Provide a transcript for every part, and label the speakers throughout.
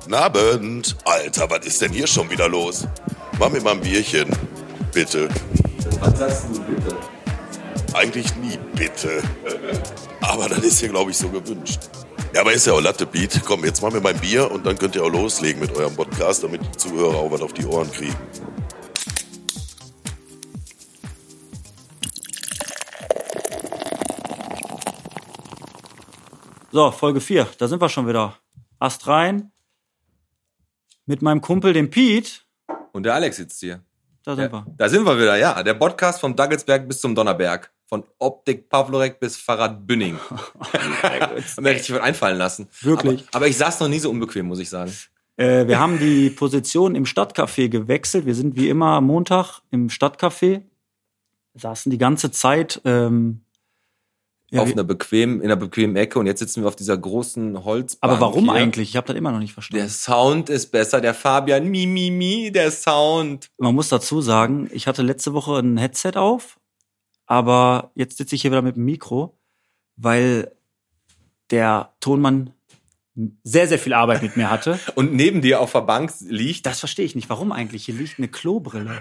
Speaker 1: Guten Abend. Alter, was ist denn hier schon wieder los? Mach mir mal ein Bierchen. Bitte.
Speaker 2: Was sagst du bitte?
Speaker 1: Eigentlich nie bitte. Aber das ist hier, glaube ich, so gewünscht. Ja, aber ist ja auch Latte Beat. Komm, jetzt mach mir mein Bier und dann könnt ihr auch loslegen mit eurem Podcast, damit die Zuhörer auch was auf die Ohren kriegen.
Speaker 3: So, Folge 4, da sind wir schon wieder. Ast rein. Mit meinem Kumpel, dem Pete.
Speaker 2: Und der Alex sitzt hier.
Speaker 3: Da sind wir.
Speaker 2: Da sind wir wieder, ja. Der Podcast vom Daggelsberg bis zum Donnerberg. Von Optik Pavlorek bis Fahrrad Bünning. Hab mir richtig was einfallen lassen.
Speaker 3: Wirklich?
Speaker 2: Aber, aber ich saß noch nie so unbequem, muss ich sagen.
Speaker 3: Äh, wir haben die Position im Stadtcafé gewechselt. Wir sind wie immer am Montag im Stadtcafé. Saßen die ganze Zeit. Ähm, ja,
Speaker 2: auf
Speaker 3: wir-
Speaker 2: einer bequemen, in einer bequemen Ecke und jetzt sitzen wir auf dieser großen Holzbank.
Speaker 3: aber warum
Speaker 2: hier.
Speaker 3: eigentlich? Ich habe das immer noch nicht verstanden.
Speaker 2: Der Sound ist besser, der Fabian. Mi, mi, mi, der Sound.
Speaker 3: Man muss dazu sagen, ich hatte letzte Woche ein Headset auf, aber jetzt sitze ich hier wieder mit dem Mikro, weil der Tonmann sehr, sehr viel Arbeit mit mir hatte.
Speaker 2: Und neben dir auf der Bank liegt.
Speaker 3: Das verstehe ich nicht. Warum eigentlich? Hier liegt eine Klobrille.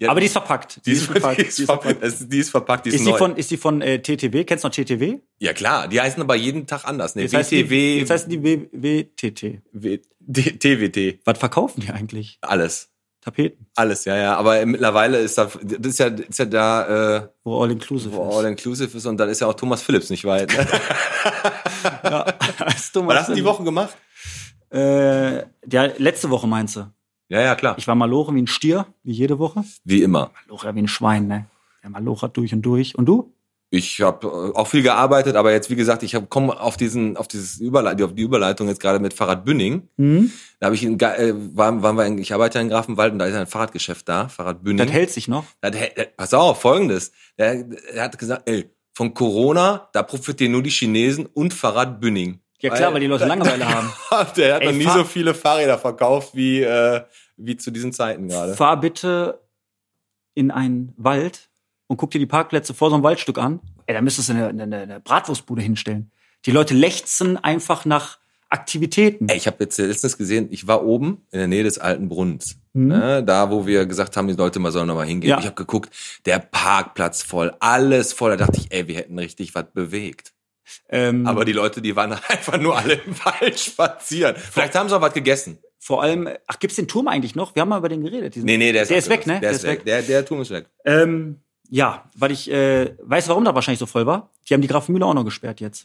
Speaker 2: Ja,
Speaker 3: Aber die ist verpackt.
Speaker 2: die ist verpackt. Die ist verpackt. Das ist- Die ist verpackt. Die ist,
Speaker 3: Ist die
Speaker 2: neu.
Speaker 3: von, ist die von äh, TTW? Kennst du noch TTW?
Speaker 2: ja klar, die heißen aber jeden Tag anders. Ne?
Speaker 3: Jetzt heißt die,
Speaker 2: WTW,
Speaker 3: jetzt heißt die W- WTT.
Speaker 2: W- D- TWT.
Speaker 3: Was verkaufen die eigentlich?
Speaker 2: Alles.
Speaker 3: Tapeten,
Speaker 2: Alles, ja, ja. Aber mittlerweile ist da, das ist ja, ist ja da, äh,
Speaker 3: wo all inclusive
Speaker 2: wo all inclusive ist und dann ist ja auch Thomas Phillips nicht weit. Ne?
Speaker 3: ist. Ja, hast du mal
Speaker 2: Was hast du die Woche gemacht?
Speaker 3: Äh, ja, letzte Woche meinst du?
Speaker 2: Ja, ja, klar.
Speaker 3: Ich war malochen wie ein Stier, wie jede Woche.
Speaker 2: Wie immer.
Speaker 3: Malocher wie ein Schwein, ne? Der Malocher durch und durch. Und du?
Speaker 2: Ich habe auch viel gearbeitet, aber jetzt, wie gesagt, ich komme auf diesen, auf dieses Überle auf die Überleitung jetzt gerade mit Fahrrad Bünning.
Speaker 3: Hm?
Speaker 2: Da habe ich, in, Ga- äh, waren, waren wir in, ich arbeite ja in Grafenwald und da ist ein Fahrradgeschäft da, Fahrrad Bünning.
Speaker 3: Das hält sich noch.
Speaker 2: Das, hä- das, pass auf, folgendes. Er, er hat gesagt, ey, von Corona, da profitieren nur die Chinesen und Fahrrad Bünning.
Speaker 3: Ja klar, weil die Leute Langeweile haben.
Speaker 2: Der hat
Speaker 3: Ey,
Speaker 2: noch nie
Speaker 3: Fahr-
Speaker 2: so viele Fahrräder verkauft wie, äh, wie zu diesen Zeiten gerade.
Speaker 3: Fahr bitte in einen Wald und guck dir die Parkplätze vor so einem Waldstück an. Ey, da müsstest du eine, eine, eine Bratwurstbude hinstellen. Die Leute lechzen einfach nach Aktivitäten.
Speaker 2: Ey, ich habe jetzt letztens gesehen, ich war oben in der Nähe des alten Brunnens.
Speaker 3: Mhm.
Speaker 2: Ne, da, wo wir gesagt haben, die Leute mal sollen noch mal hingehen.
Speaker 3: Ja.
Speaker 2: Ich habe geguckt, der Parkplatz voll, alles voll. Da dachte ich, ey, wir hätten richtig was bewegt.
Speaker 3: Ähm,
Speaker 2: Aber die Leute, die waren einfach nur alle im Wald spazieren. Vielleicht haben sie auch was gegessen.
Speaker 3: vor allem, ach, gibt's den Turm eigentlich noch? Wir haben mal über den geredet. diesen-
Speaker 2: Nee, nee, der ist,
Speaker 3: Der ist
Speaker 2: abgelöst.
Speaker 3: weg, ne?
Speaker 2: Der, ist weg. Der, der Turm ist weg.
Speaker 3: Ähm, ja, weil ich äh, weiß, warum da wahrscheinlich so voll war. Die haben die Grafenmühle auch noch gesperrt jetzt.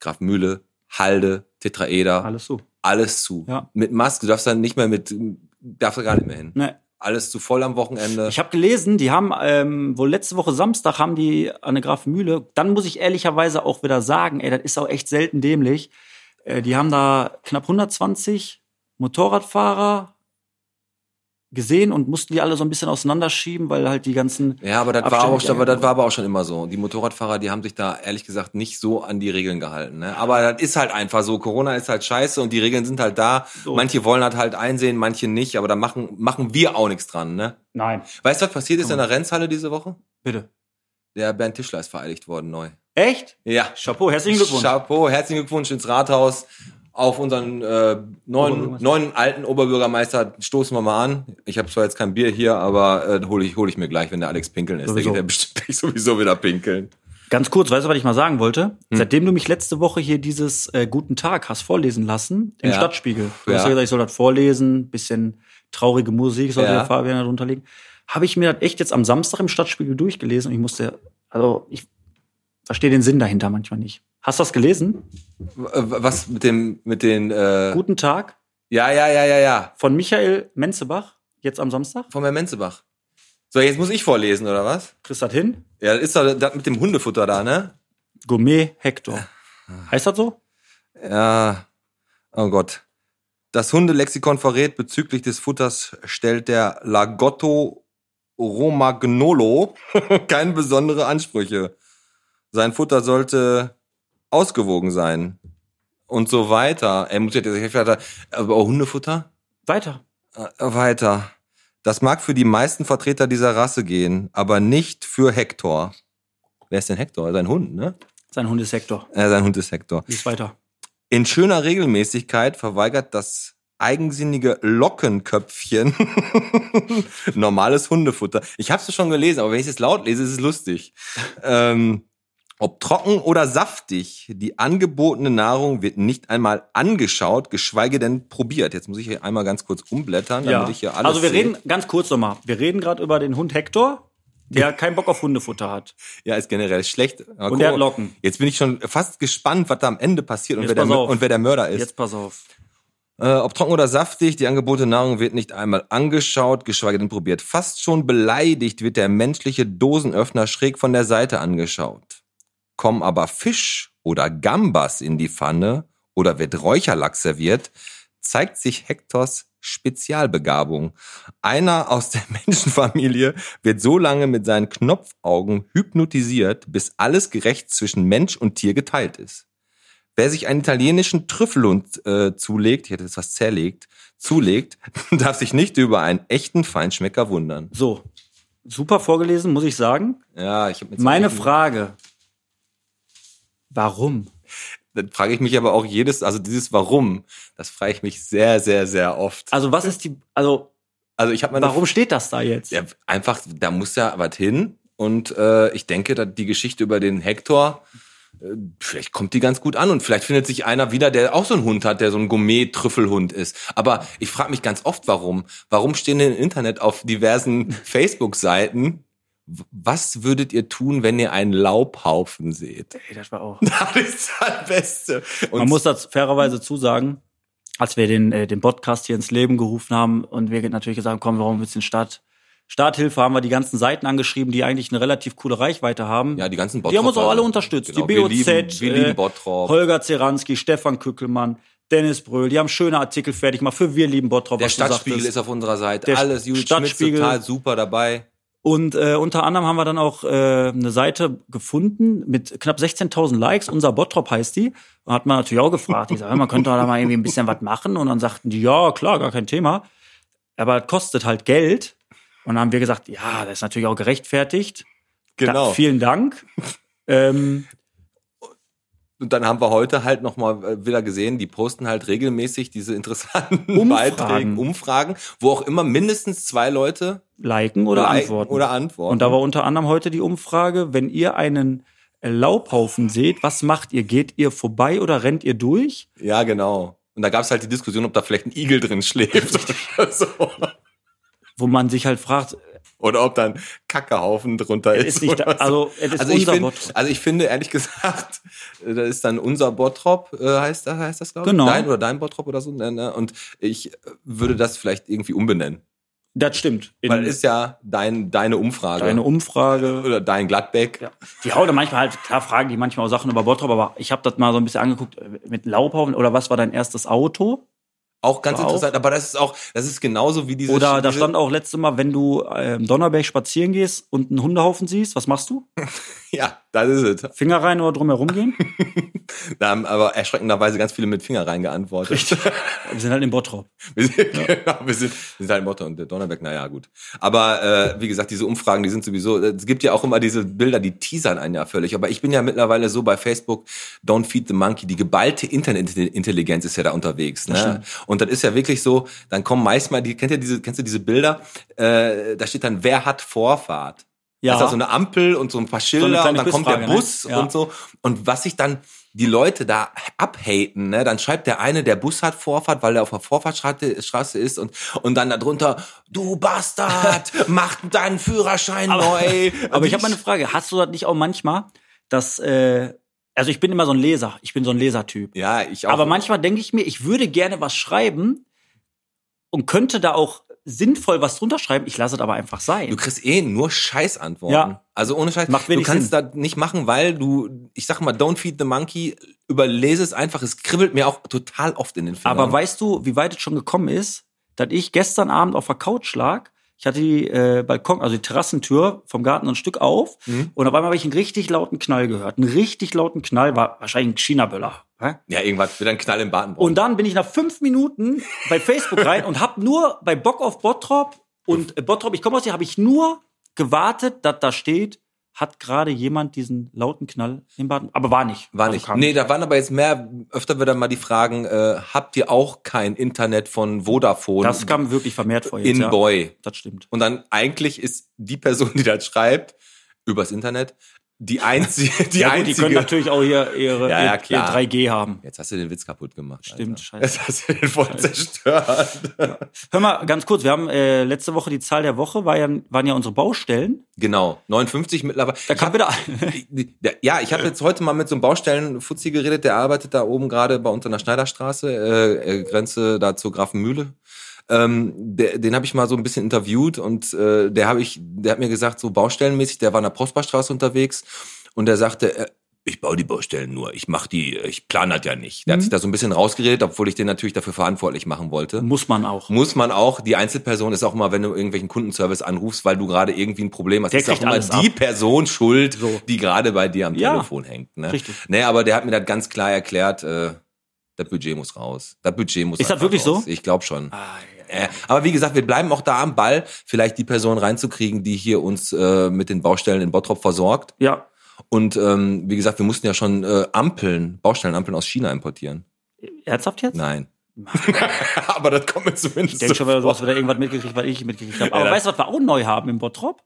Speaker 2: Grafmühle, Halde, Tetraeder, alles,
Speaker 3: Alles so.
Speaker 2: zu.
Speaker 3: Ja.
Speaker 2: Mit Maske, du darfst dann nicht mehr mit, darfst da gar nicht mehr hin.
Speaker 3: Ne,
Speaker 2: Alles zu voll am Wochenende.
Speaker 3: Ich habe gelesen, die haben ähm, wohl letzte Woche Samstag haben die an der Grafenmühle, dann muss ich ehrlicherweise auch wieder sagen, ey, das ist auch echt selten dämlich. Äh, die haben da knapp 120 Motorradfahrer gesehen und mussten die alle so ein bisschen auseinanderschieben, weil halt die ganzen
Speaker 2: Ja, aber das, war
Speaker 3: Abstände
Speaker 2: auch, schon- aber
Speaker 3: geändert
Speaker 2: das war aber auch schon immer so. Die Motorradfahrer, die haben sich da ehrlich gesagt nicht so an die Regeln gehalten. Ne? Aber das ist halt einfach so. Corona ist halt scheiße und die Regeln sind halt da.
Speaker 3: So.
Speaker 2: Manche wollen das halt einsehen, manche nicht. Aber da machen, machen wir auch nichts dran. Ne?
Speaker 3: Nein,
Speaker 2: Weißt du, was passiert ist
Speaker 3: Komm.
Speaker 2: in der Rennhalle diese Woche?
Speaker 3: bitte.
Speaker 2: Der Bernd Tischler ist vereidigt worden neu.
Speaker 3: Echt?
Speaker 2: Ja.
Speaker 3: Chapeau, herzlichen Glückwunsch.
Speaker 2: Chapeau, herzlichen Glückwunsch ins Rathaus. Auf unseren äh, neuen,
Speaker 3: Oberbürgermeister.
Speaker 2: neuen alten Oberbürgermeister stoßen wir mal an. Ich habe zwar jetzt kein Bier hier, aber äh, hole ich, hol ich mir gleich, wenn der Alex pinkeln ist.
Speaker 3: Sowieso.
Speaker 2: Der geht ja bestimmt gleich sowieso wieder pinkeln.
Speaker 3: Ganz kurz, weißt du, was ich mal sagen wollte?
Speaker 2: Hm.
Speaker 3: Seitdem du mich letzte Woche hier dieses äh, Guten Tag hast vorlesen lassen im
Speaker 2: Ja.
Speaker 3: Stadtspiegel, du
Speaker 2: Ja.
Speaker 3: hast ja gesagt, ich soll das vorlesen, bisschen traurige Musik sollte
Speaker 2: Ja.
Speaker 3: der Fabian darunter legen, habe ich mir das echt jetzt am Samstag im Stadtspiegel durchgelesen und ich musste, also ich verstehe den Sinn dahinter manchmal nicht. Hast du das gelesen?
Speaker 2: W- w- Was mit dem, mit den, äh,
Speaker 3: Guten Tag
Speaker 2: ja, ja, ja, ja, ja,
Speaker 3: von Michael Menzebach, jetzt am Samstag.
Speaker 2: vom Herrn Menzebach. So, jetzt muss ich vorlesen, oder was?
Speaker 3: Chris hat hin,
Speaker 2: Ja, das ist doch das mit dem Hundefutter da, ne?
Speaker 3: Gourmet Hector. Heißt das so?
Speaker 2: Ja, oh Gott. Das Hundelexikon verrät, bezüglich des Futters stellt der Lagotto Romagnolo keine besondere Ansprüche. Sein Futter sollte ausgewogen sein. Und so weiter. Er muss jetzt, aber auch Hundefutter?
Speaker 3: Weiter.
Speaker 2: Äh, Weiter. Das mag für die meisten Vertreter dieser Rasse gehen, aber nicht für Hector. Wer ist denn Hector? Sein Hund, ne?
Speaker 3: Sein Hund ist Hector.
Speaker 2: Äh, sein Hund ist Hector.
Speaker 3: Lies weiter.
Speaker 2: In schöner Regelmäßigkeit verweigert das eigensinnige Lockenköpfchen. Normales Hundefutter. Ich habe es schon gelesen, aber wenn ich es laut lese, ist es lustig. Ähm, ob trocken oder saftig, die angebotene Nahrung wird nicht einmal angeschaut, geschweige denn probiert. Jetzt muss ich hier einmal ganz kurz umblättern, damit ich hier alles
Speaker 3: also wir
Speaker 2: sehe.
Speaker 3: reden ganz kurz nochmal. Wir reden gerade über den Hund Hector, der keinen Bock auf Hundefutter hat.
Speaker 2: Ja, ist generell schlecht. Aber
Speaker 3: Und der hat Locken.
Speaker 2: Jetzt bin ich schon fast gespannt, was da am Ende passiert und,
Speaker 3: Jetzt
Speaker 2: wer der,
Speaker 3: pass auf.
Speaker 2: und wer der Mörder ist.
Speaker 3: Jetzt pass auf.
Speaker 2: Äh, ob trocken oder saftig, die angebotene Nahrung wird nicht einmal angeschaut, geschweige denn probiert. Fast schon beleidigt wird der menschliche Dosenöffner schräg von der Seite angeschaut. Kommen aber Fisch oder Gambas in die Pfanne oder wird Räucherlachs serviert, zeigt sich Hektors Spezialbegabung. Einer aus der Menschenfamilie wird so lange mit seinen Knopfaugen hypnotisiert, bis alles gerecht zwischen Mensch und Tier geteilt ist. Wer sich einen italienischen Trüffelhund äh, zulegt, ich hätte jetzt was zerlegt, zulegt, darf sich nicht über einen echten Feinschmecker wundern.
Speaker 3: So. Super vorgelesen, muss ich sagen.
Speaker 2: Ja, ich habe jetzt
Speaker 3: Meine Frage. Warum?
Speaker 2: Dann frage ich mich aber auch jedes, also dieses Warum, das frage ich mich sehr, sehr, sehr oft.
Speaker 3: Also was ist die, also
Speaker 2: Also ich habe meine
Speaker 3: warum steht das da jetzt?
Speaker 2: Ja, einfach, da muss ja was hin. Und äh, ich denke, dass die Geschichte über den Hector, äh, vielleicht kommt die ganz gut an und vielleicht findet sich einer wieder, der auch so einen Hund hat, der so ein Gourmet-Trüffelhund ist. Aber ich frage mich ganz oft, warum. Warum stehen denn im Internet auf diversen Facebook-Seiten? w- Was würdet ihr tun, wenn ihr einen Laubhaufen seht?
Speaker 3: Ey, das war auch.
Speaker 2: Das ist das Beste. Und
Speaker 3: Man muss das fairerweise zusagen, als wir den, äh, den Podcast hier ins Leben gerufen haben und wir natürlich gesagt haben, komm, warum ein bisschen Start, Starthilfe, haben wir die ganzen Seiten angeschrieben, die eigentlich eine relativ coole Reichweite haben.
Speaker 2: ja, die ganzen Bottroper.
Speaker 3: die haben uns auch alle unterstützt.
Speaker 2: Genau,
Speaker 3: die
Speaker 2: wir
Speaker 3: BOZ,
Speaker 2: lieben, wir lieben
Speaker 3: äh,
Speaker 2: Bottrop.
Speaker 3: Holger Zeranski, Stefan Kückelmann, Dennis Bröhl, die haben schöne Artikel fertig gemacht für Wir lieben Bottrop.
Speaker 2: Der
Speaker 3: was du
Speaker 2: Stadtspiegel
Speaker 3: sagtest.
Speaker 2: ist auf unserer Seite.
Speaker 3: Der
Speaker 2: Alles, Judith Schmitz
Speaker 3: Stadtspiegel-
Speaker 2: total super dabei.
Speaker 3: Und äh, unter anderem haben wir dann auch äh, eine Seite gefunden mit knapp 16.000 Likes. Unser Bottrop heißt die. Und hat man natürlich auch gefragt. Ich sage, man könnte da mal irgendwie ein bisschen was machen. Und dann sagten die, ja, klar, gar kein Thema. Aber das kostet halt Geld. Und dann haben wir gesagt, ja, das ist natürlich auch gerechtfertigt.
Speaker 2: Genau.
Speaker 3: Da, vielen Dank. ähm,
Speaker 2: Und dann haben wir heute halt nochmal wieder gesehen, die posten halt regelmäßig diese interessanten
Speaker 3: Umfragen.
Speaker 2: Beiträge, Umfragen, wo auch immer mindestens zwei Leute
Speaker 3: liken oder
Speaker 2: liken
Speaker 3: antworten.
Speaker 2: Oder antworten.
Speaker 3: Und da war unter anderem heute die Umfrage, wenn ihr einen Laubhaufen seht, was macht ihr? Geht ihr vorbei oder rennt ihr durch?
Speaker 2: ja, genau. Und da gab es halt die Diskussion, ob da vielleicht ein Igel drin schläft oder so.
Speaker 3: Wo man sich halt fragt,
Speaker 2: Oder ob da ein Kackehaufen drunter ist.
Speaker 3: ist nicht da,
Speaker 2: oder so.
Speaker 3: also es ist
Speaker 2: also, ich
Speaker 3: unser
Speaker 2: find,
Speaker 3: Bottrop.
Speaker 2: also ich finde, ehrlich gesagt, äh, da ist dann unser Bottrop, äh, heißt, das- heißt das, glaube ich?
Speaker 3: Genau.
Speaker 2: Dein oder dein Bottrop oder so. ne, ne? Und ich äh, würde das vielleicht irgendwie umbenennen.
Speaker 3: Das stimmt. In
Speaker 2: Weil ist ja dein, deine Umfrage.
Speaker 3: eine Umfrage.
Speaker 2: oder dein Gladbeck.
Speaker 3: Ja. Die hauen da manchmal halt, klar fragen die manchmal auch Sachen über Bottrop, aber ich habe das mal so ein bisschen angeguckt äh, mit Laubhaufen oder was war dein erstes Auto?
Speaker 2: Auch ganz
Speaker 3: War
Speaker 2: interessant, aber das ist auch, das ist genauso wie diese.
Speaker 3: Oder da
Speaker 2: diese-
Speaker 3: stand auch letztes Mal, wenn du äh, im Donnerberg spazieren gehst und einen Hundehaufen siehst, was machst du?
Speaker 2: Ja, das ist es.
Speaker 3: Finger rein oder drumherum gehen?
Speaker 2: Da haben aber erschreckenderweise ganz viele mit Finger reingeantwortet.
Speaker 3: Wir sind halt in Bottrop.
Speaker 2: Wir sind, genau, wir sind, wir sind halt Motto und der Donnerberg, naja, gut. Aber äh, wie gesagt, diese Umfragen, die sind sowieso, äh, es gibt ja auch immer diese Bilder, die teasern einen ja völlig. Aber ich bin ja mittlerweile so bei Facebook, Don't Feed the Monkey, die geballte Internetintelligenz ist ja da unterwegs. Ne? Und das ist ja wirklich so, dann kommen meist mal, die, kennt ihr diese, kennst du diese Bilder? Äh, da steht dann, wer hat Vorfahrt?
Speaker 3: Ja.
Speaker 2: Das ist da so eine Ampel und so ein paar Schilder und
Speaker 3: kleine
Speaker 2: dann kommt der
Speaker 3: Quizfrage, ne?
Speaker 2: Bus
Speaker 3: Ja.
Speaker 2: und so. Und was sich dann die Leute da abhaten, ne? dann schreibt der eine, der Bus hat Vorfahrt, weil er auf der Vorfahrtsstraße äh, Straße ist und, und dann darunter, du Bastard, mach deinen Führerschein neu.
Speaker 3: Aber ich habe mal eine Frage. Hast du das nicht auch manchmal, dass, äh, also ich bin immer so ein Leser, ich bin so ein Lesertyp.
Speaker 2: Ja, ich auch.
Speaker 3: Aber manchmal denke ich mir, ich würde gerne was schreiben und könnte da auch sinnvoll was drunter schreiben. Ich lasse es aber einfach
Speaker 2: Du
Speaker 3: sein.
Speaker 2: kriegst eh nur Scheißantworten.
Speaker 3: Ja.
Speaker 2: Also ohne Scheiß.
Speaker 3: Macht
Speaker 2: du
Speaker 3: wenig
Speaker 2: kannst
Speaker 3: Sinn.
Speaker 2: das nicht machen, weil du, ich sag mal, don't feed the monkey, überlese es einfach. Es kribbelt mir auch total oft in den Fingern.
Speaker 3: Aber weißt du, wie weit es schon gekommen ist, dass ich gestern Abend auf der Couch lag? Ich hatte die äh, Balkon, also die Terrassentür vom Garten ein Stück auf
Speaker 2: Mhm.
Speaker 3: und auf einmal habe ich einen richtig lauten Knall gehört. Einen richtig lauten Knall, war wahrscheinlich ein China-Böller. hä?
Speaker 2: ja, irgendwas wird ein Knall im Baden.
Speaker 3: Und dann bin ich nach fünf Minuten bei Facebook rein und habe nur bei Bock auf Bottrop und äh, Bottrop, ich komme aus hier, habe ich nur gewartet, dass da steht hat gerade jemand diesen lauten Knall im Baden. Aber war nicht.
Speaker 2: War
Speaker 3: Also
Speaker 2: nicht.
Speaker 3: kam
Speaker 2: Nee, da waren aber jetzt mehr, öfter wieder mal die Fragen, äh, habt ihr auch kein Internet von Vodafone?
Speaker 3: das kam wirklich vermehrt vor jetzt.
Speaker 2: in
Speaker 3: ja.
Speaker 2: Boy.
Speaker 3: Das stimmt.
Speaker 2: Und dann eigentlich ist die Person, die das schreibt, übers Internet, die einzige, die
Speaker 3: ja, gut, die
Speaker 2: einzige.
Speaker 3: können natürlich auch hier ihre,
Speaker 2: Ja, ja,
Speaker 3: ihr-
Speaker 2: klar.
Speaker 3: ihr 3G haben.
Speaker 2: jetzt hast du den Witz kaputt gemacht.
Speaker 3: Stimmt, scheiße.
Speaker 2: Alter. Jetzt hast du den voll zerstört.
Speaker 3: Hör mal, ganz kurz, wir haben äh, letzte Woche die Zahl der Woche, war ja, waren ja unsere Baustellen.
Speaker 2: Genau, 59 mittlerweile.
Speaker 3: Da kam wieder
Speaker 2: Ja, ich habe jetzt heute mal mit so einem Baustellenfuzzi geredet, der arbeitet da oben gerade bei uns an der Schneiderstraße, äh, äh, Grenze da zur Grafenmühle. Ähm, der, den habe ich mal so ein bisschen interviewt und äh, der habe ich, der hat mir gesagt, so baustellenmäßig, der war an der Prosperstraße unterwegs und der sagte, äh, ich baue die Baustellen nur, ich mache die, ich plane das ja nicht.
Speaker 3: Mhm.
Speaker 2: Der hat sich da so ein bisschen rausgeredet, obwohl ich den natürlich dafür verantwortlich machen wollte
Speaker 3: Muss man auch.
Speaker 2: muss man auch, die Einzelperson ist auch immer, wenn du irgendwelchen Kundenservice anrufst, weil du gerade irgendwie ein Problem hast,
Speaker 3: Der
Speaker 2: ist auch
Speaker 3: kriegt
Speaker 2: immer
Speaker 3: alles
Speaker 2: die
Speaker 3: ab.
Speaker 2: Person schuld,
Speaker 3: So.
Speaker 2: die gerade bei dir am
Speaker 3: Ja.
Speaker 2: Telefon hängt. Ne?
Speaker 3: Richtig.
Speaker 2: Nee, aber der hat mir das ganz klar erklärt, äh, das Budget muss raus. Das Budget muss
Speaker 3: Ist das
Speaker 2: einfach
Speaker 3: wirklich
Speaker 2: raus.
Speaker 3: so?
Speaker 2: Ich glaube schon.
Speaker 3: Ah, ja.
Speaker 2: Äh, aber wie gesagt, wir bleiben auch da am Ball, vielleicht die Person reinzukriegen, die hier uns äh, mit den Baustellen in Bottrop versorgt.
Speaker 3: Ja,
Speaker 2: Und ähm, wie gesagt, wir mussten ja schon äh, Ampeln, Baustellenampeln aus China importieren.
Speaker 3: ernsthaft jetzt?
Speaker 2: Nein. aber das kommt mir zumindest
Speaker 3: Ich denke schon,
Speaker 2: so
Speaker 3: wieder, du
Speaker 2: vor.
Speaker 3: hast wieder irgendwas mitgekriegt, was ich mitgekriegt habe.
Speaker 2: Ja,
Speaker 3: Aber
Speaker 2: das-
Speaker 3: weißt du, was wir auch neu haben im Bottrop?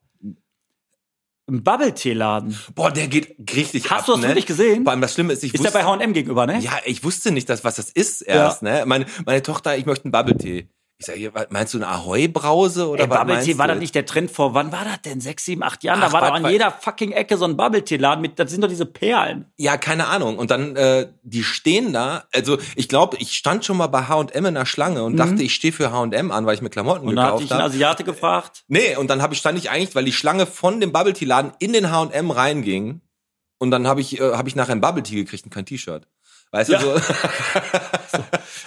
Speaker 3: Ein Bubble-Tee-Laden.
Speaker 2: Boah, der geht richtig ab.
Speaker 3: Hast du das
Speaker 2: ne?
Speaker 3: wirklich gesehen?
Speaker 2: Vor allem das Schlimme ist, ich
Speaker 3: Ist der
Speaker 2: wusste.
Speaker 3: bei H&M gegenüber, ne?
Speaker 2: ja, ich wusste nicht, dass, was das ist erst. Ne? Meine, meine Tochter, ich möchte einen Bubble-Tee. Ich sage, hier, was- meinst du eine Ahoi-Brause oder
Speaker 3: Ey,
Speaker 2: was
Speaker 3: Bubble
Speaker 2: meinst
Speaker 3: Tea war
Speaker 2: du?
Speaker 3: das nicht der Trend vor, wann war das denn? Sechs, sieben, acht Jahren?
Speaker 2: Ach,
Speaker 3: da war doch
Speaker 2: warte,
Speaker 3: an
Speaker 2: warte.
Speaker 3: jeder fucking Ecke so ein Bubble Tea-Laden mit, das sind doch diese Perlen.
Speaker 2: Ja, keine Ahnung. Und dann, äh, die stehen da. Also, ich glaube, ich stand schon mal bei H&M in der Schlange und dachte, ich stehe für H&M an, weil ich mir Klamotten
Speaker 3: Mhm. Und da hatte
Speaker 2: gekauft
Speaker 3: ich einen
Speaker 2: habe.
Speaker 3: Asiate gefragt.
Speaker 2: Nee, und dann hab ich, stand ich eigentlich, weil die Schlange von dem Bubble-Tea-Laden in den H&M reinging. Und dann habe ich, äh, hab ich nachher ein Bubble-Tea gekriegt und kein T-Shirt. Weißt
Speaker 3: Ja.
Speaker 2: du, so.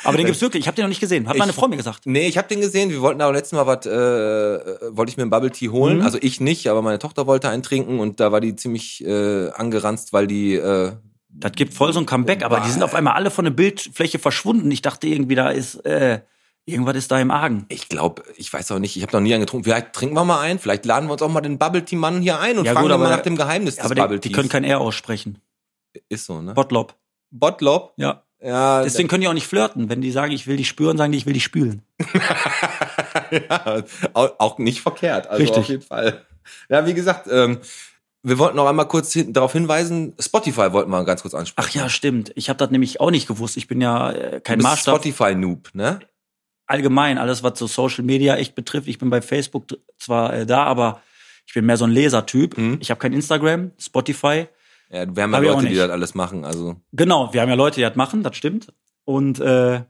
Speaker 3: Aber den gibt's wirklich, ich habe den noch nicht gesehen. Hat meine
Speaker 2: Ich-
Speaker 3: Frau mir gesagt.
Speaker 2: Nee, ich habe den gesehen. Wir wollten aber letztes Mal was, äh, äh, wollte ich mir einen Bubble Tea holen.
Speaker 3: Mhm.
Speaker 2: Also ich nicht, aber meine Tochter wollte einen trinken und da war die ziemlich äh, angeranzt, weil die. Äh,
Speaker 3: Das gibt voll so ein Comeback, aber die sind auf einmal alle von der Bildfläche verschwunden. Ich dachte irgendwie, da ist, äh, irgendwas ist da im Argen.
Speaker 2: ich glaube, ich weiß auch nicht, ich habe noch nie einen getrunken. Vielleicht trinken wir mal ein, vielleicht laden wir uns auch mal den Bubble Tea Mann hier ein und
Speaker 3: Ja,
Speaker 2: fragen
Speaker 3: gut,
Speaker 2: ihn mal
Speaker 3: aber-
Speaker 2: nach dem Geheimnis
Speaker 3: Aber
Speaker 2: des
Speaker 3: die,
Speaker 2: Bubble
Speaker 3: die
Speaker 2: Teas.
Speaker 3: können kein R aussprechen.
Speaker 2: Ist so, ne?
Speaker 3: Botlop.
Speaker 2: Botlop.
Speaker 3: Ja.
Speaker 2: Ja,
Speaker 3: Deswegen können die auch nicht flirten. Wenn die sagen, ich will dich spüren, sagen die, ich will dich spülen.
Speaker 2: ja, au- auch nicht verkehrt. Also
Speaker 3: Richtig.
Speaker 2: auf jeden Fall. Ja, wie gesagt, ähm, wir wollten noch einmal kurz hin, darauf hinweisen, Spotify wollten wir ganz kurz ansprechen.
Speaker 3: Ach ja, stimmt. Ich habe das nämlich auch nicht gewusst. Ich bin ja äh, kein
Speaker 2: Du bist
Speaker 3: Maßstab.
Speaker 2: Spotify-Noob, ne?
Speaker 3: Allgemein, alles, was so Social Media echt betrifft. Ich bin bei Facebook d- zwar äh, da, aber ich bin mehr so ein Lesertyp.
Speaker 2: Mhm.
Speaker 3: Ich habe kein Instagram, Spotify.
Speaker 2: Ja, wir haben ja
Speaker 3: Hab ich auch
Speaker 2: Leute, die
Speaker 3: nicht.
Speaker 2: das alles machen. Also
Speaker 3: Genau, wir haben ja Leute, die das machen, das stimmt. Und äh,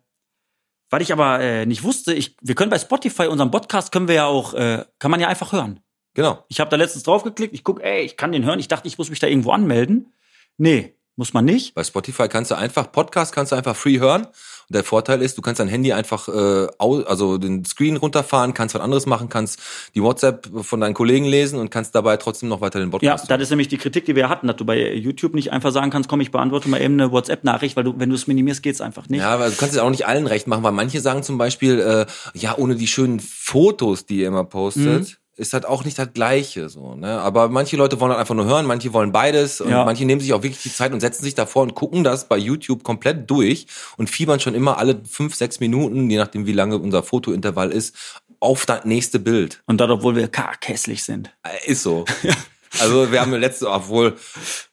Speaker 3: weil ich aber äh, nicht wusste, ich, wir können bei Spotify, unserem Podcast, können wir ja auch, äh, kann man ja einfach hören.
Speaker 2: genau.
Speaker 3: Ich habe da letztens draufgeklickt, ich guck, ey, ich kann den hören. Ich dachte, ich muss mich da irgendwo anmelden. Nee, muss man nicht.
Speaker 2: Bei Spotify kannst du einfach Podcast kannst du einfach free hören. Und der Vorteil ist, du kannst dein Handy einfach äh, au- also den Screen runterfahren, kannst was anderes machen, kannst die WhatsApp von deinen Kollegen lesen und kannst dabei trotzdem noch weiter den
Speaker 3: Ja,
Speaker 2: Podcast. hören.
Speaker 3: das ist nämlich die Kritik, die wir hatten, dass du bei YouTube nicht einfach sagen kannst, komm, ich beantworte mal eben eine WhatsApp-Nachricht, weil du, wenn du es minimierst, geht's einfach nicht.
Speaker 2: Ja, aber du kannst es auch nicht allen recht machen, weil manche sagen zum Beispiel, äh, ja, ohne die schönen Fotos, die ihr immer postet, ist halt auch nicht das Gleiche so. Ne? Aber manche Leute wollen halt einfach nur hören, manche wollen beides und
Speaker 3: Ja.
Speaker 2: manche nehmen sich auch wirklich die Zeit und setzen sich davor und gucken das bei YouTube komplett durch und fiebern schon immer alle fünf, sechs Minuten, je nachdem wie lange unser Fotointervall ist, auf das nächste Bild.
Speaker 3: Und das, obwohl wir karkässlich sind.
Speaker 2: Äh, Ist so. also wir haben letzte, obwohl,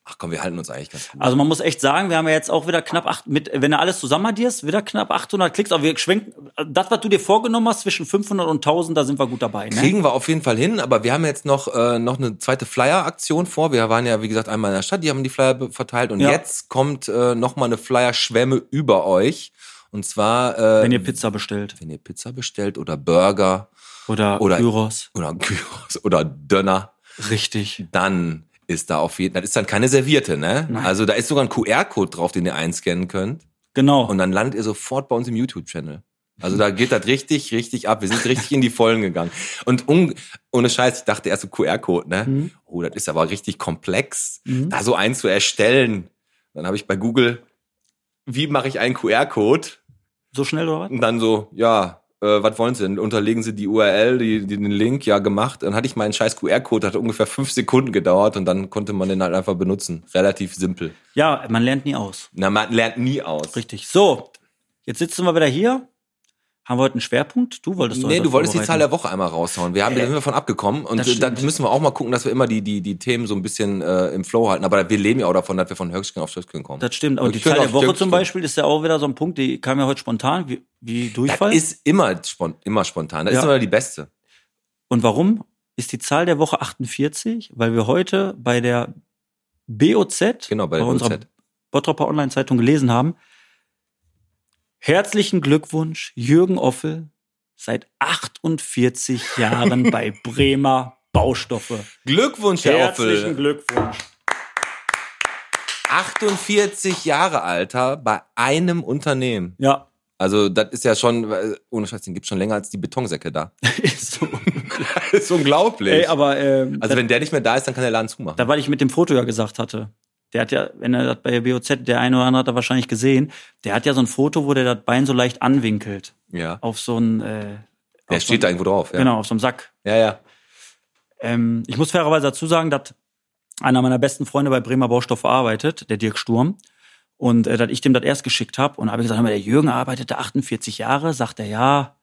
Speaker 2: ach komm, wir halten uns eigentlich ganz gut.
Speaker 3: Also man muss echt sagen, wir haben ja jetzt auch wieder knapp acht, mit, wenn du alles zusammen addierst, wieder knapp 800 Klicks, aber wir schwenken, das, was du dir vorgenommen hast, zwischen 500 und 1000, da sind wir gut dabei, ne?
Speaker 2: Kriegen wir auf jeden Fall hin, aber wir haben jetzt noch, äh, noch eine zweite Flyer-Aktion vor. Wir waren ja, wie gesagt, einmal in der Stadt, die haben die Flyer be- verteilt und
Speaker 3: Ja.
Speaker 2: jetzt kommt äh, nochmal eine Flyer-Schwemme über euch. Und zwar, äh,
Speaker 3: Wenn ihr Pizza bestellt.
Speaker 2: wenn ihr Pizza bestellt oder Burger
Speaker 3: Oder,
Speaker 2: Oder-
Speaker 3: Gyros.
Speaker 2: oder Gyros oder Döner,
Speaker 3: Richtig.
Speaker 2: dann ist da auf jeden Fall, das ist dann keine Serviette, ne? Also da ist sogar ein QR-Code drauf, den ihr einscannen könnt.
Speaker 3: Genau.
Speaker 2: Und dann landet ihr sofort bei uns im YouTube-Channel. Also da geht das richtig, richtig ab. Wir sind richtig in die Vollen gegangen. Und un ohne Scheiß, ich dachte erst so QR-Code, ne?
Speaker 3: Mhm.
Speaker 2: Oh, das ist aber richtig komplex, da so einen zu erstellen. Dann habe ich bei Google, wie mache ich einen QR-Code?
Speaker 3: so schnell oder was?
Speaker 2: Und dann so, ja, äh, was wollen sie denn? Unterlegen sie die URL, die, die, den Link, ja gemacht. Dann hatte ich meinen scheiß QR-Code, hat ungefähr fünf Sekunden gedauert und dann konnte man den halt einfach benutzen. Relativ simpel.
Speaker 3: Ja, man lernt nie aus.
Speaker 2: Na, man lernt nie aus.
Speaker 3: Richtig. So, jetzt sitzen wir wieder hier. Haben wir heute einen Schwerpunkt? Du wolltest doch
Speaker 2: Nee,
Speaker 3: heute
Speaker 2: du wolltest halt die Zahl
Speaker 3: vorbereiten.
Speaker 2: der Woche einmal raushauen. Wir haben
Speaker 3: Äh,
Speaker 2: sind wir von abgekommen und
Speaker 3: das
Speaker 2: äh,
Speaker 3: stimmt.
Speaker 2: dann müssen wir auch mal gucken, dass wir immer die, die, die Themen so ein bisschen äh, im Flow halten. Aber wir leben ja auch davon, dass wir von Höchstgen auf Schöpfchen kommen.
Speaker 3: Das stimmt. Aber die
Speaker 2: Ich könnte
Speaker 3: Zahl der
Speaker 2: auf
Speaker 3: Woche
Speaker 2: Jüngst
Speaker 3: zum
Speaker 2: gehen.
Speaker 3: Beispiel ist ja auch wieder so ein Punkt, die kam ja heute spontan, wie, wie Durchfall.
Speaker 2: Das ist immer, spon immer spontan. Das
Speaker 3: Ja.
Speaker 2: ist immer die beste.
Speaker 3: Und warum ist die Zahl der Woche 48? Weil wir heute bei der BOZ,
Speaker 2: Genau, bei der
Speaker 3: unserer
Speaker 2: BOZ.
Speaker 3: Bottroper Online-Zeitung gelesen haben. Herzlichen Glückwunsch, Jürgen Offel, seit 48 Jahren bei Bremer Baustoffe.
Speaker 2: Glückwunsch, Herr
Speaker 3: Herzlichen
Speaker 2: Offel.
Speaker 3: Glückwunsch.
Speaker 2: 48 Jahre Alter bei einem Unternehmen.
Speaker 3: Ja,
Speaker 2: Also das ist ja schon, äh, ohne Scheiß, den gibt's schon länger als die Betonsäcke da.
Speaker 3: ist so.
Speaker 2: Das ist unglaublich.
Speaker 3: Ey, aber ähm,
Speaker 2: also wenn der nicht mehr da ist, dann kann der Laden zumachen.
Speaker 3: Da, weil ich mit dem Foto ja gesagt hatte. Der hat ja, wenn er das bei BOZ, der eine oder andere hat er wahrscheinlich gesehen, der hat ja so ein Foto, wo der das Bein so leicht anwinkelt.
Speaker 2: ja.
Speaker 3: Auf so ein, äh,
Speaker 2: Der
Speaker 3: auf
Speaker 2: steht
Speaker 3: so
Speaker 2: da
Speaker 3: ein,
Speaker 2: irgendwo drauf. Ja.
Speaker 3: Genau, auf so einem Sack.
Speaker 2: Ja, ja.
Speaker 3: Ähm, ich muss fairerweise dazu sagen, dass einer meiner besten Freunde bei Bremer Baustoffe arbeitet, der Dirk Sturm. Und äh, dass ich dem das erst geschickt habe. Und habe ich gesagt, hör mal, der Jürgen arbeitet da 48 Jahre. Sagt er, ja,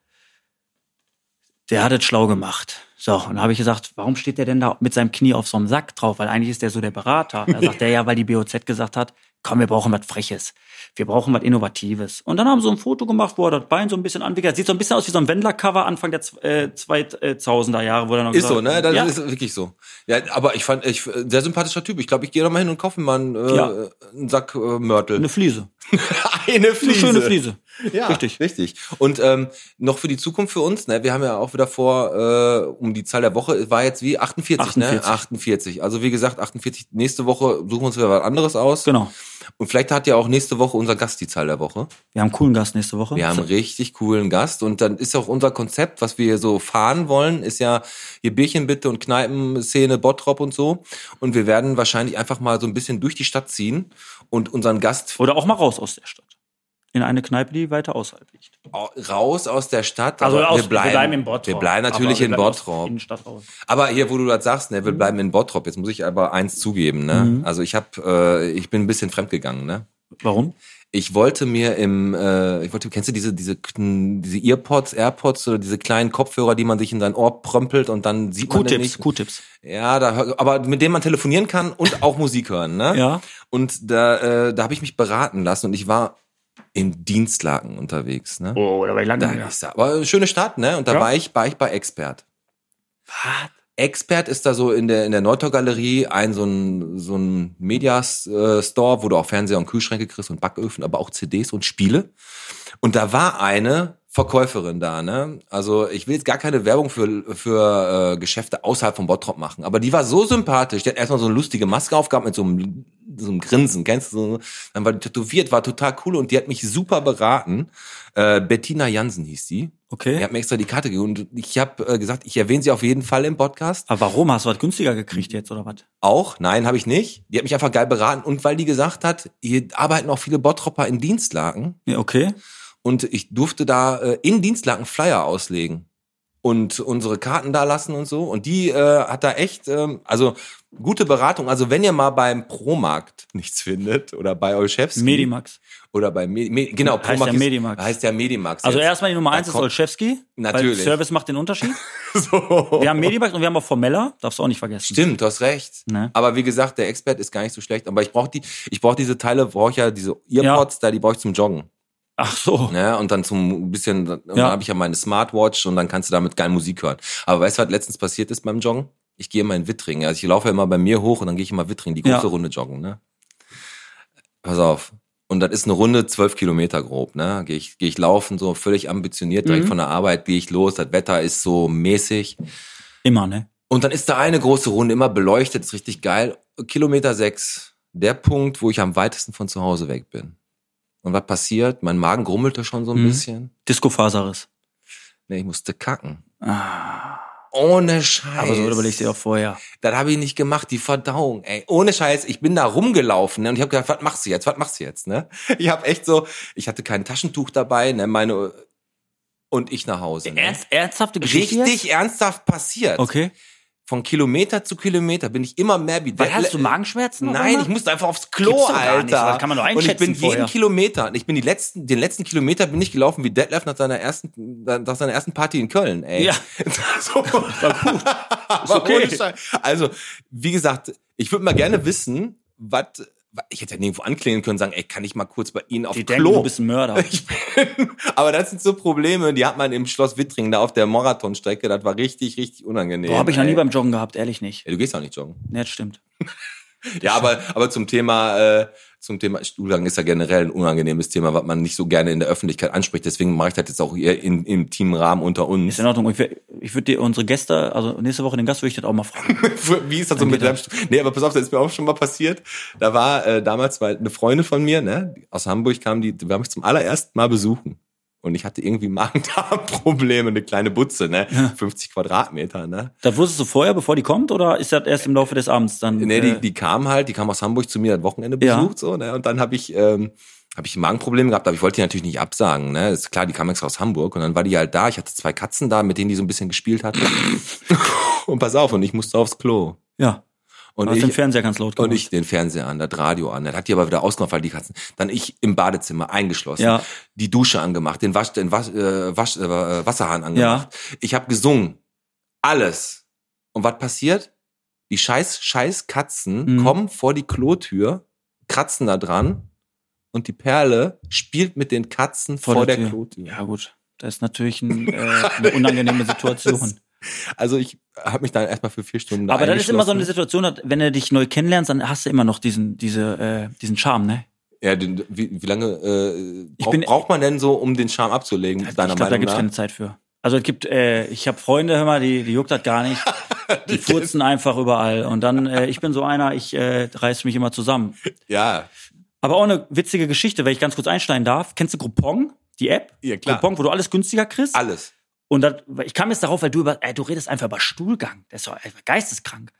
Speaker 3: der hat es schlau gemacht. So, und habe ich gesagt, warum steht der denn da mit seinem Knie auf so einem Sack drauf? Weil eigentlich ist der so der Berater. Da sagt er, ja, weil die BOZ gesagt hat, komm, wir brauchen was Freches. Wir brauchen was Innovatives. Und dann haben sie so ein Foto gemacht, wo er das Bein so ein bisschen anwickelt. Sieht so ein bisschen aus wie so ein Wendler-Cover Anfang der Z- äh, 2000er Jahre. Wo er noch
Speaker 2: Ist so,
Speaker 3: gesagt
Speaker 2: ne?
Speaker 3: hat,
Speaker 2: Das
Speaker 3: ja.
Speaker 2: ist wirklich so. Ja, aber ich fand, ich, äh, sehr sympathischer Typ. Ich glaube, ich gehe doch mal hin und kaufe mir mal einen, äh,
Speaker 3: Ja.
Speaker 2: einen Sack äh, Mörtel.
Speaker 3: Eine Fliese.
Speaker 2: eine
Speaker 3: Eine schöne Fliese.
Speaker 2: Ja,
Speaker 3: Richtig.
Speaker 2: richtig. Richtig. Und ähm, noch für die Zukunft für uns, ne? Wir haben ja auch wieder vor, äh, um die Zahl der Woche, war jetzt wie 48, 48. ne?
Speaker 3: 48.
Speaker 2: 48. Also wie gesagt, 48. Nächste Woche suchen wir uns wieder was anderes aus.
Speaker 3: Genau.
Speaker 2: Und vielleicht hat ja auch nächste Woche unser Gast die Zahl der Woche.
Speaker 3: Wir haben einen coolen Gast nächste Woche.
Speaker 2: Wir haben einen richtig coolen Gast und dann ist auch unser Konzept, was wir so fahren wollen, ist ja hier Bierchen bitte und Kneipenszene Bottrop und so. Und wir werden wahrscheinlich einfach mal so ein bisschen durch die Stadt ziehen und unseren Gast
Speaker 3: Oder auch mal raus aus der Stadt. In eine Kneipe, die weiter außerhalb liegt.
Speaker 2: au- raus aus der Stadt.
Speaker 3: Also
Speaker 2: aber
Speaker 3: aus, in Bottrop.
Speaker 2: Wir bleiben
Speaker 3: Aber
Speaker 2: natürlich
Speaker 3: wir bleiben
Speaker 2: in
Speaker 3: Mhm. aus der
Speaker 2: Bottrop.
Speaker 3: Innenstadt raus.
Speaker 2: Aber hier, wo du das sagst, ne, wir bleiben in Bottrop. Jetzt muss ich aber eins zugeben, ne?
Speaker 3: Mhm.
Speaker 2: Also ich habe, äh, ich bin ein bisschen fremdgegangen, ne?
Speaker 3: Warum?
Speaker 2: Ich wollte mir im, äh, ich wollte, kennst du diese, diese, kn- diese Earpods, AirPods oder diese kleinen Kopfhörer, die man sich in sein Ohr prömpelt und dann sieht man den
Speaker 3: Q-Tipps,
Speaker 2: nicht.
Speaker 3: Q-Tipps.
Speaker 2: Ja, da, hör- aber mit denen man telefonieren kann und auch Musik hören, ne?
Speaker 3: Ja.
Speaker 2: Und da, äh, da habe ich mich beraten lassen und ich war in Dienstlaken unterwegs, ne?
Speaker 3: Oh, da war ich lange
Speaker 2: Da
Speaker 3: nicht mehr.
Speaker 2: ist da, aber schöne Stadt, ne? Und da
Speaker 3: Ja.
Speaker 2: war ich, war ich bei Expert. Expert ist da so in der, in der Nordtor-Galerie ein so ein, so ein Media-Store, wo du auch Fernseher und Kühlschränke kriegst und Backöfen, aber auch CDs und Spiele. Und da war eine Verkäuferin da, ne? Also ich will jetzt gar keine Werbung für, für äh, Geschäfte außerhalb von Bottrop machen, aber die war so sympathisch. Die hat erstmal so eine lustige Maske aufgehabt mit so einem, so einem Grinsen, kennst du? so? Dann war die tätowiert, war total cool und die hat mich super beraten. Äh, Bettina Jansen hieß die.
Speaker 3: Okay.
Speaker 2: Er hat mir extra die Karte gegeben und ich habe äh, gesagt, ich erwähne sie auf jeden Fall im Podcast.
Speaker 3: Aber warum? Hast du was günstiger gekriegt jetzt, oder was?
Speaker 2: Auch, nein, habe ich nicht. Die hat mich einfach geil beraten und weil die gesagt hat, hier arbeiten auch viele Bottropper in Dienstlaken
Speaker 3: Ja, okay.
Speaker 2: und ich durfte da äh, in Dienstlaken Flyer auslegen und unsere Karten da lassen und so und die äh, hat da echt, ähm, also gute Beratung. Also wenn ihr mal beim Promarkt nichts findet oder bei Olszewski
Speaker 3: Medimax.
Speaker 2: oder bei Medi Me genau
Speaker 3: Heißt ja
Speaker 2: ist-
Speaker 3: Medimax.
Speaker 2: heißt ja Medimax.
Speaker 3: Also
Speaker 2: jetzt.
Speaker 3: erstmal die Nummer
Speaker 2: Da
Speaker 3: eins ist
Speaker 2: kommt-
Speaker 3: Olszewski.
Speaker 2: Natürlich.
Speaker 3: Weil Service macht den Unterschied.
Speaker 2: so.
Speaker 3: Wir haben Medimax und wir haben auch Formella. Darfst du auch nicht vergessen.
Speaker 2: Stimmt, du hast recht.
Speaker 3: Ne?
Speaker 2: Aber wie gesagt, der Expert ist gar nicht so schlecht. Aber ich brauche die, ich brauche diese Teile, brauche ich ja diese Earpods, da die brauche ich zum Joggen.
Speaker 3: Ach so.
Speaker 2: Ne? Und dann zum bisschen, und dann
Speaker 3: Ja.
Speaker 2: habe ich ja meine Smartwatch und dann kannst du damit geil Musik hören. Aber weißt du, was letztens passiert ist beim Joggen? Ich gehe immer in Wittringen. Also ich laufe ja immer bei mir hoch und dann gehe ich immer Wittringen, die große
Speaker 3: Ja.
Speaker 2: Runde joggen. Ne? Pass auf. Und das ist eine Runde zwölf Kilometer grob, ne? Gehe ich, gehe ich laufen, so völlig ambitioniert,
Speaker 3: Mhm.
Speaker 2: direkt von der Arbeit gehe ich los, das Wetter ist so mäßig.
Speaker 3: Immer, ne?
Speaker 2: Und dann ist da eine große Runde, immer beleuchtet, ist richtig geil. Kilometer sechs, der Punkt, wo ich am weitesten von zu Hause weg bin. Und was passiert? Mein Magen grummelte schon so ein
Speaker 3: Mhm.
Speaker 2: bisschen.
Speaker 3: Disco-Faserriss.
Speaker 2: Nee, ich musste kacken.
Speaker 3: Ah,
Speaker 2: Ohne Scheiß.
Speaker 3: aber so überlegst du dir auch vorher.
Speaker 2: Das habe ich nicht gemacht, die Verdauung, ey. Ohne Scheiß, ich bin da rumgelaufen ne? und ich habe gedacht, was machst du jetzt, was machst du jetzt, ne? Ich habe echt so, ich hatte kein Taschentuch dabei, ne, meine... und ich nach Hause. Ne?
Speaker 3: Ernst, ernsthafte Geschichte?
Speaker 2: Richtig
Speaker 3: Jetzt?
Speaker 2: ernsthaft passiert.
Speaker 3: Okay.
Speaker 2: Von Kilometer zu Kilometer bin ich immer mehr
Speaker 3: Weil hast du
Speaker 2: Äh, Le-
Speaker 3: Magenschmerzen? auf
Speaker 2: Nein,
Speaker 3: einmal?
Speaker 2: ich musste einfach aufs Klo,
Speaker 3: Gibt's doch gar
Speaker 2: Alter.
Speaker 3: nicht, das kann man doch
Speaker 2: Und ich
Speaker 3: einschätzen
Speaker 2: bin
Speaker 3: vorher.
Speaker 2: jeden Kilometer, ich bin die letzten, den letzten Kilometer bin ich gelaufen wie Detlef nach seiner ersten, nach seiner ersten Party in Köln, ey.
Speaker 3: Ja.
Speaker 2: so, war gut.
Speaker 3: okay.
Speaker 2: also, wie gesagt, ich würde mal gerne wissen, was, ich hätte ja nirgendwo anklingeln können, sagen, ey, kann ich mal kurz bei Ihnen auf
Speaker 3: Die denken,
Speaker 2: Klo?
Speaker 3: du bist ein Mörder.
Speaker 2: Ich bin, aber das sind so Probleme, die hat man im Schloss Wittringen da auf der Marathonstrecke. Das war richtig, richtig unangenehm.
Speaker 3: Boah, habe ich noch
Speaker 2: ey.
Speaker 3: nie beim Joggen gehabt, ehrlich nicht.
Speaker 2: Ja, du gehst auch nicht joggen.
Speaker 3: Ne, das stimmt.
Speaker 2: Ja, aber, aber zum Thema, äh, zum Thema Stuhlgang ist ja generell ein unangenehmes Thema, was man nicht so gerne in der Öffentlichkeit anspricht. Deswegen mache ich das jetzt auch hier in, im Teamrahmen unter uns.
Speaker 3: Ist in Ordnung. Ich, wär- ich würde dir unsere Gäste, also nächste Woche den Gast würde ich das auch mal fragen.
Speaker 2: Wie ist das so mit deinem Stuhl- Nee, aber pass auf, das ist mir auch schon mal passiert. Da war äh, damals war eine Freundin von mir, ne, die aus Hamburg kam, die, die war mich zum allerersten Mal besuchen. Und ich hatte irgendwie Magen-Darm-Probleme, eine kleine Butze, ne? 50 Quadratmeter, ne?
Speaker 3: Das wusstest du vorher, bevor die kommt, oder ist das erst im Laufe des Abends dann?
Speaker 2: Nee,
Speaker 3: äh,
Speaker 2: die, die kam halt, die kam aus Hamburg zu mir das Wochenende
Speaker 3: Ja.
Speaker 2: besucht so, ne? Und dann habe ich ähm, habe ich ein Magenproblem gehabt, aber ich wollte die natürlich nicht absagen, ne? Ist klar, die kam extra aus Hamburg und dann war die halt da, ich hatte zwei Katzen da, mit denen die so ein bisschen gespielt hat. und pass auf, und ich musste aufs Klo.
Speaker 3: ja.
Speaker 2: Und
Speaker 3: hast den
Speaker 2: ich
Speaker 3: Fernseher ganz laut
Speaker 2: und
Speaker 3: gemacht.
Speaker 2: ich den Fernseher an, das Radio an. Das hat die aber wieder ausgemacht, weil die Katzen. Dann ich im Badezimmer eingeschlossen,
Speaker 3: Ja.
Speaker 2: die Dusche angemacht, den, Wasch, den Wasch, äh, Wasch, äh, Wasserhahn angemacht. Ich habe gesungen. Alles. Und was passiert? Die scheiß, scheiß Katzen
Speaker 3: Mhm.
Speaker 2: kommen vor die Klotür, kratzen da dran und die Perle spielt mit den Katzen vor, der,
Speaker 3: Tür.
Speaker 2: Klotür.
Speaker 3: Ja, gut. Das ist natürlich ein, äh, eine unangenehme Situation.
Speaker 2: Also ich habe mich dann erstmal für vier Stunden da
Speaker 3: Aber dann ist immer so eine
Speaker 2: eingeschlossen.
Speaker 3: Situation, dass, wenn du dich neu kennenlernst, dann hast du immer noch diesen, diese, äh, diesen Charme, ne?
Speaker 2: Ja, den, wie, wie lange äh,
Speaker 3: Ich
Speaker 2: brauch,
Speaker 3: bin-
Speaker 2: braucht man denn so, um den Charme abzulegen, deiner
Speaker 3: Äh, Ich glaube, da
Speaker 2: Meinung
Speaker 3: gibt's
Speaker 2: nach?
Speaker 3: keine Zeit für. Also es gibt, äh, ich habe Freunde, hör mal, die, die juckt das gar nicht. Die furzen einfach überall. Und dann, äh, ich bin so einer, ich äh, reiß mich immer zusammen.
Speaker 2: Ja,
Speaker 3: Aber auch eine witzige Geschichte, wenn ich ganz kurz einsteigen darf. Kennst du Groupon, die App?
Speaker 2: Ja, klar.
Speaker 3: Groupon, wo du alles günstiger kriegst.
Speaker 2: alles.
Speaker 3: Und das, ich kam jetzt darauf, weil du über, äh, du redest einfach über Stuhlgang. Das ist doch einfach geisteskrank.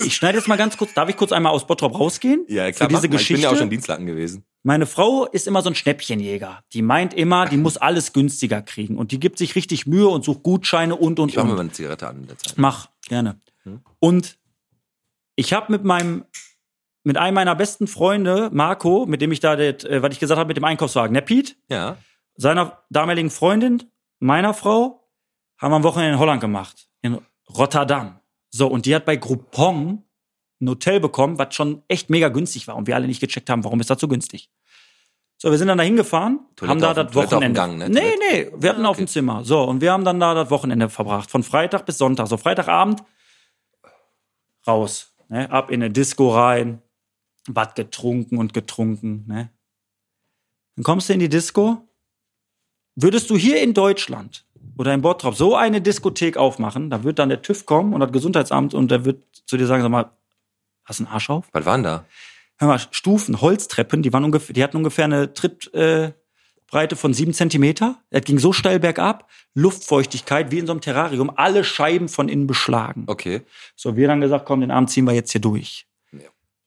Speaker 3: ich schneide jetzt mal ganz kurz, darf ich kurz einmal aus Bottrop rausgehen?
Speaker 2: Ja,
Speaker 3: Für
Speaker 2: klar.
Speaker 3: diese
Speaker 2: mach mal.
Speaker 3: Geschichte.
Speaker 2: Ich bin ja auch schon Dienstlaken gewesen.
Speaker 3: Meine Frau ist immer so ein Schnäppchenjäger. Die meint immer, die muss alles günstiger kriegen. Und die gibt sich richtig Mühe und sucht Gutscheine und, und,
Speaker 2: Ich mache mir Hm?
Speaker 3: und.
Speaker 2: mal eine Zigarette an in der Zeit.
Speaker 3: Mach, gerne. Und ich habe mit meinem, mit einem meiner besten Freunde, Marco, mit dem ich da, das, äh, was ich gesagt habe, mit dem Einkaufswagen, der Piet,
Speaker 2: Ja.
Speaker 3: seiner damaligen Freundin, meiner Frau, haben wir am Wochenende in Holland gemacht, in Rotterdam. So, und die hat bei Groupon ein Hotel bekommen, was schon echt mega günstig war und wir alle nicht gecheckt haben, warum ist das so günstig. So, wir sind dann da hingefahren,
Speaker 2: Toilette
Speaker 3: haben da
Speaker 2: auf dem-
Speaker 3: das
Speaker 2: Toilette auf dem
Speaker 3: Wochenende.
Speaker 2: Gang, ne?
Speaker 3: Nee,
Speaker 2: Toilette-
Speaker 3: nee, wir hatten auf dem Zimmer. So, und wir haben dann da das Wochenende verbracht, von Freitag bis Sonntag. So, Freitagabend raus, ne? ab in eine Disco rein, was getrunken und getrunken. Ne? Dann kommst du in die Disco, Würdest du hier in Deutschland oder in Bottrop so eine Diskothek aufmachen, dann wird dann der TÜV kommen und das Gesundheitsamt und der wird zu dir sagen, sag mal, hast du einen Arsch auf?
Speaker 2: Was waren da?
Speaker 3: Hör mal, Stufen, Holztreppen, die, waren ungefähr, die hatten ungefähr eine Trittbreite äh, Breite von sieben Zentimeter. Das ging so steil bergab, Luftfeuchtigkeit wie in so einem Terrarium, alle Scheiben von innen beschlagen.
Speaker 2: Okay.
Speaker 3: So, wir dann gesagt, komm, den Abend ziehen wir jetzt hier durch.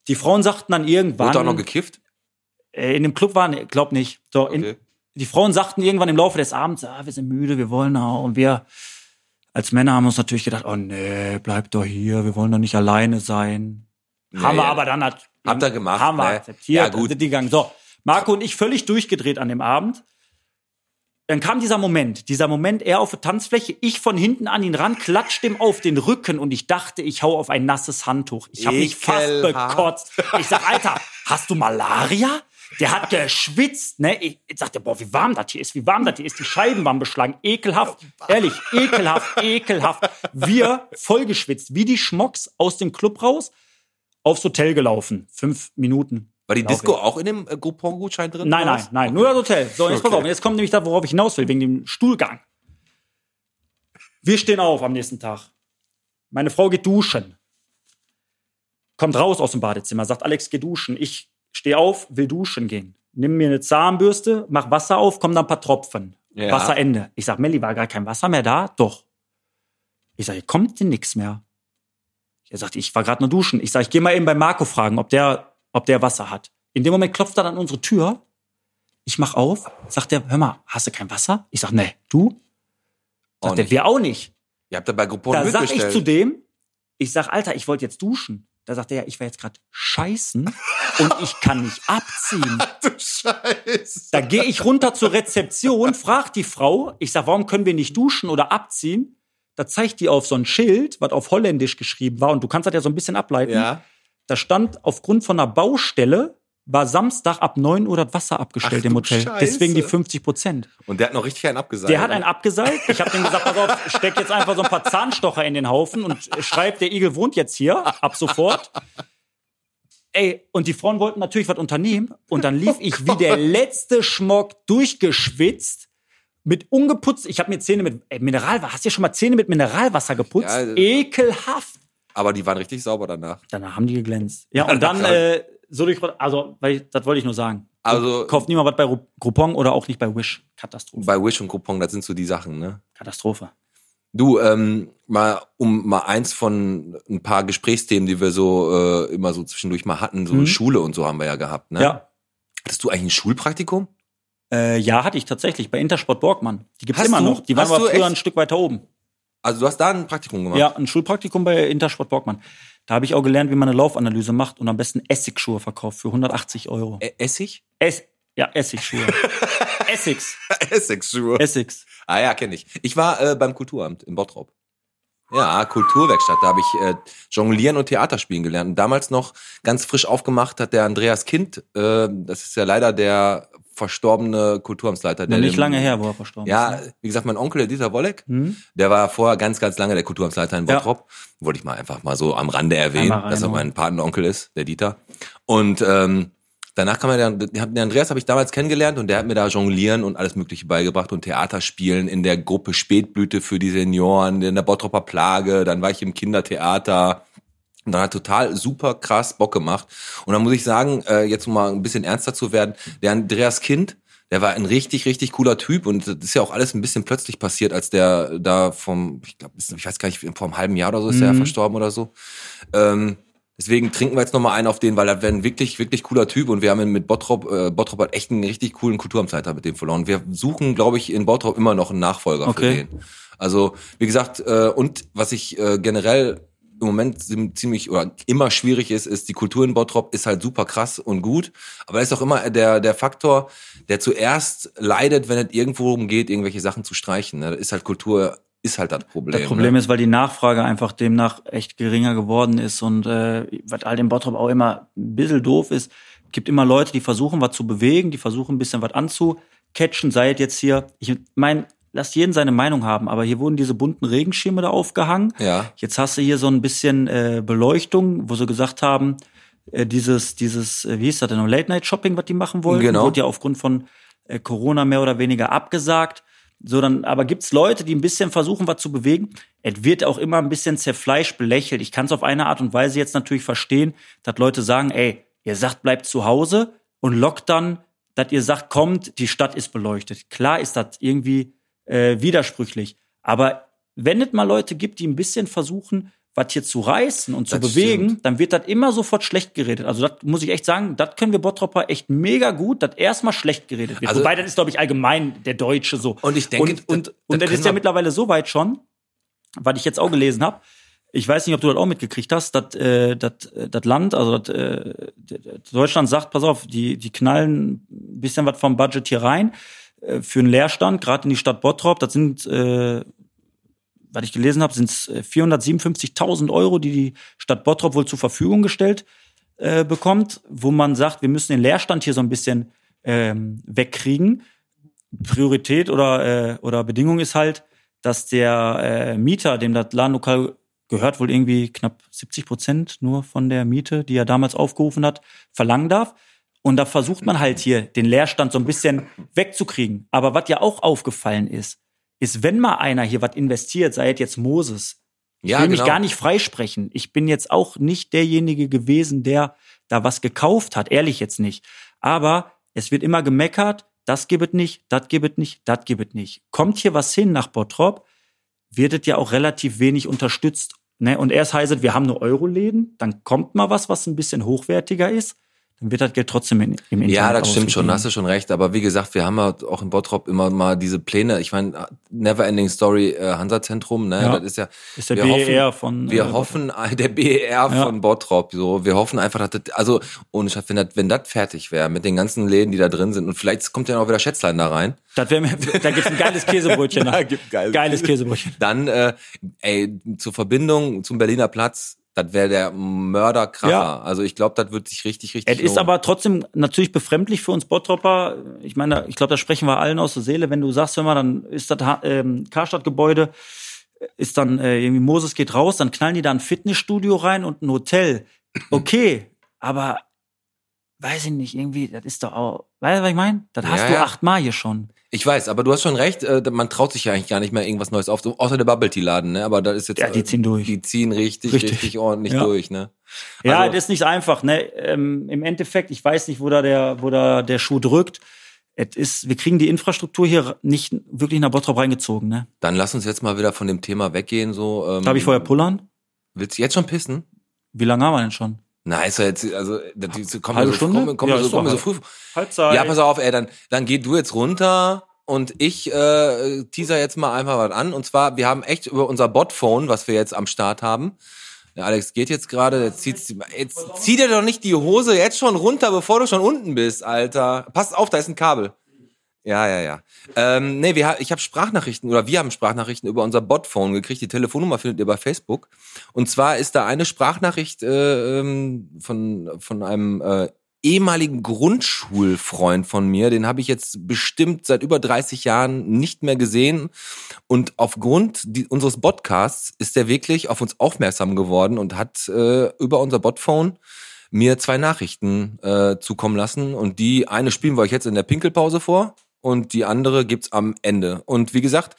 Speaker 3: Die Frauen sagten dann irgendwann,
Speaker 2: Wurde da auch noch gekifft?
Speaker 3: äh, in dem Club waren, glaub nicht. So, in,
Speaker 2: Okay.
Speaker 3: die Frauen sagten irgendwann im Laufe des Abends, ah, wir sind müde, wir wollen auch. Und wir als Männer haben uns natürlich gedacht, oh nee, bleib doch hier, wir wollen doch nicht alleine sein. haben wir
Speaker 2: ja.
Speaker 3: aber dann hat,
Speaker 2: Habt ihr gemacht,
Speaker 3: haben wir
Speaker 2: ne?
Speaker 3: akzeptiert,
Speaker 2: Ja, gut.
Speaker 3: sind die gegangen. So, Marco und ich völlig durchgedreht an dem Abend. Dann kam dieser Moment, dieser Moment, er auf der Tanzfläche, ich von hinten an ihn ran, klatscht ihm auf den Rücken und ich dachte, ich hau auf ein nasses Handtuch. Ich habe mich fast
Speaker 2: Ekelhaft.
Speaker 3: bekotzt. Ich sag, Alter, hast du Malaria? Der hat geschwitzt, ne? Ich ich sagte, boah, wie warm das hier ist, wie warm das hier ist. Die Scheiben waren beschlagen. Ekelhaft, ehrlich, ekelhaft, ekelhaft. Wir vollgeschwitzt, wie die Schmocks aus dem Club raus, aufs Hotel gelaufen. Fünf Minuten.
Speaker 2: War die
Speaker 3: Glaub
Speaker 2: Disco auch in dem äh, Groupon-Gutschein drin?
Speaker 3: Nein,
Speaker 2: oder
Speaker 3: nein,
Speaker 2: was?
Speaker 3: nein, nur das Hotel. So, jetzt pass auf, jetzt kommt nämlich da, worauf ich hinaus will, wegen dem Stuhlgang. Wir stehen auf am nächsten Tag. Meine Frau geht duschen. Kommt raus aus dem Badezimmer, sagt Alex, geh duschen. Ich stehe auf, will duschen gehen. Nimm mir eine Zahnbürste, mach Wasser auf, kommen da ein paar Tropfen.
Speaker 2: Ja.
Speaker 3: Wasserende. Ich sag, Melli, war gar kein Wasser mehr da? Doch. Ich sag, hier kommt denn nichts mehr. Er sagt, ich war gerade nur duschen. Ich sage, ich gehe mal eben bei Marco fragen, ob der, ob der Wasser hat. In dem Moment klopft er dann an unsere Tür. Ich mach auf, sagt er, hör mal, hast du kein Wasser? Ich sag, nee, du?
Speaker 2: Auch
Speaker 3: Sagt er,
Speaker 2: nicht.
Speaker 3: wir auch nicht.
Speaker 2: Ihr habt da bei Groupon
Speaker 3: Da sag
Speaker 2: mitbestellt.
Speaker 3: ich zu dem, ich sag, Alter, ich wollte jetzt duschen. Da sagt er, ja, ich war jetzt gerade scheißen und ich kann nicht abziehen.
Speaker 2: du Scheiß.
Speaker 3: Da gehe ich runter zur Rezeption, frag die Frau, ich sag, warum können wir nicht duschen oder abziehen? Da zeigt die auf so ein Schild, was auf Holländisch geschrieben war und du kannst das ja so ein bisschen ableiten.
Speaker 2: Ja.
Speaker 3: Da stand aufgrund von einer Baustelle war Samstag ab 9 Uhr das Wasser abgestellt
Speaker 2: Ach,
Speaker 3: im
Speaker 2: du
Speaker 3: Hotel.
Speaker 2: Scheiße.
Speaker 3: Deswegen die 50 Prozent.
Speaker 2: Und der hat noch richtig einen abgesagt.
Speaker 3: Der hat einen
Speaker 2: oder?
Speaker 3: abgeseilt. Ich habe dem gesagt, pass auf, steck jetzt einfach so ein paar Zahnstocher in den Haufen und schreib, der Igel wohnt jetzt hier, ab sofort. Ey, und die Frauen wollten natürlich was unternehmen. Und dann
Speaker 2: Oh
Speaker 3: lief ich wie der letzte Schmock durchgeschwitzt, mit ungeputzt. Ich habe mir Zähne mit ey, Mineralwasser. Hast du ja schon mal Zähne mit Mineralwasser geputzt?
Speaker 2: Ja, das-
Speaker 3: Ekelhaft.
Speaker 2: Aber die waren richtig sauber danach.
Speaker 3: Danach haben die geglänzt. Ja, und dann äh, so durch. Also, weil ich, das wollte ich nur sagen.
Speaker 2: Also
Speaker 3: Kauft niemand was bei Ru- Groupon oder auch nicht bei Wish. Katastrophe.
Speaker 2: bei Wish und Groupon, das sind so die Sachen, ne?
Speaker 3: Katastrophe.
Speaker 2: Du, ähm, mal um mal eins von ein paar Gesprächsthemen, die wir so äh, immer so zwischendurch mal hatten, so
Speaker 3: Mhm.
Speaker 2: Schule und so haben wir ja gehabt, ne?
Speaker 3: ja.
Speaker 2: Hattest du eigentlich ein Schulpraktikum?
Speaker 3: Äh, ja, hatte ich tatsächlich bei Intersport Borgmann. Die gibt's
Speaker 2: Hast
Speaker 3: immer
Speaker 2: du?
Speaker 3: noch. Die waren
Speaker 2: Hast
Speaker 3: aber
Speaker 2: du
Speaker 3: früher
Speaker 2: echt?
Speaker 3: ein Stück weiter oben.
Speaker 2: Also du hast da ein Praktikum gemacht?
Speaker 3: Ja, ein Schulpraktikum bei Intersport Borgmann. Da habe ich auch gelernt, wie man eine Laufanalyse macht und am besten Essigschuhe verkauft für 180 Euro.
Speaker 2: Ä Essig?
Speaker 3: Es ja, Essigschuhe. Essex.
Speaker 2: Essigschuhe.
Speaker 3: Essex.
Speaker 2: ah ja, kenne ich. Ich war äh, beim Kulturamt in Bottrop. Ja, Kulturwerkstatt. Da habe ich äh, Jonglieren und Theaterspielen gelernt. Und damals noch ganz frisch aufgemacht hat der Andreas Kind. Äh, das ist ja leider der verstorbene Kulturamtsleiter.
Speaker 3: Noch
Speaker 2: Der
Speaker 3: nicht
Speaker 2: dem-
Speaker 3: lange her, wo er verstorben
Speaker 2: Ja,
Speaker 3: ist. ne?
Speaker 2: wie gesagt, mein Onkel, der Dieter Wollek,
Speaker 3: Hm?
Speaker 2: Der war vorher ganz, ganz lange der Kulturamtsleiter in
Speaker 3: Ja.
Speaker 2: Bottrop. Wollte ich mal einfach mal so am Rande erwähnen,
Speaker 3: Einmal rein,
Speaker 2: dass er
Speaker 3: ja.
Speaker 2: mein Patenonkel ist, der Dieter. Und ähm, danach kam er, der, der Andreas habe ich damals kennengelernt und der hat mir da Jonglieren und alles Mögliche beigebracht und Theaterspielen in der Gruppe Spätblüte für die Senioren, in der Bottroper Plage, dann war ich im Kindertheater. Und dann hat total super krass Bock gemacht. Und dann muss ich sagen, äh, jetzt um mal ein bisschen ernster zu werden, der Andreas Kind, der war ein richtig, richtig cooler Typ und das ist ja auch alles ein bisschen plötzlich passiert, als der da vom, ich glaube, ich weiß gar nicht, vor einem halben Jahr oder so ist er ja verstorben oder so. Ähm, deswegen trinken wir jetzt nochmal einen auf den, weil er wäre ein wirklich, wirklich cooler Typ und wir haben ihn mit Bottrop, äh, Bottrop hat echt einen richtig coolen Kulturamtsleiter mit dem verloren. Wir suchen, glaube ich, in Bottrop immer noch einen Nachfolger
Speaker 3: Okay.
Speaker 2: für den. Also, wie gesagt, äh, und was ich äh, generell im Moment sim- ziemlich oder immer schwierig ist, ist die Kultur in Bottrop ist halt super krass und gut, aber ist auch immer der der Faktor, der zuerst leidet, wenn es irgendwo umgeht, irgendwelche Sachen zu streichen. Ne? Das ist halt Kultur ist halt das Problem.
Speaker 3: Das Problem
Speaker 2: ne?
Speaker 3: ist, weil die Nachfrage einfach demnach echt geringer geworden ist und äh, was all dem Bottrop auch immer ein bisschen doof ist, gibt immer Leute, die versuchen, was zu bewegen, die versuchen, ein bisschen was anzucatchen, sei es jetzt hier, ich mein, lasst jeden seine Meinung haben, aber hier wurden diese bunten Regenschirme da aufgehangen.
Speaker 2: Ja.
Speaker 3: Jetzt hast du hier so ein bisschen äh, Beleuchtung, wo sie gesagt haben, äh, dieses, dieses, äh, wie hieß das denn, noch, Late-Night-Shopping, was die machen wollten,
Speaker 2: Genau.
Speaker 3: wurde ja aufgrund von äh, Corona mehr oder weniger abgesagt. So, dann, aber gibt's Leute, die ein bisschen versuchen, was zu bewegen? Es wird auch immer ein bisschen zerfleischt belächelt. Ich kann es auf eine Art und Weise jetzt natürlich verstehen, dass Leute sagen, ey, ihr sagt, bleibt zu Hause und lockt dann, dass ihr sagt, kommt, die Stadt ist beleuchtet. Klar ist das irgendwie äh, widersprüchlich. Aber wenn es mal Leute gibt, die ein bisschen versuchen, was hier zu reißen und zu
Speaker 2: Das
Speaker 3: bewegen,
Speaker 2: stimmt.
Speaker 3: dann wird das immer sofort schlecht geredet. Also das muss ich echt sagen, das können wir Bottropper echt mega gut, dass erstmal schlecht geredet wird.
Speaker 2: Also-
Speaker 3: Wobei, das ist, glaube ich, allgemein der Deutsche so.
Speaker 2: Und ich denke,
Speaker 3: und, und,
Speaker 2: das-
Speaker 3: und das ist
Speaker 2: das können
Speaker 3: ja
Speaker 2: wir-
Speaker 3: mittlerweile so weit schon, was ich jetzt auch gelesen habe. Ich weiß nicht, ob du das auch mitgekriegt hast, dass äh, das äh, das Land, also dass, äh, dass Deutschland sagt, pass auf, die, die knallen ein bisschen was vom Budget hier rein äh, für einen Leerstand, gerade in die Stadt Bottrop. Das sind äh, was ich gelesen habe, sind es 457.000 Euro, die die Stadt Bottrop wohl zur Verfügung gestellt äh, bekommt, wo man sagt, wir müssen den Leerstand hier so ein bisschen ähm, wegkriegen. Priorität oder, äh, oder Bedingung ist halt, dass der äh, Mieter, dem das Ladenlokal gehört, wohl irgendwie knapp 70 Prozent nur von der Miete, die er damals aufgerufen hat, verlangen darf. Und da versucht man halt hier, den Leerstand so ein bisschen wegzukriegen. Aber was ja auch aufgefallen ist, ist, wenn mal einer hier was investiert, sei es jetzt Moses, ich
Speaker 2: ja, genau.
Speaker 3: will mich gar nicht freisprechen. Ich bin jetzt auch nicht derjenige gewesen, der da was gekauft hat, ehrlich jetzt nicht. Aber es wird immer gemeckert, das gibt es nicht, das gibt es nicht, das gibt es nicht. Kommt hier was hin nach Bottrop, wird es ja auch relativ wenig unterstützt. Ne? Und erst heißt es, wir haben nur Euroläden, dann kommt mal was, was ein bisschen hochwertiger ist. dann wird das Geld trotzdem in, im Internet.
Speaker 2: Ja, das stimmt schon,
Speaker 3: ausgegeben.
Speaker 2: hast du schon recht. Aber wie gesagt, wir haben ja auch in Bottrop immer mal diese Pläne. Ich meine, Neverending Story äh, Hansa-Zentrum, ne?
Speaker 3: Ja.
Speaker 2: Das ist ja.
Speaker 3: Ist der
Speaker 2: wir
Speaker 3: BER
Speaker 2: hoffen,
Speaker 3: von.
Speaker 2: Wir
Speaker 3: äh,
Speaker 2: hoffen, äh, der BER von Bottrop, so. Wir hoffen einfach, dass das, also, ohne Schatz, wenn das, wenn das fertig wäre, mit den ganzen Läden, die da drin sind, und vielleicht kommt ja auch wieder Schätzlein da rein.
Speaker 3: Das wär, mir- da gibt's ein geiles Käsebrötchen.
Speaker 2: Da gibt geiles-
Speaker 3: geiles Käsebrötchen.
Speaker 2: Dann, äh, ey, zur Verbindung zum Berliner Platz, das wäre der Mörderkracher.
Speaker 3: Ja.
Speaker 2: Also, ich glaube, das wird sich richtig, richtig.
Speaker 3: Es ist
Speaker 2: lohnen.
Speaker 3: aber trotzdem natürlich befremdlich für uns Bottropper. Ich meine, ich glaube, da sprechen wir allen aus der Seele. Wenn du sagst, hör mal, dann ist das Ha- ähm, Karstadt-Gebäude, ist dann äh, irgendwie Moses geht raus, dann knallen die da ein Fitnessstudio rein und ein Hotel. Okay, aber weiß ich nicht, irgendwie, das ist doch auch, weißt du, was ich meine? Das hast
Speaker 2: Ja,
Speaker 3: du
Speaker 2: ja.
Speaker 3: achtmal hier schon.
Speaker 2: Ich weiß, aber du hast schon recht, äh, man traut sich ja eigentlich gar nicht mehr irgendwas Neues auf, so, außer der Bubble Tea Laden, ne? Aber da ist jetzt
Speaker 3: Ja, die
Speaker 2: äh,
Speaker 3: ziehen durch.
Speaker 2: die ziehen richtig, richtig,
Speaker 3: Richtig.
Speaker 2: ordentlich
Speaker 3: Ja.
Speaker 2: durch, ne?
Speaker 3: Ja,
Speaker 2: Also-
Speaker 3: das ist nicht einfach. Ne? Ähm, Im Endeffekt, ich weiß nicht, wo da der, wo da der Schuh drückt. Es ist, wir kriegen die Infrastruktur hier nicht wirklich nach Bottrop reingezogen. Ne?
Speaker 2: Dann lass uns jetzt mal wieder von dem Thema weggehen, so. Ähm,
Speaker 3: Darf ich vorher pullern?
Speaker 2: Willst du jetzt schon pissen?
Speaker 3: Wie lange haben wir denn schon?
Speaker 2: Na, ist ja jetzt, also, das, das kommt
Speaker 3: Halbe
Speaker 2: mir so,
Speaker 3: Stunde?
Speaker 2: Kommt, mir- kommt
Speaker 3: Ja,
Speaker 2: mir so,
Speaker 3: ist
Speaker 2: kommt mir so
Speaker 3: doch
Speaker 2: früh.
Speaker 3: Halbzeit.
Speaker 2: Ja, pass auf, ey, dann, dann geh du jetzt runter und ich äh, teaser jetzt mal einfach was an. Und zwar, wir haben echt über unser Botphone, was wir jetzt am Start haben. Der Alex geht jetzt gerade, jetzt, zieht's- jetzt zieh dir doch nicht die Hose jetzt schon runter, bevor du schon unten bist, Alter. Pass auf, da ist ein Kabel. Ja, ja, ja. Ähm, nee, wir, ha- ich habe Sprachnachrichten oder wir haben Sprachnachrichten über unser Botphone gekriegt. Die Telefonnummer findet ihr bei Facebook. Und zwar ist da eine Sprachnachricht äh, ähm, von, von einem äh, ehemaligen Grundschulfreund von mir. Den habe ich jetzt bestimmt seit über 30 Jahren nicht mehr gesehen. Und aufgrund die, unseres Podcasts ist er wirklich auf uns aufmerksam geworden und hat äh, über unser Botphone mir zwei Nachrichten äh, zukommen lassen. Und die eine spielen wir euch jetzt in der Pinkelpause vor und die andere gibt's am Ende. Und wie gesagt,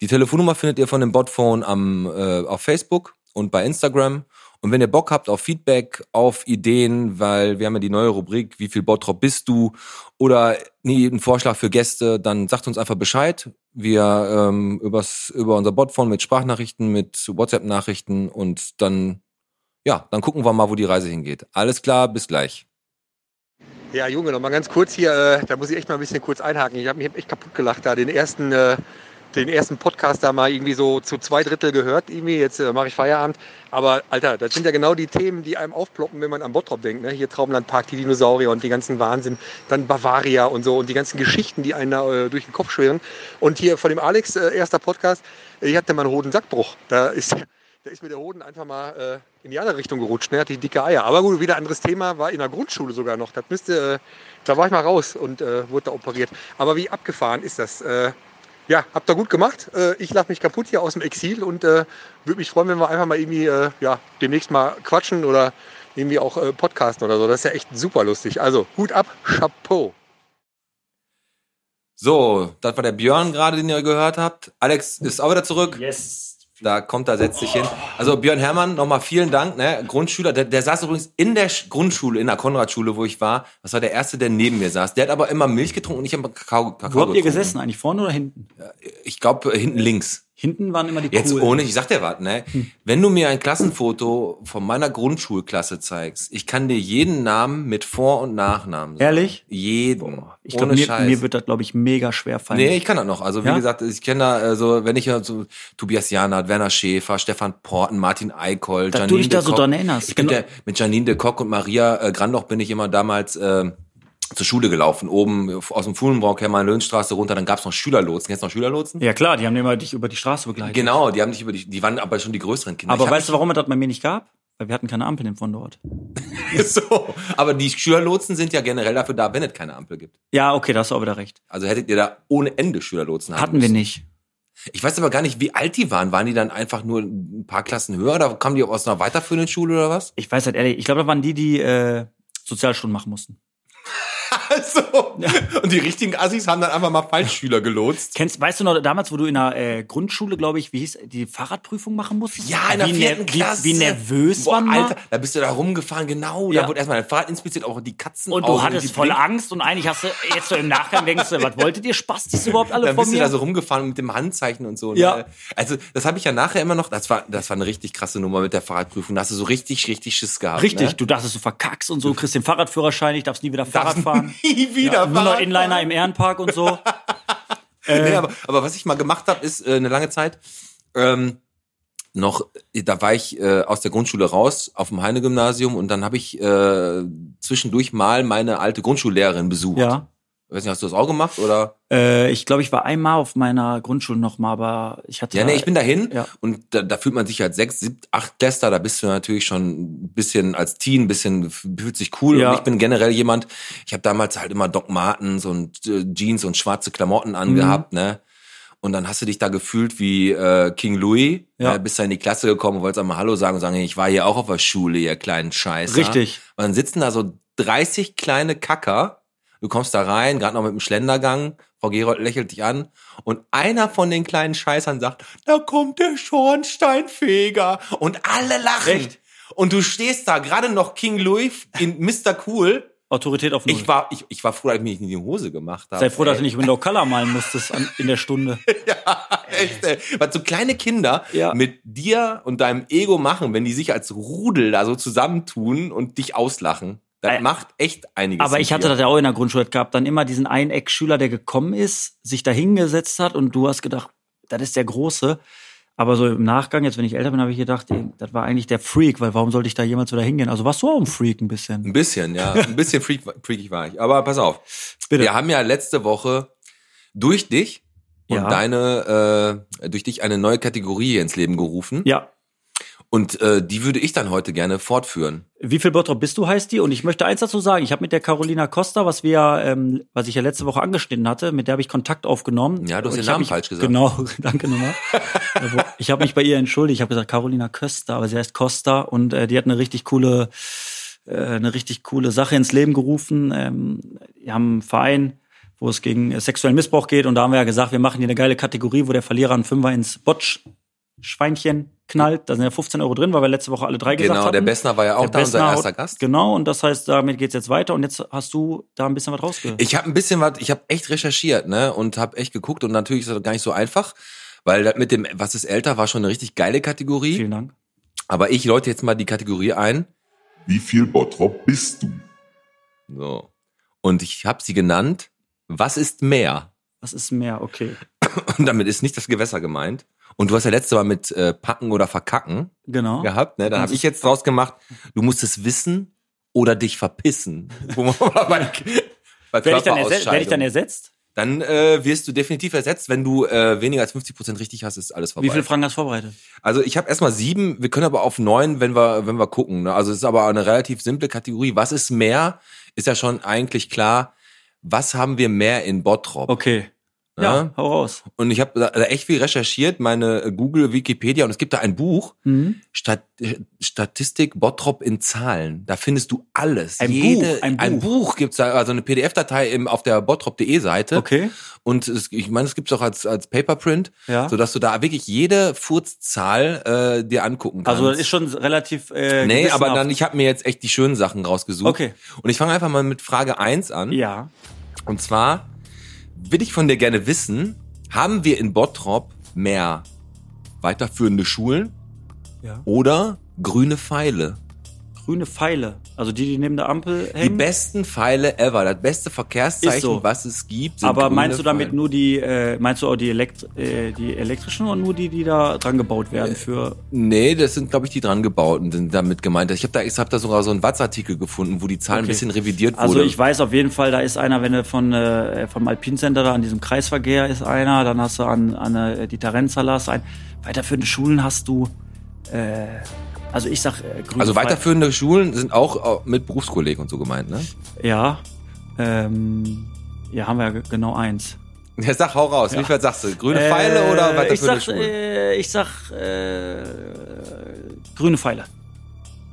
Speaker 2: die Telefonnummer findet ihr von dem Botphone am, äh, auf Facebook und bei Instagram. Und wenn ihr Bock habt auf Feedback, auf Ideen, weil wir haben ja die neue Rubrik, wie viel Bottrop bist du? Oder nee, einen Vorschlag für Gäste, dann sagt uns einfach Bescheid. Wir ähm, übers, über unser Botphone mit Sprachnachrichten, mit WhatsApp-Nachrichten und dann ja, dann gucken wir mal, wo die Reise hingeht. Alles klar, bis gleich.
Speaker 4: Ja, Junge, noch mal ganz kurz hier, äh, da muss ich echt mal ein bisschen kurz einhaken. Ich habe mich echt kaputt gelacht da, den ersten, äh, den ersten Podcast da mal irgendwie so zu zwei Drittel gehört. Irgendwie, jetzt äh, mache ich Feierabend. Aber Alter, das sind ja genau die Themen, die einem aufploppen, wenn man an Bottrop denkt. Ne? Hier Traumlandpark, die Dinosaurier und die ganzen Wahnsinn. Dann Bavaria und so und die ganzen Geschichten, die einen da äh, durch den Kopf schwirren. Und hier von dem Alex, äh, erster Podcast, ich hatte mal einen Hodensackbruch. Da ist... Da ist mir der Hoden einfach mal äh, in die andere Richtung gerutscht. Ne? Hat die dicke Eier. Aber gut, wieder anderes Thema. War in der Grundschule sogar noch. Das müsste, äh, da war ich mal raus und äh, wurde da operiert. Aber wie abgefahren ist das? Äh, ja, habt ihr gut gemacht. Äh, ich lache mich kaputt hier aus dem Exil und äh, würde mich freuen, wenn wir einfach mal irgendwie äh, ja, demnächst mal quatschen oder irgendwie auch äh, podcasten oder so. Das ist ja echt super lustig. Also Hut ab, Chapeau.
Speaker 2: So, das war der Björn gerade, den ihr gehört habt. Alex ist auch wieder zurück.
Speaker 3: Yes.
Speaker 2: Da kommt er, setzt sich hin. Also Björn Herrmann, nochmal vielen Dank. Ne? Grundschüler, der, der saß übrigens in der Sch- Grundschule, in der Konradschule, wo ich war. Das war der erste, der neben mir saß. Der hat aber immer Milch getrunken und ich habe Kakao, Kakao
Speaker 3: Wo habt ihr
Speaker 2: getrunken.
Speaker 3: gesessen eigentlich? Vorne oder hinten?
Speaker 2: Ich glaube, hinten links.
Speaker 3: Hinten waren immer die
Speaker 2: Jetzt
Speaker 3: coolen.
Speaker 2: ohne, ich sag dir was, ne?
Speaker 3: Hm.
Speaker 2: Wenn du mir ein Klassenfoto von meiner Grundschulklasse zeigst, ich kann dir jeden Namen mit Vor- und Nachnamen sagen.
Speaker 3: Ehrlich?
Speaker 2: Jeden.
Speaker 3: Ich glaube, mir, mir wird das, glaube ich, mega schwer fallen.
Speaker 2: Nee, ich kann das noch. Also, wie
Speaker 3: Ja?
Speaker 2: gesagt, ich kenne da, also, wenn ich hier so Tobias Janert, Werner Schäfer, Stefan Porten, Martin Eickholt,
Speaker 3: Dass du dich da so dran erinnerst.
Speaker 2: Ich bin
Speaker 3: Genau.
Speaker 2: der, mit Janine de Kock und Maria äh, Grandoch bin ich immer damals äh, zur Schule gelaufen. Oben aus dem Fuhlenbrock, Hermann-Löhnstraße runter, dann gab's noch Schülerlotsen. Kennst du noch Schülerlotsen?
Speaker 3: ja klar, die haben immer dich über die Straße begleitet.
Speaker 2: Genau, die haben dich über die, die waren aber schon die größeren Kinder.
Speaker 3: Aber
Speaker 2: Ich hab
Speaker 3: weißt du, warum es das bei mir nicht gab? Weil wir hatten keine Ampeln von dort.
Speaker 2: mich- so, aber die Schülerlotsen sind ja generell dafür da, wenn es keine Ampel gibt.
Speaker 3: Ja, okay, da hast du auch wieder recht.
Speaker 2: Also hättet ihr da ohne Ende Schülerlotsen haben
Speaker 3: Hatten wir
Speaker 2: müssen.
Speaker 3: nicht.
Speaker 2: Ich weiß aber gar nicht, wie alt die waren. Waren die dann einfach nur ein paar Klassen höher oder kamen die aus einer weiterführenden Schule oder was?
Speaker 3: Ich weiß halt ehrlich, ich glaube, da waren die, die äh, Sozialstunden machen mussten.
Speaker 2: so. Also, Und die richtigen Assis haben dann einfach mal Falschschüler gelotst.
Speaker 3: Kennst, weißt du noch damals, wo du in der äh, Grundschule, glaube ich, wie hieß, die Fahrradprüfung machen musstest?
Speaker 2: Ja, in der
Speaker 3: wie
Speaker 2: vierten
Speaker 3: ner-
Speaker 2: Klasse.
Speaker 3: Wie, wie nervös
Speaker 2: Boah,
Speaker 3: man war.
Speaker 2: Alter, da bist du da rumgefahren, genau. Da
Speaker 3: Ja.
Speaker 2: wurde erstmal dein Fahrrad inspiziert, auch die Katzen.
Speaker 3: Und du hattest voll
Speaker 2: Angst.
Speaker 3: Angst und eigentlich hast du jetzt so im Nachgang denkst du, was wolltet ihr Spastis überhaupt alle
Speaker 2: Dann
Speaker 3: von
Speaker 2: bist
Speaker 3: mir?
Speaker 2: du da so rumgefahren mit dem Handzeichen und so. ne?
Speaker 3: Ja.
Speaker 2: Also, das habe ich ja nachher immer noch. Das war, das war eine richtig krasse Nummer mit der Fahrradprüfung. Da hast du so richtig, richtig Schiss gehabt.
Speaker 3: Richtig,
Speaker 2: Ne?
Speaker 3: du dachtest, du verkackst und so, kriegst den Fahrradführerschein, ich darfst nie wieder Fahrrad
Speaker 2: Darfst
Speaker 3: fahren.
Speaker 2: Nie wieder
Speaker 3: ja, nur noch
Speaker 2: Fahrrad
Speaker 3: Inliner im Ehrenpark und so.
Speaker 2: nee, aber, aber was ich mal gemacht habe, ist äh, eine lange Zeit ähm, noch, da war ich äh, aus der Grundschule raus auf dem Heine-Gymnasium und dann habe ich äh, zwischendurch mal meine alte Grundschullehrerin besucht.
Speaker 3: Ja.
Speaker 2: Ich weiß nicht, hast du das auch gemacht oder?
Speaker 3: Äh, ich glaube, ich war einmal auf meiner Grundschule nochmal, aber ich hatte.
Speaker 2: Ja, nee, ich bin dahin
Speaker 3: Ja.
Speaker 2: und da, da fühlt man sich als sechs, sieb, acht Kläster, da bist du natürlich schon ein bisschen als Teen, ein bisschen fühlt sich cool.
Speaker 3: Ja.
Speaker 2: Und ich bin generell jemand, ich habe damals halt immer Doc Martens und äh, Jeans und schwarze Klamotten angehabt,
Speaker 3: Mhm.
Speaker 2: ne? Und dann hast du dich da gefühlt wie äh, King Louis,
Speaker 3: Ja.
Speaker 2: ne? bist da in die Klasse gekommen und wolltest einmal Hallo sagen und sagen, hey, ich war hier auch auf der Schule, ihr kleinen Scheiße.
Speaker 3: Richtig.
Speaker 2: Und dann sitzen da so 30 kleine Kacker. Du kommst da rein, gerade noch mit dem Schlendergang. Frau Gerold lächelt dich an. Und einer von den kleinen Scheißern sagt, da kommt der Schornsteinfeger. Und alle lachen.
Speaker 3: Echt?
Speaker 2: Und du stehst da, gerade noch King Louis in Mr. Cool.
Speaker 3: Autorität auf Null.
Speaker 2: Ich war, ich, ich war froh, dass ich mich nicht in die Hose gemacht habe.
Speaker 3: Hm. Sei froh, dass du
Speaker 2: Ey,
Speaker 3: nicht Window Color malen musstest an, in der Stunde.
Speaker 2: Echt, ey. Was so kleine Kinder
Speaker 3: Ja.
Speaker 2: mit dir und deinem Ego machen, wenn die sich als Rudel da so zusammentun und dich auslachen. Das
Speaker 3: Ey.
Speaker 2: macht echt einiges.
Speaker 3: Aber
Speaker 2: mit
Speaker 3: ich hatte
Speaker 2: dir.
Speaker 3: das ja auch in der Grundschule gehabt. Dann immer diesen einen Ex-Schüler, der gekommen ist, sich da hingesetzt hat und du hast gedacht, das ist der Große. Aber so im Nachgang, jetzt wenn ich älter bin, habe ich gedacht, ey, das war eigentlich der Freak, weil warum sollte ich da jemals wieder hingehen? Also warst du auch ein Freak ein bisschen.
Speaker 2: Ein bisschen, ja. Ein bisschen freak, freakig war ich. Aber pass auf.
Speaker 3: Bitte.
Speaker 2: Wir haben ja letzte Woche durch dich und
Speaker 3: Ja.
Speaker 2: deine, äh, durch dich eine neue Kategorie ins Leben gerufen.
Speaker 3: Ja.
Speaker 2: Und äh, die würde ich dann heute gerne fortführen.
Speaker 3: Wie viel Bottrop bist du, heißt die? Und ich möchte eins dazu sagen, ich habe mit der Carolina Costa, was wir ja, ähm, was ich ja letzte Woche angeschnitten hatte, mit der habe ich Kontakt aufgenommen.
Speaker 2: Ja, du hast
Speaker 3: Und
Speaker 2: den
Speaker 3: ich hab
Speaker 2: Namen
Speaker 3: mich,
Speaker 2: falsch gesagt.
Speaker 3: Genau, danke nochmal. Also, ich habe mich bei ihr entschuldigt, ich habe gesagt Carolina Köster, aber sie heißt Costa und äh, die hat eine richtig coole äh, eine richtig coole Sache ins Leben gerufen. Ähm, wir haben einen Verein, wo es gegen äh, sexuellen Missbrauch geht und da haben wir ja gesagt, wir machen hier eine geile Kategorie, wo der Verlierer einen Fünfer ins Botsch Schweinchen knallt. Da sind ja 15 Euro drin, weil wir letzte Woche alle drei gesagt
Speaker 2: Genau,
Speaker 3: hatten.
Speaker 2: der Bessner war ja auch
Speaker 3: Der
Speaker 2: da, unser
Speaker 3: Bessner-
Speaker 2: erster Gast.
Speaker 3: Genau, und das heißt, damit geht's jetzt weiter und jetzt hast du da ein bisschen was rausgehört.
Speaker 2: Ich habe ein bisschen was, ich habe echt recherchiert, ne, und habe echt geguckt und natürlich ist das gar nicht so einfach, weil das mit dem was ist älter war schon eine richtig geile Kategorie,
Speaker 3: Vielen Dank.
Speaker 2: aber ich läute jetzt mal die Kategorie ein.
Speaker 5: Wie viel Bottrop bist du?
Speaker 2: So. Und ich habe sie genannt, was ist mehr?
Speaker 3: Was ist mehr? Okay.
Speaker 2: Und damit ist nicht das Gewässer gemeint. Und du hast ja letzte Mal mit äh, packen oder verkacken
Speaker 3: Genau.
Speaker 2: gehabt, ne? Dann habe ich jetzt draus gemacht, du musst es wissen oder dich verpissen. Wo man bei, bei
Speaker 3: Werde ich, dann ersetzt,
Speaker 2: Körperausscheidung-
Speaker 3: werde ich dann ersetzt?
Speaker 2: Dann äh, wirst du definitiv ersetzt, wenn du äh, weniger als 50 Prozent richtig hast, ist alles vorbei.
Speaker 3: Wie viele Fragen hast du vorbereitet?
Speaker 2: also ich habe erstmal sieben, wir können aber auf neun, wenn wir wenn wir gucken. Ne? Also es ist aber eine relativ simple Kategorie. Was ist mehr? Ist ja schon eigentlich klar. Was haben wir mehr in Bottrop? ne?
Speaker 3: Okay. Ja,
Speaker 2: Ja.
Speaker 3: hau raus.
Speaker 2: Und ich habe da da echt viel recherchiert, meine äh, Google, Wikipedia und es gibt da ein Buch,
Speaker 3: Mhm.
Speaker 2: Stat äh, Statistik Bottrop in Zahlen. Da findest du alles.
Speaker 3: Ein Buch, ein
Speaker 2: ein Buch, gibt's da, also eine PDF-Datei im- auf der bottrop.de Seite.
Speaker 3: Okay.
Speaker 2: Und es, ich meine, es gibt's auch als, als Paperprint,
Speaker 3: Ja.
Speaker 2: sodass du da wirklich jede Furzzahl äh, dir angucken kannst.
Speaker 3: also das ist schon relativ. Äh,
Speaker 2: Nee, aber
Speaker 3: gewissenhaft.
Speaker 2: dann, ich habe mir jetzt echt die schönen Sachen rausgesucht.
Speaker 3: Okay.
Speaker 2: Und ich fange einfach mal mit Frage eins an.
Speaker 3: Ja.
Speaker 2: Und zwar will ich von dir gerne wissen, haben wir in Bottrop mehr weiterführende Schulen
Speaker 3: ja.
Speaker 2: oder grüne Pfeile?
Speaker 3: Grüne Pfeile. Also die, die neben der Ampel
Speaker 2: Die
Speaker 3: hängen.
Speaker 2: besten Pfeile ever, das beste Verkehrszeichen,
Speaker 3: Ähm, Ist so.
Speaker 2: was es gibt. sind
Speaker 3: aber
Speaker 2: grüne
Speaker 3: meinst du damit
Speaker 2: Pfeile.
Speaker 3: nur die, äh, meinst du auch die, Elekt äh, die elektrischen oder nur die, die da dran gebaut
Speaker 2: Äh,
Speaker 3: werden für.
Speaker 2: Nee, das sind, glaube ich, die dran gebauten, sind damit gemeint. Ich habe da, ich hab da sogar so einen Watz-Artikel gefunden, wo die Zahlen ein
Speaker 3: Okay.
Speaker 2: bisschen revidiert wurden.
Speaker 3: Also ich weiß auf jeden Fall, da ist einer, wenn du von, äh, vom Alpin Center da an diesem Kreisverkehr ist einer, dann hast du an, an äh, die Tarenzaler ist ein. Weiterführende Schulen hast du, äh, also ich sag äh, grüne
Speaker 2: also
Speaker 3: Pfeile-
Speaker 2: weiterführende Schulen sind auch äh, mit Berufskollegen und so gemeint, ne?
Speaker 3: Ja, ähm, ja, haben wir ja ge- genau eins.
Speaker 2: Ja, sag, hau raus. Wie viel sagst du? Grüne
Speaker 3: Äh,
Speaker 2: Pfeile oder
Speaker 3: ich
Speaker 2: weiterführende
Speaker 3: sag,
Speaker 2: Schulen?
Speaker 3: Äh, ich sag, äh, grüne Pfeile.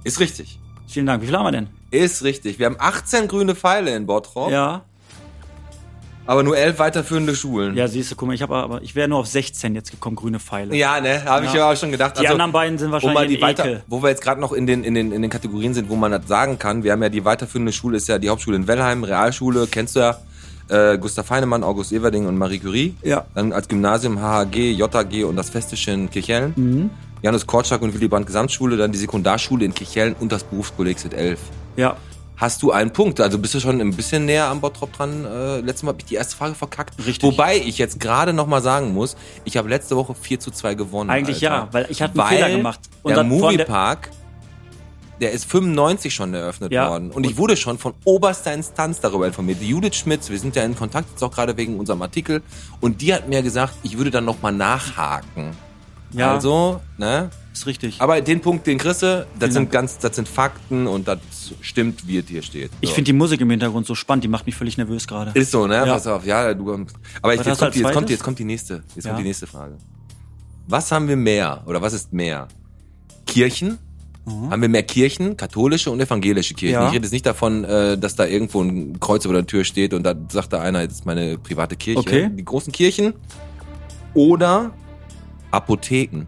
Speaker 2: Ist richtig.
Speaker 3: Vielen Dank. Wie viel haben wir denn?
Speaker 2: Ist richtig. Wir haben 18 grüne Pfeile in Bottrop,
Speaker 3: Ja.
Speaker 2: aber nur 11 weiterführende Schulen.
Speaker 3: Ja, siehst du, guck mal, ich habe aber ich wäre nur auf 16 jetzt gekommen, grüne Pfeile.
Speaker 2: Ja, ne, habe ich
Speaker 3: Ja.
Speaker 2: ja auch schon gedacht.
Speaker 3: Die anderen beiden sind
Speaker 2: um
Speaker 3: wahrscheinlich
Speaker 2: mal die
Speaker 3: in
Speaker 2: weiter,
Speaker 3: Ekel.
Speaker 2: wo wir jetzt gerade noch in den, in, den, in den Kategorien sind, wo man das sagen kann. Wir haben ja die weiterführende Schule, ist ja die Hauptschule in Wellheim, Realschule, kennst du ja. Äh, Gustav Heinemann, August Everding und Marie Curie.
Speaker 3: Ja.
Speaker 2: Dann als Gymnasium HHG, JHG und das Festische in Kirchhellen.
Speaker 3: Mhm.
Speaker 2: Janus Korczak und Willy Brandt Gesamtschule, dann die Sekundarschule in Kirchhellen und das Berufskolleg sind elf.
Speaker 3: Ja.
Speaker 2: Hast du einen Punkt? Also bist du schon ein bisschen näher am Bottrop dran. Äh, letztes Mal habe ich die erste Frage verkackt.
Speaker 3: Richtig.
Speaker 2: Wobei ich jetzt gerade noch mal sagen muss, ich habe letzte Woche 4 zu 2 gewonnen.
Speaker 3: Eigentlich
Speaker 2: Alter.
Speaker 3: ja, weil ich hatte einen Fehler gemacht. Und
Speaker 2: der
Speaker 3: dann vor allem der-
Speaker 2: Moviepark, der ist 95 schon eröffnet
Speaker 3: Ja.
Speaker 2: worden. Und ich wurde schon von oberster Instanz darüber informiert. Die Judith Schmitz, wir sind ja in Kontakt, jetzt auch gerade wegen unserem Artikel. Und die hat mir gesagt, ich würde dann noch mal nachhaken.
Speaker 3: Ja, also,
Speaker 2: Also, ne?
Speaker 3: ist richtig.
Speaker 2: Aber den Punkt, den kriegst du, das
Speaker 3: Vielen
Speaker 2: sind
Speaker 3: Dank.
Speaker 2: ganz, das sind Fakten und das stimmt, wie es hier steht.
Speaker 3: ich
Speaker 2: So.
Speaker 3: finde die Musik im Hintergrund so spannend, die macht mich völlig nervös gerade.
Speaker 2: Ist so, ne?
Speaker 3: Ja.
Speaker 2: Pass auf, ja, du kommst. Aber ich,
Speaker 3: Was
Speaker 2: jetzt,
Speaker 3: hast du
Speaker 2: kommt
Speaker 3: als
Speaker 2: die, jetzt, kommt, die-
Speaker 3: halt zweites?
Speaker 2: jetzt kommt die nächste. Jetzt
Speaker 3: Ja.
Speaker 2: kommt die nächste Frage. Was haben wir mehr? Oder was ist mehr? Kirchen? Haben wir mehr Kirchen, katholische und evangelische Kirchen?
Speaker 3: Mhm. Ja.
Speaker 2: Ich rede jetzt nicht davon, äh, dass da irgendwo ein Kreuz über der Tür steht und da sagt da einer, jetzt ist meine private Kirche.
Speaker 3: Okay.
Speaker 2: Die großen Kirchen oder Apotheken.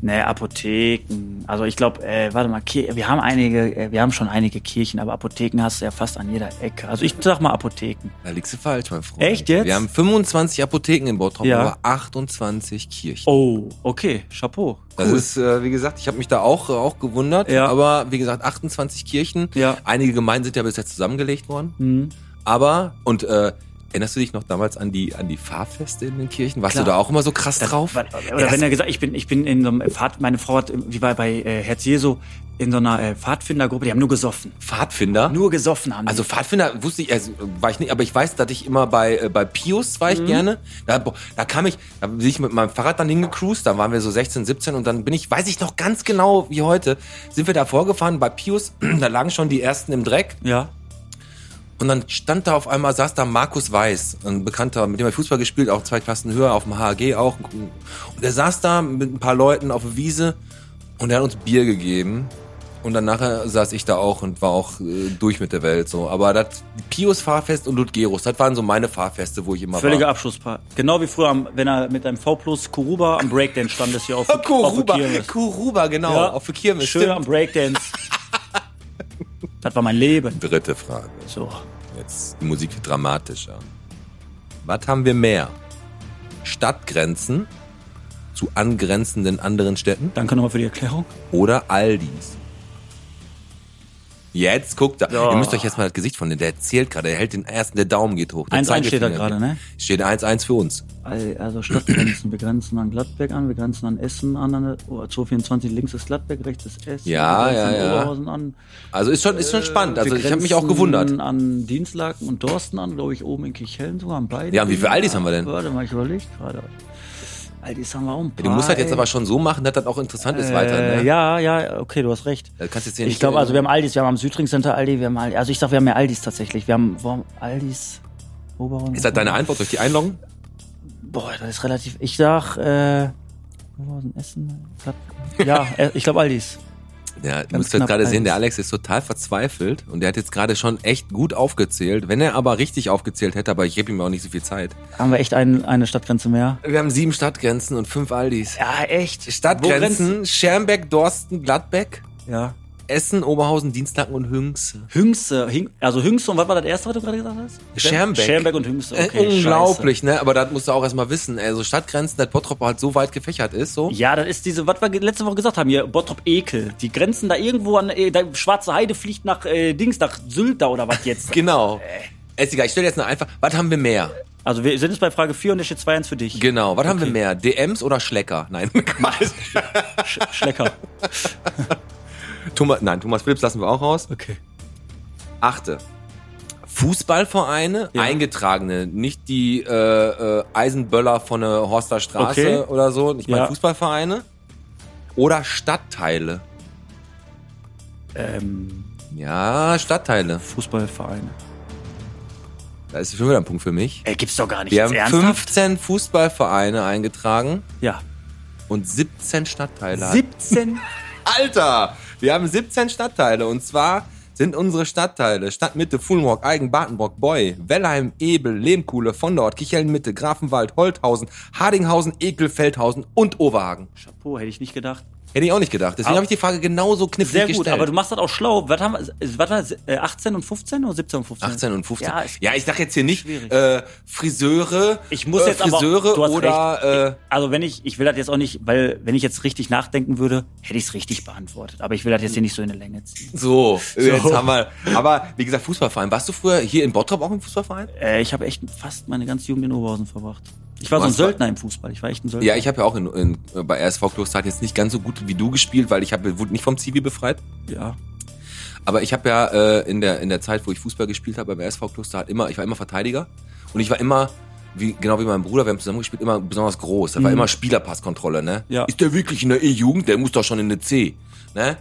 Speaker 3: Nee, Apotheken. Also ich glaube, äh, warte mal, Ki- wir haben einige, äh, wir haben schon einige Kirchen, aber Apotheken hast du ja fast an jeder Ecke. Also ich sag mal Apotheken.
Speaker 2: Da liegst du falsch, mein Freund.
Speaker 3: Echt jetzt?
Speaker 2: Wir haben 25 Apotheken in Bottrop,
Speaker 3: Ja.
Speaker 2: aber 28 Kirchen.
Speaker 3: Oh, okay, Chapeau.
Speaker 2: Das ist, äh, wie gesagt, ich habe mich da auch, äh, auch gewundert.
Speaker 3: Ja.
Speaker 2: Aber wie gesagt, 28 Kirchen.
Speaker 3: Ja.
Speaker 2: Einige Gemeinden sind ja bis jetzt zusammengelegt worden.
Speaker 3: Mhm.
Speaker 2: Aber, und äh, erinnerst du dich noch damals an die, an die Fahrfeste in den Kirchen? Warst du
Speaker 3: Klar.
Speaker 2: da auch immer so krass drauf?
Speaker 3: Oder wenn er gesagt, ich bin, ich bin in so einem Pfad, meine Frau hat, wie bei, bei äh, Herz Jesu, in so einer äh, Pfadfindergruppe, die haben nur gesoffen.
Speaker 2: Pfadfinder?
Speaker 3: Nur gesoffen haben die.
Speaker 2: Also Pfadfinder wusste ich, also war ich nicht, aber ich weiß, dass ich immer bei, äh, bei Pius war ich
Speaker 3: Mhm.
Speaker 2: gerne. Da, boah, da kam ich, da bin ich mit meinem Fahrrad dann hingecruised, da waren wir so 16, 17 und dann bin ich, weiß ich noch ganz genau wie heute, sind wir da vorgefahren bei Pius, da lagen schon die ersten im Dreck.
Speaker 3: ja.
Speaker 2: Und dann stand da auf einmal, saß da Markus Weiß, ein Bekannter, mit dem er Fußball gespielt, auch zwei Klassen höher, auf dem HAG auch. Und er saß da mit ein paar Leuten auf der Wiese und er hat uns Bier gegeben. Und dann nachher saß ich da auch und war auch äh, durch mit der Welt so. Aber das Pius Fahrfest und Ludgerus, das waren so meine Fahrfeste, wo ich immer
Speaker 3: Völliger
Speaker 2: war.
Speaker 3: Abschlusspaar. Genau wie früher, am, wenn er mit einem V plus Kuruba am Breakdance stand, ist hier auf, auf
Speaker 2: Kuruba,
Speaker 3: der Kirmes.
Speaker 2: Kuruba, genau,
Speaker 3: Ja.
Speaker 2: auf der Kirmes.
Speaker 3: Schön am
Speaker 2: Stimmt.
Speaker 3: Breakdance. das war mein Leben.
Speaker 2: Dritte Frage.
Speaker 3: So.
Speaker 2: Jetzt die Musik wird dramatischer. Was haben wir mehr? Stadtgrenzen zu angrenzenden anderen Städten
Speaker 3: Danke nochmal für die Erklärung.
Speaker 2: oder Aldis? Jetzt guckt da.
Speaker 3: Ja.
Speaker 2: Ihr müsst euch jetzt mal das Gesicht von dem, der zählt gerade, der hält den ersten, der Daumen geht hoch. der
Speaker 3: 1-1 steht da
Speaker 2: Zeigefinger
Speaker 3: gerade, ne?
Speaker 2: geht- Steht 1-1 für uns.
Speaker 3: Al- Also Stadtgrenzen, wir grenzen an Gladbeck an, wir grenzen an Essen an, an oh, 224 links ist Gladbeck, rechts ist Essen,
Speaker 2: Ja,
Speaker 3: wir grenzen
Speaker 2: ja,
Speaker 3: an
Speaker 2: ja.
Speaker 3: Oberhausen an.
Speaker 2: Also ist schon, ist schon spannend. Also
Speaker 3: wir
Speaker 2: ich habe mich auch
Speaker 3: Äh, grenzen
Speaker 2: gewundert.
Speaker 3: an Dienstlaken und Dorsten an, glaube ich, oben in Kichellen sogar, an beiden.
Speaker 2: Ja, wie viele Aldis haben wir denn?
Speaker 3: Warte mal, ich überlege gerade. Aldis haben wir auch ein paar.
Speaker 2: Du musst halt jetzt
Speaker 3: ey.
Speaker 2: aber schon so machen, dass das auch interessant ist weiter.
Speaker 3: Äh,
Speaker 2: Ne?
Speaker 3: Ja, ja, okay, du hast recht.
Speaker 2: Das kannst du jetzt hier
Speaker 3: Ich
Speaker 2: nicht-
Speaker 3: glaube, also wir haben Aldis, wir haben am Südring Center Aldi, wir haben Aldi, also ich sag, wir haben mehr Aldis tatsächlich. Wir haben, wo haben Aldis, Oberhausen?
Speaker 2: Ist das deine Antwort? Soll ich die einloggen?
Speaker 3: Boah, das ist relativ, ich sag, äh, Oberhausen, Essen, Gladbeck. Ja, äh, ich glaube Aldis.
Speaker 2: Ja, ihr
Speaker 3: Ganz
Speaker 2: müsst jetzt
Speaker 3: knapp
Speaker 2: gerade sehen,
Speaker 3: eins.
Speaker 2: der Alex ist total verzweifelt und der hat jetzt gerade schon echt gut aufgezählt. Wenn er aber richtig aufgezählt hätte, aber ich gebe ihm auch nicht so viel Zeit.
Speaker 3: Haben wir echt ein, eine Stadtgrenze mehr?
Speaker 2: Wir haben sieben Stadtgrenzen und fünf Aldis.
Speaker 3: Ja, echt.
Speaker 2: Stadtgrenzen, Schermbeck, Dorsten, Gladbeck,
Speaker 3: Ja.
Speaker 2: Essen, Oberhausen, Dienstlaken und Hüngse.
Speaker 3: Hüngse, Hing, also Hüngse und was war das erste, was du gerade gesagt hast?
Speaker 2: Schermbeck.
Speaker 3: Schermbeck und Hüngse, okay.
Speaker 2: äh, unglaublich, ne? Aber das musst du auch erstmal wissen. Also Stadtgrenzen, dass Bottrop halt so weit gefächert ist, so.
Speaker 3: Ja, das ist diese, was wir ge- letzte Woche gesagt haben, hier, Bottrop-Ekel. Die grenzen da irgendwo an, äh, da, Schwarze Heide fliegt nach äh, Dings, nach Sylt da oder was jetzt.
Speaker 2: Genau. Ist egal, ich stelle jetzt noch einfach, was haben wir mehr?
Speaker 3: also wir sind jetzt bei Frage 4 und es steht 2-1 für dich.
Speaker 2: Genau, was haben wir
Speaker 3: Okay.
Speaker 2: mehr? DMs oder Schlecker? Nein,
Speaker 3: Sch Schlecker.
Speaker 2: Thomas, nein, Thomas Phillips lassen wir auch raus.
Speaker 3: Okay.
Speaker 2: Achte. Fußballvereine,
Speaker 3: Ja.
Speaker 2: eingetragene, nicht die äh, äh, Eisenböller von der Horster Straße
Speaker 3: Okay.
Speaker 2: oder so. Ich meine
Speaker 3: Ja.
Speaker 2: Fußballvereine. Oder Stadtteile.
Speaker 3: Ähm,
Speaker 2: Ja, Stadtteile.
Speaker 3: Fußballvereine.
Speaker 2: Da ist schon wieder ein Punkt für mich.
Speaker 3: Ey, gibt's doch gar nicht.
Speaker 2: Wir
Speaker 3: jetzt
Speaker 2: haben
Speaker 3: ernsthaft?
Speaker 2: 15 Fußballvereine eingetragen
Speaker 3: Ja.
Speaker 2: und 17 Stadtteile.
Speaker 3: 17.
Speaker 2: Alter! Wir haben 17 Stadtteile und zwar sind unsere Stadtteile Stadtmitte, Fulmrock, Eigen, Bartenbrock, Boy, Wellheim, Ebel, Lehmkuhle, Vondort, Kichelnmitte, Grafenwald, Holthausen, Hardinghausen, Ekel, Feldhausen und Overhagen.
Speaker 3: Chapeau, hätte ich nicht gedacht.
Speaker 2: Hätte ich auch nicht gedacht. Deswegen
Speaker 3: Aber-
Speaker 2: habe ich die Frage genauso knifflig
Speaker 3: Sehr gut,
Speaker 2: gestellt.
Speaker 3: aber du machst das auch schlau. Was haben wir, was war das, äh, 18 und 15 oder 17 und 15?
Speaker 2: 18 und 15.
Speaker 3: Ja,
Speaker 2: Ja,
Speaker 3: ist-
Speaker 2: ich sag jetzt hier nicht
Speaker 3: schwierig.
Speaker 2: äh, Friseure,
Speaker 3: Ich muss
Speaker 2: äh,
Speaker 3: jetzt aber-
Speaker 2: Friseure
Speaker 3: du hast
Speaker 2: oder äh,
Speaker 3: Also wenn ich, ich will das jetzt auch nicht, weil wenn ich jetzt richtig nachdenken würde, hätte ich es richtig beantwortet. Aber ich will das jetzt hier nicht so in die Länge ziehen.
Speaker 2: so. Jetzt haben wir. Aber wie gesagt, Fußballverein. Warst du früher hier in Bottrop auch im Fußballverein?
Speaker 3: Äh, ich habe echt fast meine ganze Jugend in Oberhausen verbracht. Ich war so ein
Speaker 2: Warst du-
Speaker 3: Söldner im Fußball. Ich war echt ein Söldner.
Speaker 2: Ja, ich habe ja auch in, in, äh, bei RSV Kloster jetzt nicht ganz so gut wie du gespielt, weil ich habe wurde nicht vom Zivi befreit.
Speaker 3: ja.
Speaker 2: Aber ich habe ja äh, in, der, in der Zeit, wo ich Fußball gespielt habe beim RSV Kloster, hat immer, ich war immer Verteidiger und ich war immer, wie, genau wie mein Bruder, wir haben zusammen gespielt, immer besonders groß. Da war
Speaker 3: Mhm.
Speaker 2: immer Spielerpasskontrolle, ne?
Speaker 3: Ja.
Speaker 2: Ist der wirklich in der E-Jugend? Der muss doch schon in eine C, ne?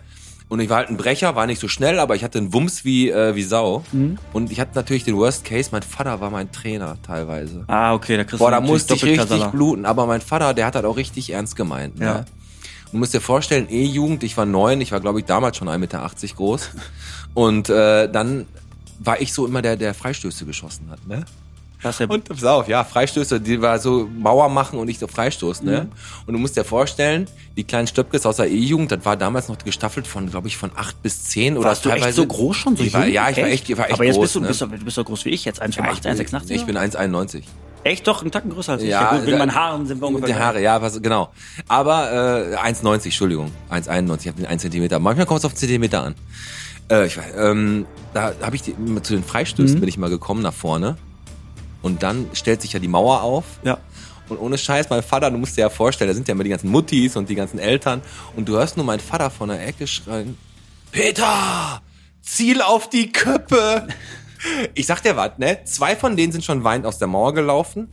Speaker 2: Und ich war halt ein Brecher, war nicht so schnell, aber ich hatte einen Wumms wie, äh, wie Sau.
Speaker 3: Mhm.
Speaker 2: Und ich hatte natürlich den Worst Case, mein Vater war mein Trainer teilweise.
Speaker 3: Ah, okay, da kriegst
Speaker 2: Boah,
Speaker 3: du
Speaker 2: da
Speaker 3: natürlich
Speaker 2: musste ich richtig
Speaker 3: Doppelkasala.
Speaker 2: bluten. Aber mein Vater, der hat das auch richtig ernst gemeint. Ne?
Speaker 3: Ja.
Speaker 2: Du musst dir vorstellen, E-Jugend, ich war neun, ich war, glaube ich, damals schon 1,80 Meter groß. Und äh, dann war ich so immer der, der Freistöße geschossen hat. Ne?
Speaker 3: Das ist ja-
Speaker 2: Und pass auf, ja, Freistöße, die war so Mauer machen und ich so Freistoß, ne? Und du musst dir vorstellen, die kleinen Stöpkes aus der E-Jugend, das war damals noch gestaffelt von, glaube ich, von acht bis zehn oder
Speaker 3: Warst du echt
Speaker 2: teilweise-
Speaker 3: so groß schon? So
Speaker 2: ich war,
Speaker 3: jung?
Speaker 2: ja, ich war echt, ich war echt
Speaker 3: Aber jetzt
Speaker 2: groß.
Speaker 3: bist du,
Speaker 2: ne?
Speaker 3: bist du, du bist doch groß wie ich jetzt. 1,85, 1,86.
Speaker 2: Ich bin 1,91.
Speaker 3: echt doch einen Tacken größer als ich.
Speaker 2: Ja,
Speaker 3: gut, wegen
Speaker 2: da-
Speaker 3: meinen Haaren sind wir
Speaker 2: Mit
Speaker 3: ungefähr.
Speaker 2: den Haare, ja, was, genau. Aber äh, 1,90, Entschuldigung. 1,91, ich habe den 1 Zentimeter. Manchmal kommt es auf einen Zentimeter an. Äh, ich weiß, ähm, da habe ich die, zu den
Speaker 3: Mhm.
Speaker 2: Freistößen bin ich mal gekommen nach vorne. Und dann stellt sich ja die Mauer auf.
Speaker 3: Ja.
Speaker 2: Und ohne Scheiß, mein Vater, du musst dir ja vorstellen, da sind ja immer die ganzen Muttis und die ganzen Eltern. Und du hörst nur meinen Vater von der Ecke schreien, Peter, ziel auf die Köppe. Ich sag dir was, ne? Zwei von denen sind schon weinend aus der Mauer gelaufen.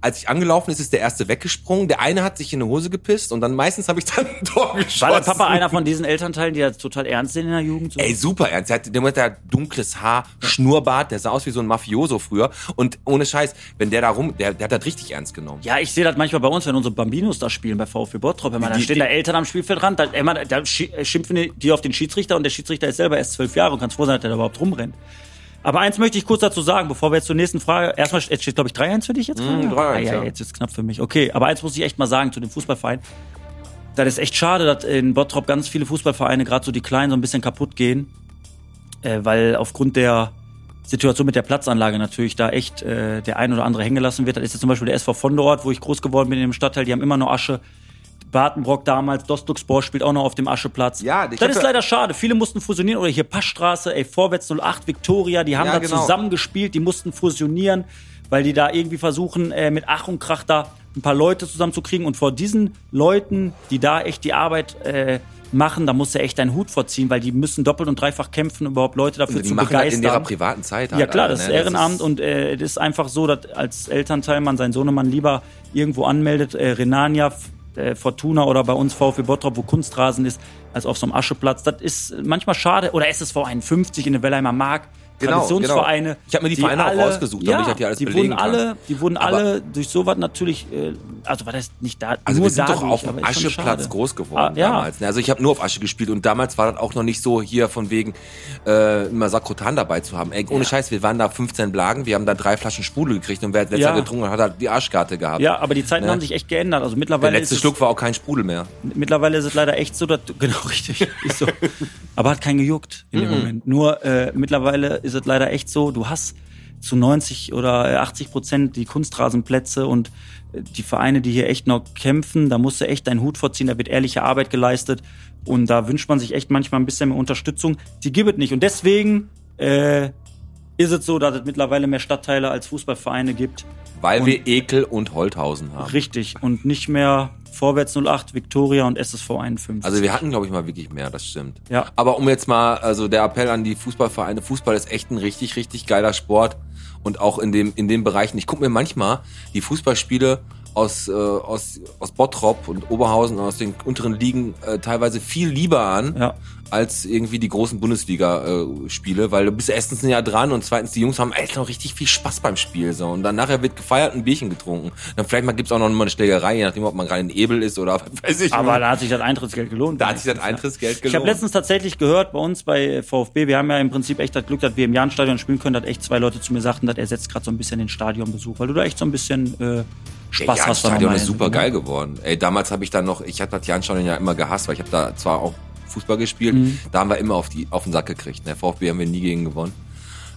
Speaker 2: Als ich angelaufen ist, ist der erste weggesprungen. Der eine hat sich in die Hose gepisst und dann meistens habe ich dann ein Tor geschossen.
Speaker 3: War dein Papa einer von diesen Elternteilen, die das total ernst sehen in der Jugend? So?
Speaker 2: Ey, super ernst. Der hat, der hat da dunkles Haar, Schnurrbart, der sah aus wie so ein Mafioso früher. Und ohne Scheiß, wenn der da rum, der, der hat das richtig ernst genommen.
Speaker 3: Ja, ich sehe das manchmal bei uns, wenn unsere Bambinos da spielen bei VfB Bottrop. Immer, da
Speaker 2: Die-
Speaker 3: stehen da Eltern am Spielfeldrand, da, immer, da schi- äh, schimpfen die- die auf den Schiedsrichter und der Schiedsrichter ist selber erst zwölf Jahre und kann froh sein, dass der da überhaupt rumrennt. Aber eins möchte ich kurz dazu sagen, bevor wir jetzt zur nächsten Frage. Erstmal jetzt steht, glaube ich, 3-1 für dich jetzt. gerade?
Speaker 2: 3-1,
Speaker 3: ah, ja,
Speaker 2: Hm, ja.
Speaker 3: Jetzt ist knapp für mich. Okay, aber eins muss ich echt mal sagen zu dem Fußballverein. Das ist echt schade, dass in Bottrop ganz viele Fußballvereine, gerade so die kleinen, so ein bisschen kaputt gehen. Äh, weil aufgrund der Situation mit der Platzanlage natürlich da echt äh, der ein oder andere hängen gelassen wird. Das ist jetzt zum Beispiel der SV Vonderort, wo ich groß geworden bin in dem Stadtteil. Die haben immer noch Asche. Bartenbrock damals, Dostluxbor spielt auch noch auf dem Ascheplatz.
Speaker 2: Ja, ich
Speaker 3: das
Speaker 2: hab
Speaker 3: ist
Speaker 2: ja-
Speaker 3: leider schade. Viele mussten fusionieren. Oder hier Passstraße, ey, Vorwärts 08, Victoria, die haben
Speaker 2: Ja,
Speaker 3: da
Speaker 2: genau.
Speaker 3: zusammen gespielt, die mussten fusionieren, weil die da irgendwie versuchen, äh, mit Ach und Krach da ein paar Leute zusammenzukriegen. Und vor diesen Leuten, die da echt die Arbeit äh, machen, da musst du echt deinen Hut vorziehen, weil die müssen doppelt und dreifach kämpfen, um überhaupt Leute dafür
Speaker 2: die
Speaker 3: zu
Speaker 2: machen das in
Speaker 3: begeistern.
Speaker 2: ihrer privaten Zeit. Halt,
Speaker 3: ja klar,
Speaker 2: Alter,
Speaker 3: das ist
Speaker 2: ne?
Speaker 3: Ehrenamt und äh, das ist einfach so, dass als Elternteil man seinen Sohnemann lieber irgendwo anmeldet, äh, Renania, F- äh, Fortuna oder bei uns VfB Bottrop, wo Kunstrasen ist, als auf so einem Ascheplatz. Das ist manchmal schade. Oder SSV 51 in der Wellheimer Mark.
Speaker 2: Genau,
Speaker 3: Traditionsvereine.
Speaker 2: genau. Ich hab mir die Vereine auch rausgesucht, damit
Speaker 3: ja,
Speaker 2: ich das hier alles
Speaker 3: die wurden
Speaker 2: belegen kann.
Speaker 3: alle, Die wurden
Speaker 2: Aber-
Speaker 3: alle durch sowas natürlich, äh, also war das nicht da,
Speaker 2: Also
Speaker 3: nur
Speaker 2: wir sind doch
Speaker 3: dadurch,
Speaker 2: auf
Speaker 3: aber
Speaker 2: dem
Speaker 3: ist schon
Speaker 2: Ascheplatz
Speaker 3: schade.
Speaker 2: groß geworden
Speaker 3: Ah, ja.
Speaker 2: damals. ne? Also ich habe nur auf Asche gespielt und damals war das auch noch nicht so hier von wegen äh, immer Sakrotan dabei zu haben. Ey, ohne Scheiß, wir waren da 15 Blagen, wir haben da drei Flaschen Sprudel gekriegt und wer als letzter
Speaker 3: Ja.
Speaker 2: getrunken hat, hat halt die Arschkarte gehabt.
Speaker 3: Ja, aber die Zeiten
Speaker 2: Ne?
Speaker 3: haben sich echt geändert. Also
Speaker 2: Der
Speaker 3: mittlerweile
Speaker 2: letzte
Speaker 3: ist es-
Speaker 2: Schluck war auch kein Sprudel mehr.
Speaker 3: Mittlerweile ist es leider echt so, dass du, genau richtig, ist so. aber hat keinen gejuckt in dem Moment. Nur äh, mittlerweile ist es leider echt so, du hast zu 90 oder äh, 80 Prozent die Kunstrasenplätze und äh, die Vereine, die hier echt noch kämpfen, da musst du echt deinen Hut vorziehen, da wird ehrliche Arbeit geleistet und da wünscht man sich echt manchmal ein bisschen mehr Unterstützung. Die gibt es nicht und deswegen äh, ist es so, dass es mittlerweile mehr Stadtteile als Fußballvereine gibt.
Speaker 2: Weil
Speaker 3: Und-
Speaker 2: wir Ekel und Holthausen haben.
Speaker 3: Richtig und nicht mehr Vorwärts 08, Victoria und SSV 51.
Speaker 2: Also wir hatten, glaube ich, mal wirklich mehr, das stimmt.
Speaker 3: Ja.
Speaker 2: Aber um jetzt mal, also der Appell an die Fußballvereine, Fußball ist echt ein richtig, richtig geiler Sport. Und auch in dem, in den Bereichen, ich gucke mir manchmal die Fußballspiele aus, äh, aus, aus Bottrop und Oberhausen, aus den unteren Ligen äh, teilweise viel lieber an,
Speaker 3: Ja.
Speaker 2: als irgendwie die großen Bundesliga-Spiele, weil du bist erstens ein Jahr dran und zweitens die Jungs haben echt noch richtig viel Spaß beim Spiel so und dann nachher wird gefeiert und ein Bierchen getrunken. Dann vielleicht mal gibt's auch noch mal eine Schlägerei, je nachdem, ob man gerade in Ebel ist oder weiß ich
Speaker 3: Aber
Speaker 2: nicht.
Speaker 3: da hat sich das Eintrittsgeld gelohnt. ne?
Speaker 2: Da hat sich das Eintrittsgeld gelohnt.
Speaker 3: Ich habe letztens tatsächlich gehört, bei uns bei VfB, wir haben ja im Prinzip echt das Glück, dass wir im Jahnstadion spielen können, dass echt zwei Leute zu mir sagten, das ersetzt gerade so ein bisschen den Stadionbesuch, weil du da echt so ein bisschen äh, Spaß
Speaker 2: Jan
Speaker 3: hast. da
Speaker 2: Stadion
Speaker 3: nochmal
Speaker 2: ist
Speaker 3: hin. Mhm.
Speaker 2: super geil geworden. Ey, damals habe ich dann noch, ich hatte das Jan Stadion ja immer gehasst, weil ich habe da zwar auch Fußball gespielt,
Speaker 3: Mhm.
Speaker 2: da haben wir immer auf, die, auf den Sack gekriegt. Ne? VfB haben wir nie gegen gewonnen.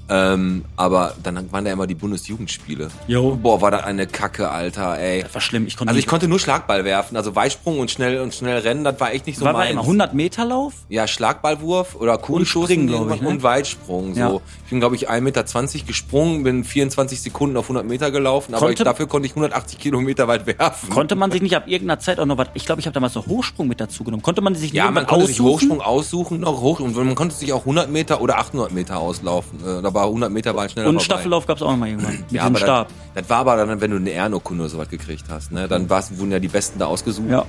Speaker 2: Ähm, aber dann waren da immer die Bundesjugendspiele.
Speaker 3: Jo.
Speaker 2: Boah, war das eine Kacke, Alter, ey.
Speaker 3: Das war schlimm. Ich konnte
Speaker 2: Also ich
Speaker 3: nicht-
Speaker 2: konnte nur Schlagball werfen, also Weitsprung und schnell und schnell rennen, das war echt nicht so
Speaker 3: war, war
Speaker 2: meins.
Speaker 3: immer 100 Meter Lauf?
Speaker 2: Ja, Schlagballwurf oder Kugelstoßen
Speaker 3: Springen, glaub ich, ne?
Speaker 2: und Weitsprung. So.
Speaker 3: Ja.
Speaker 2: Ich bin, glaube ich, 1,20 Meter gesprungen, bin 24 Sekunden auf 100 Meter gelaufen, aber ich,
Speaker 3: Konnte-
Speaker 2: dafür konnte ich 180 Kilometer weit werfen.
Speaker 3: Konnte man sich nicht ab irgendeiner Zeit auch noch was, ich glaube, ich habe damals noch Hochsprung mit dazu genommen. Konnte man sich
Speaker 2: ja, man
Speaker 3: irgendwann
Speaker 2: konnte sich
Speaker 3: aussuchen?
Speaker 2: Hochsprung aussuchen, noch hoch und man konnte sich auch 100 Meter oder 800 Meter auslaufen. Äh, Da war 100 Meter war schneller
Speaker 3: Und
Speaker 2: vorbei.
Speaker 3: Staffellauf gab es auch noch mal irgendwann. Mit
Speaker 2: Ja,
Speaker 3: diesem
Speaker 2: aber
Speaker 3: Stab.
Speaker 2: Das, das war aber dann, wenn du eine Ehrenurkunde oder sowas gekriegt hast. Ne? Dann war's, wurden ja die Besten da ausgesucht.
Speaker 3: Ja.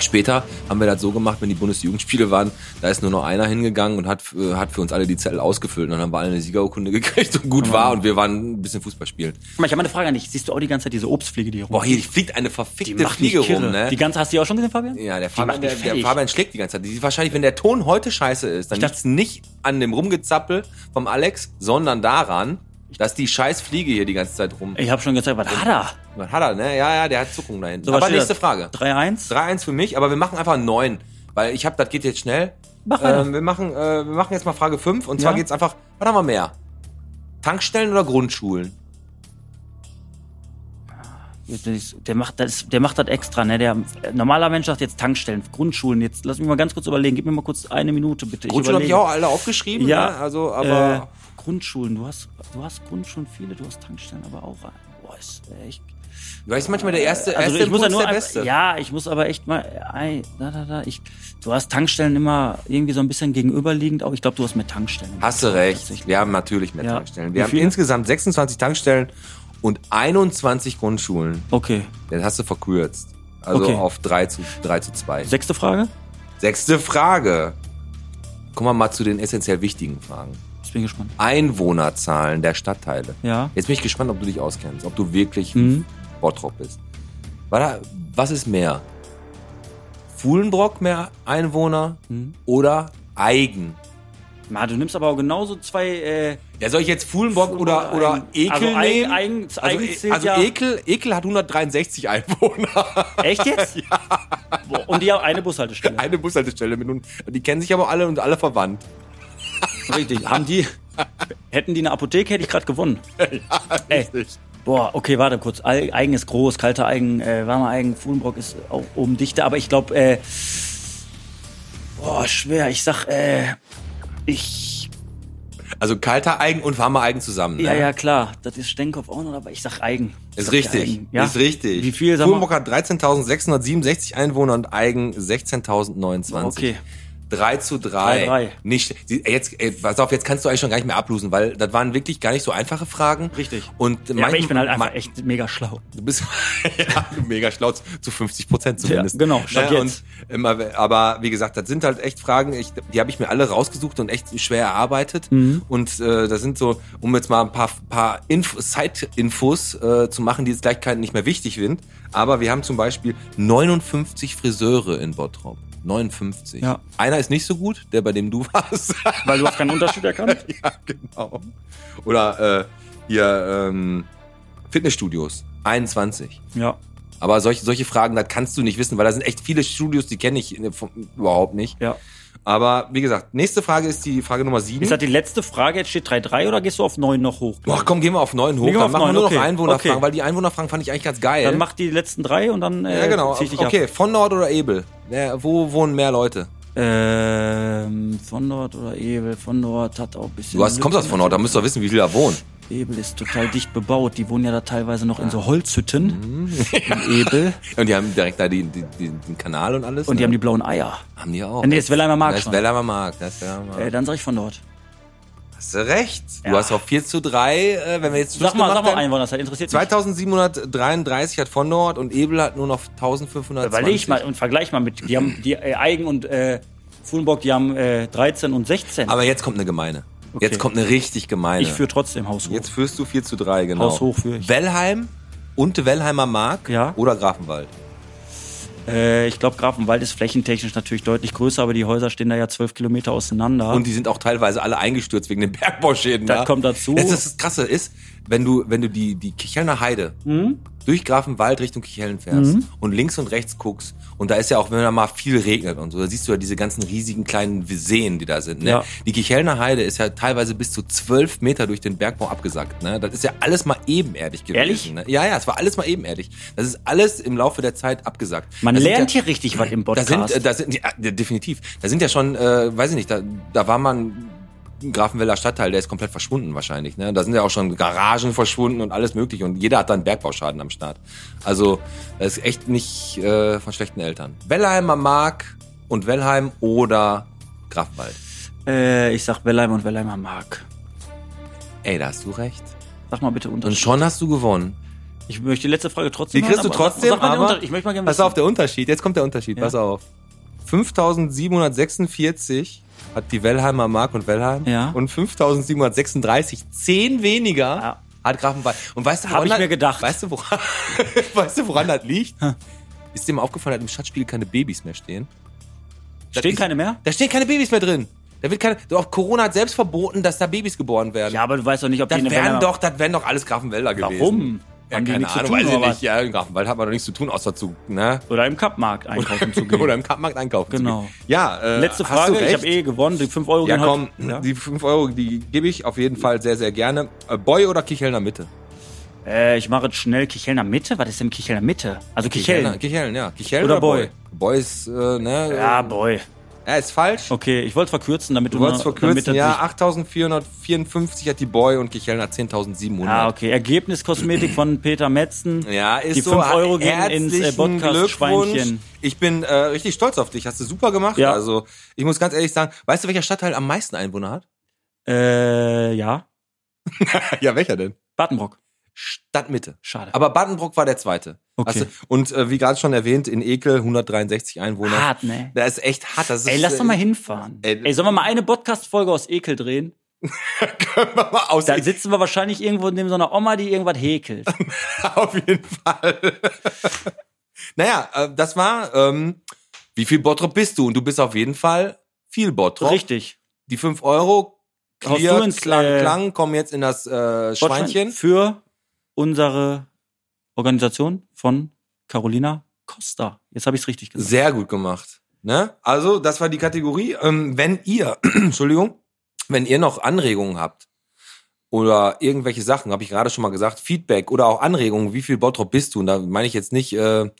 Speaker 2: Später haben wir das so gemacht, wenn die Bundesjugendspiele waren, da ist nur noch einer hingegangen und hat, äh, hat für uns alle die Zettel ausgefüllt. Und dann haben wir alle eine Siegerurkunde gekriegt und gut war und wir waren ein bisschen Fußball spielen.
Speaker 3: Guck mal, Ich habe eine Frage an dich. Siehst du auch die ganze Zeit diese Obstfliege, die hier
Speaker 2: Boah,
Speaker 3: rumfliegt?
Speaker 2: hier fliegt eine verfickte Fliege
Speaker 3: mich kirre.
Speaker 2: rum, ne?
Speaker 3: Die ganze hast du die auch schon gesehen, Fabian?
Speaker 2: ja, der
Speaker 3: Die
Speaker 2: Fabian,
Speaker 3: macht mich
Speaker 2: der, der
Speaker 3: fertig.
Speaker 2: Fabian schlägt die ganze Zeit. Die wahrscheinlich, wenn der Ton heute scheiße ist, dann
Speaker 3: Ich dachte-
Speaker 2: liegt's nicht an dem Rumgezappel vom Alex, sondern daran, dass die scheiß Fliege hier die ganze Zeit rum.
Speaker 3: Ich habe schon gesagt, was hat er?
Speaker 2: Was hat er, ne? Ja, ja, der hat Zuckung da hinten.
Speaker 3: So, was
Speaker 2: aber
Speaker 3: steht
Speaker 2: nächste
Speaker 3: da?
Speaker 2: Frage.
Speaker 3: 3-1.
Speaker 2: 3-1 für mich, aber wir machen einfach einen neuen. Weil ich habe, das geht jetzt schnell.
Speaker 3: Mach weiter.
Speaker 2: ähm, wir, machen, äh, wir machen jetzt mal Frage 5 und
Speaker 3: Ja.
Speaker 2: zwar geht's einfach, was haben wir mehr? Tankstellen oder Grundschulen?
Speaker 3: Das- Der macht das, der macht das extra, ne? Der ein normaler Mensch sagt jetzt Tankstellen, Grundschulen. Jetzt lass mich mal ganz kurz überlegen. Gib mir mal kurz eine Minute bitte. Ich
Speaker 2: Grundschulen habe ich
Speaker 3: überlege.
Speaker 2: auch alle aufgeschrieben,
Speaker 3: Ja,
Speaker 2: ne? also, aber
Speaker 3: äh, Grundschulen. Du hast, du hast Grundschulen viele, du hast Tankstellen, aber auch. Boah, ist echt.
Speaker 2: du weißt manchmal, der erste,
Speaker 3: Äh, Also
Speaker 2: erste
Speaker 3: ich muss ja
Speaker 2: Impuls
Speaker 3: nur,
Speaker 2: der
Speaker 3: ein-
Speaker 2: beste.
Speaker 3: ja, ich muss aber echt mal, ei, da, da, da, ich, du hast Tankstellen immer irgendwie so ein bisschen gegenüberliegend, auch ich glaube, du hast mehr Tankstellen.
Speaker 2: Hast du recht,
Speaker 3: Tatsächlich.
Speaker 2: wir haben natürlich mehr
Speaker 3: Ja.
Speaker 2: Tankstellen.
Speaker 3: Wie
Speaker 2: Wir haben
Speaker 3: viele?
Speaker 2: insgesamt 26 Tankstellen und 21 Grundschulen.
Speaker 3: Okay,
Speaker 2: Das hast du verkürzt. Also
Speaker 3: Okay.
Speaker 2: auf 3 zu, 3 zu 2.
Speaker 3: sechste Frage,
Speaker 2: Sechste Frage. Kommen wir mal zu den essentiell wichtigen Fragen.
Speaker 3: ich bin gespannt.
Speaker 2: Einwohnerzahlen der Stadtteile.
Speaker 3: Ja,
Speaker 2: Jetzt bin ich gespannt, ob du dich auskennst, ob du wirklich
Speaker 3: Mhm.
Speaker 2: Bottrop bist. War da- Was ist mehr? Fuhlenbrock mehr Einwohner
Speaker 3: Mhm.
Speaker 2: oder Eigen?
Speaker 3: Ma, du nimmst aber auch genauso zwei, äh,
Speaker 2: Ja, soll ich jetzt Fuhlenbrock oder, oder Ekel
Speaker 3: also Eigen-
Speaker 2: nehmen?
Speaker 3: Eigen-
Speaker 2: also
Speaker 3: Eigen
Speaker 2: E-
Speaker 3: zählt
Speaker 2: also
Speaker 3: ja-
Speaker 2: Ekel, Ekel hat 163 Einwohner.
Speaker 3: echt jetzt? ja. Boah, und die haben eine Bushaltestelle.
Speaker 2: Eine Bushaltestelle mit nun. Die kennen sich aber alle und alle verwandt.
Speaker 3: Richtig, haben die, hätten die eine Apotheke, hätte ich gerade gewonnen. Ey.
Speaker 2: Richtig.
Speaker 3: Boah, okay, warte kurz. Al- Eigen ist groß, kalter Eigen, äh, warmer Eigen, Fuhlenbrock ist auch oben dichter, aber ich glaube, äh, boah, schwer. Ich sag, äh, ich,
Speaker 2: Also kalter Eigen und warmer Eigen zusammen.
Speaker 3: ja,
Speaker 2: ne?
Speaker 3: ja, klar, das ist Stenkopf auch noch, aber ich sag Eigen. Ich
Speaker 2: Ist
Speaker 3: sag
Speaker 2: richtig.
Speaker 3: Eigen. Ja?
Speaker 2: Ist richtig.
Speaker 3: Wie viel, sag
Speaker 2: Fuhlenbrock
Speaker 3: mal?
Speaker 2: hat 13.667 Einwohner und Eigen 16.029.
Speaker 3: Okay.
Speaker 2: 3 zu 3.
Speaker 3: 3, 3.
Speaker 2: Nicht, die- jetzt, ey, pass auf, jetzt kannst du eigentlich schon gar nicht mehr ablosen, weil das waren wirklich gar nicht so einfache Fragen.
Speaker 3: Richtig.
Speaker 2: Und
Speaker 3: Ja, aber
Speaker 2: mein-
Speaker 3: ich bin halt
Speaker 2: mein-
Speaker 3: einfach echt mega schlau.
Speaker 2: Du bist ja, mega schlau, zu 50 Prozent zumindest.
Speaker 3: Ja, genau, statt
Speaker 2: Ne,
Speaker 3: jetzt.
Speaker 2: Und immer, aber wie gesagt, das sind halt echt Fragen, ich, die habe ich mir alle rausgesucht und echt schwer erarbeitet.
Speaker 3: Mhm.
Speaker 2: Und äh, das sind so, um jetzt mal ein paar, paar Inf Side-Infos äh, zu machen, die jetzt gleich keinen nicht mehr wichtig sind. Aber wir haben zum Beispiel 59 Friseure in Bottrop. 59.
Speaker 3: Ja.
Speaker 2: Einer ist nicht so gut, der bei dem du warst.
Speaker 3: Weil du hast keinen Unterschied erkannt.
Speaker 2: ja, genau. Oder äh, hier ähm, Fitnessstudios. 21.
Speaker 3: Ja,
Speaker 2: Aber solche, solche Fragen, das kannst du nicht wissen, weil da sind echt viele Studios, die kenne ich äh, von- überhaupt nicht.
Speaker 3: ja.
Speaker 2: Aber wie gesagt, nächste Frage ist die Frage Nummer
Speaker 3: Ist das
Speaker 2: 7.
Speaker 3: die letzte Frage? Jetzt steht 3-3 oder gehst du auf 9 noch hoch?
Speaker 2: Hm? Boah, komm, gehen wir auf neun hoch,
Speaker 3: Gehen wir
Speaker 2: dann
Speaker 3: auf
Speaker 2: machen wir
Speaker 3: neun,
Speaker 2: nur
Speaker 3: okay.
Speaker 2: noch Einwohnerfragen,
Speaker 3: Okay.
Speaker 2: weil die Einwohnerfragen fand ich eigentlich ganz geil.
Speaker 3: Dann mach die letzten drei und dann äh,
Speaker 2: ja, genau.
Speaker 3: zieh ich dich ab.
Speaker 2: Okay, von Nord oder Ebel? Ja, wo wohnen mehr Leute?
Speaker 3: Ähm, von Nord oder Ebel? Von Nord hat auch ein bisschen.
Speaker 2: Du hast, kommst aus von Nord, da müsst ihr wissen, wie viele da wohnen.
Speaker 3: Ebel ist total dicht bebaut. Die wohnen ja da teilweise noch in
Speaker 2: Ah.
Speaker 3: so
Speaker 2: Mhm.
Speaker 3: Holzhütten in Ebel.
Speaker 2: Und die haben direkt da die, die, die, den Kanal und alles.
Speaker 3: Und die
Speaker 2: ne?
Speaker 3: haben die blauen Eier.
Speaker 2: haben die auch.
Speaker 3: Nee, das ist Wellheimer Markt
Speaker 2: Das ist
Speaker 3: schon.
Speaker 2: Wellheimer Markt. Das ist Wellheimer Markt.
Speaker 3: Äh, dann sag ich von Nord.
Speaker 2: Hast du recht. Du
Speaker 3: Ja.
Speaker 2: hast auch 4 zu 3, äh, wenn wir jetzt Schluss
Speaker 3: Sag mal,
Speaker 2: gemacht
Speaker 3: sag mal
Speaker 2: hätten.
Speaker 3: Einwohnerzahl, interessiert mich.
Speaker 2: 2733 hat von Nord und Ebel hat nur noch 1520.
Speaker 3: Überleg mal und vergleich mal mit. Die haben die äh, Eigen und äh, Fulenburg, die haben äh, 13 und 16.
Speaker 2: Aber jetzt kommt eine gemeine.
Speaker 3: Okay.
Speaker 2: Jetzt kommt eine richtig gemeine.
Speaker 3: ich führe trotzdem Haus hoch.
Speaker 2: jetzt führst du 4 zu 3, genau.
Speaker 3: Haus hoch führe ich.
Speaker 2: Wellheim und Wellheimer Mark
Speaker 3: Ja.
Speaker 2: oder Grafenwald.
Speaker 3: Äh, ich glaube, Grafenwald ist flächentechnisch natürlich deutlich größer, aber die Häuser stehen da ja zwölf Kilometer auseinander.
Speaker 2: Und die sind auch teilweise alle eingestürzt wegen den Bergbauschäden.
Speaker 3: Das
Speaker 2: da.
Speaker 3: kommt dazu.
Speaker 2: Das, ist das Krasse ist, wenn du, wenn du die, die Kichelner Heide
Speaker 3: Mhm.
Speaker 2: durch Grafenwald Richtung Kicheln fährst und links und rechts guckst, und da ist ja auch, wenn da mal viel regnet und so, da siehst du ja diese ganzen riesigen kleinen Seen, die da sind. Ne?
Speaker 3: Ja.
Speaker 2: Die Kichelner Heide ist ja teilweise bis zu zwölf Meter durch den Bergbau abgesackt. Ne? Das ist ja alles mal ebenerdig gewesen.
Speaker 3: Ehrlich?
Speaker 2: Ne? Ja, ja, es war alles mal ebenerdig. Das ist alles im Laufe der Zeit abgesackt.
Speaker 3: Man
Speaker 2: Das sind
Speaker 3: lernt
Speaker 2: ja,
Speaker 3: hier richtig was im
Speaker 2: Also da
Speaker 3: Podcast.
Speaker 2: sind, äh, da sind, ja, ja, definitiv. Da sind ja schon, äh, weiß ich nicht, da, da war man ein Grafenwälder Stadtteil, der ist komplett verschwunden wahrscheinlich. Ne? Da sind ja auch schon Garagen verschwunden und alles mögliche. Und jeder hat dann Bergbauschaden am Start. Also das ist echt nicht äh, von schlechten Eltern. Wellheimer Mark und Wellheim oder Grafenwald.
Speaker 3: äh, ich sag Wellheim und Wellheimer Mark.
Speaker 2: Ey, da hast du recht.
Speaker 3: Sag mal bitte
Speaker 2: Und
Speaker 3: Unterschied.
Speaker 2: schon hast du gewonnen.
Speaker 3: Ich möchte die letzte Frage trotzdem.
Speaker 2: Die kriegst
Speaker 3: hören,
Speaker 2: du
Speaker 3: aber sag-
Speaker 2: trotzdem,
Speaker 3: sag mal den
Speaker 2: aber-
Speaker 3: Unter- ich möchte mal gerne
Speaker 2: Pass
Speaker 3: wissen.
Speaker 2: auf, der Unterschied. Jetzt kommt der Unterschied.
Speaker 3: Ja.
Speaker 2: Pass auf. 5746 hat die Wellheimer Mark und Wellheim.
Speaker 3: Ja.
Speaker 2: Und 5736, 10 weniger,
Speaker 3: Ja.
Speaker 2: hat Grafenwald. Und weißt du,
Speaker 3: Hab
Speaker 2: woran
Speaker 3: ich
Speaker 2: das-
Speaker 3: mir gedacht.
Speaker 2: Weißt du, woran, weißt du, woran das liegt? Ist dir mal aufgefallen, dass im Stadtspiel keine Babys mehr stehen?
Speaker 3: Stehen keine mehr?
Speaker 2: Da stehen keine Babys mehr drin. Da wird keine, auch Corona hat selbst verboten, dass da Babys geboren werden.
Speaker 3: Ja, aber du weißt doch nicht, ob
Speaker 2: Das
Speaker 3: die eine
Speaker 2: wären
Speaker 3: Wellheimer-
Speaker 2: doch, das wären doch alles Grafenwälder gewesen.
Speaker 3: Warum?
Speaker 2: Ja,
Speaker 3: Haben die
Speaker 2: keine
Speaker 3: nichts zu
Speaker 2: Ahnung,
Speaker 3: tun,
Speaker 2: weiß ich
Speaker 3: oder
Speaker 2: nicht.
Speaker 3: was?
Speaker 2: Ja, in Grafenwald hat man doch nichts zu tun, außer zu, ne?
Speaker 3: Oder im Kapmarkt einkaufen zu gehen.
Speaker 2: Oder im Kartmarkt einkaufen. zu
Speaker 3: Genau.
Speaker 2: gehen. Ja, äh,
Speaker 3: Letzte
Speaker 2: Hast du
Speaker 3: Frage,
Speaker 2: recht?
Speaker 3: ich habe eh gewonnen, die 5 Euro
Speaker 2: ja,
Speaker 3: gehen
Speaker 2: komm,
Speaker 3: heute- Ja.
Speaker 2: die 5 Euro, die gebe ich auf jeden Fall sehr, sehr gerne. Äh, Boy oder Kichelner Mitte?
Speaker 3: Äh, ich mache jetzt schnell Kichelner Mitte. Was ist denn Kichelner Mitte? Also Kicheln.
Speaker 2: Kicheln, ja. Kicheln
Speaker 3: Oder
Speaker 2: oder, Boy? Boy ist, äh, ne?
Speaker 3: Ja,
Speaker 2: äh,
Speaker 3: boy.
Speaker 2: er ist falsch.
Speaker 3: Okay, ich wollte es verkürzen, damit
Speaker 2: Du
Speaker 3: du,
Speaker 2: wolltest
Speaker 3: ne- damit
Speaker 2: verkürzen,
Speaker 3: das
Speaker 2: ja. ah.
Speaker 3: nicht-
Speaker 2: 8.454 hat die Boy und Kichelner 10.700.
Speaker 3: Ah, okay. Ergebniskosmetik von Peter Metzen.
Speaker 2: Ja, ist
Speaker 3: Die
Speaker 2: so.
Speaker 3: fünf Euro gehen
Speaker 2: Herzlichen
Speaker 3: ins, äh, Podcast-Schweinchen.
Speaker 2: Glückwunsch. Ich bin äh, richtig stolz auf dich. Hast du super gemacht.
Speaker 3: Ja.
Speaker 2: Also, ich muss ganz ehrlich sagen, weißt du, welcher Stadtteil am meisten Einwohner hat?
Speaker 3: Äh, ja.
Speaker 2: ja, welcher denn?
Speaker 3: Battenbrock.
Speaker 2: Stadtmitte.
Speaker 3: Schade.
Speaker 2: Aber Badenbrock war der zweite.
Speaker 3: Okay.
Speaker 2: Hast du- und äh, wie gerade schon erwähnt, in Ekel 163 Einwohner.
Speaker 3: Hart, ne?
Speaker 2: Da ist echt hart. Das ist,
Speaker 3: Ey, lass doch mal
Speaker 2: äh,
Speaker 3: hinfahren.
Speaker 2: ey,
Speaker 3: Ey, sollen wir mal eine Podcast-Folge aus Ekel drehen?
Speaker 2: können wir mal aus E-
Speaker 3: Dann sitzen wir wahrscheinlich irgendwo neben so einer Oma, die irgendwas häkelt.
Speaker 2: auf jeden Fall. naja, äh, das war, ähm, wie viel Bottrop bist du? Und du bist auf jeden Fall viel Bottrop.
Speaker 3: Richtig.
Speaker 2: Die 5 Euro,
Speaker 3: Haust
Speaker 2: clear,
Speaker 3: du ins,
Speaker 2: klang,
Speaker 3: äh,
Speaker 2: klang, kommen jetzt in das äh, Schweinchen.
Speaker 3: Für unsere Organisation von Carolina Costa. Jetzt habe ich es richtig gesagt.
Speaker 2: Sehr gut gemacht. Ne? Also, das war die Kategorie. Ähm, wenn ihr, Entschuldigung, wenn ihr noch Anregungen habt oder irgendwelche Sachen, habe ich gerade schon mal gesagt, Feedback oder auch Anregungen, wie viel Bottrop bist du? Und da meine ich jetzt nicht, äh, äh,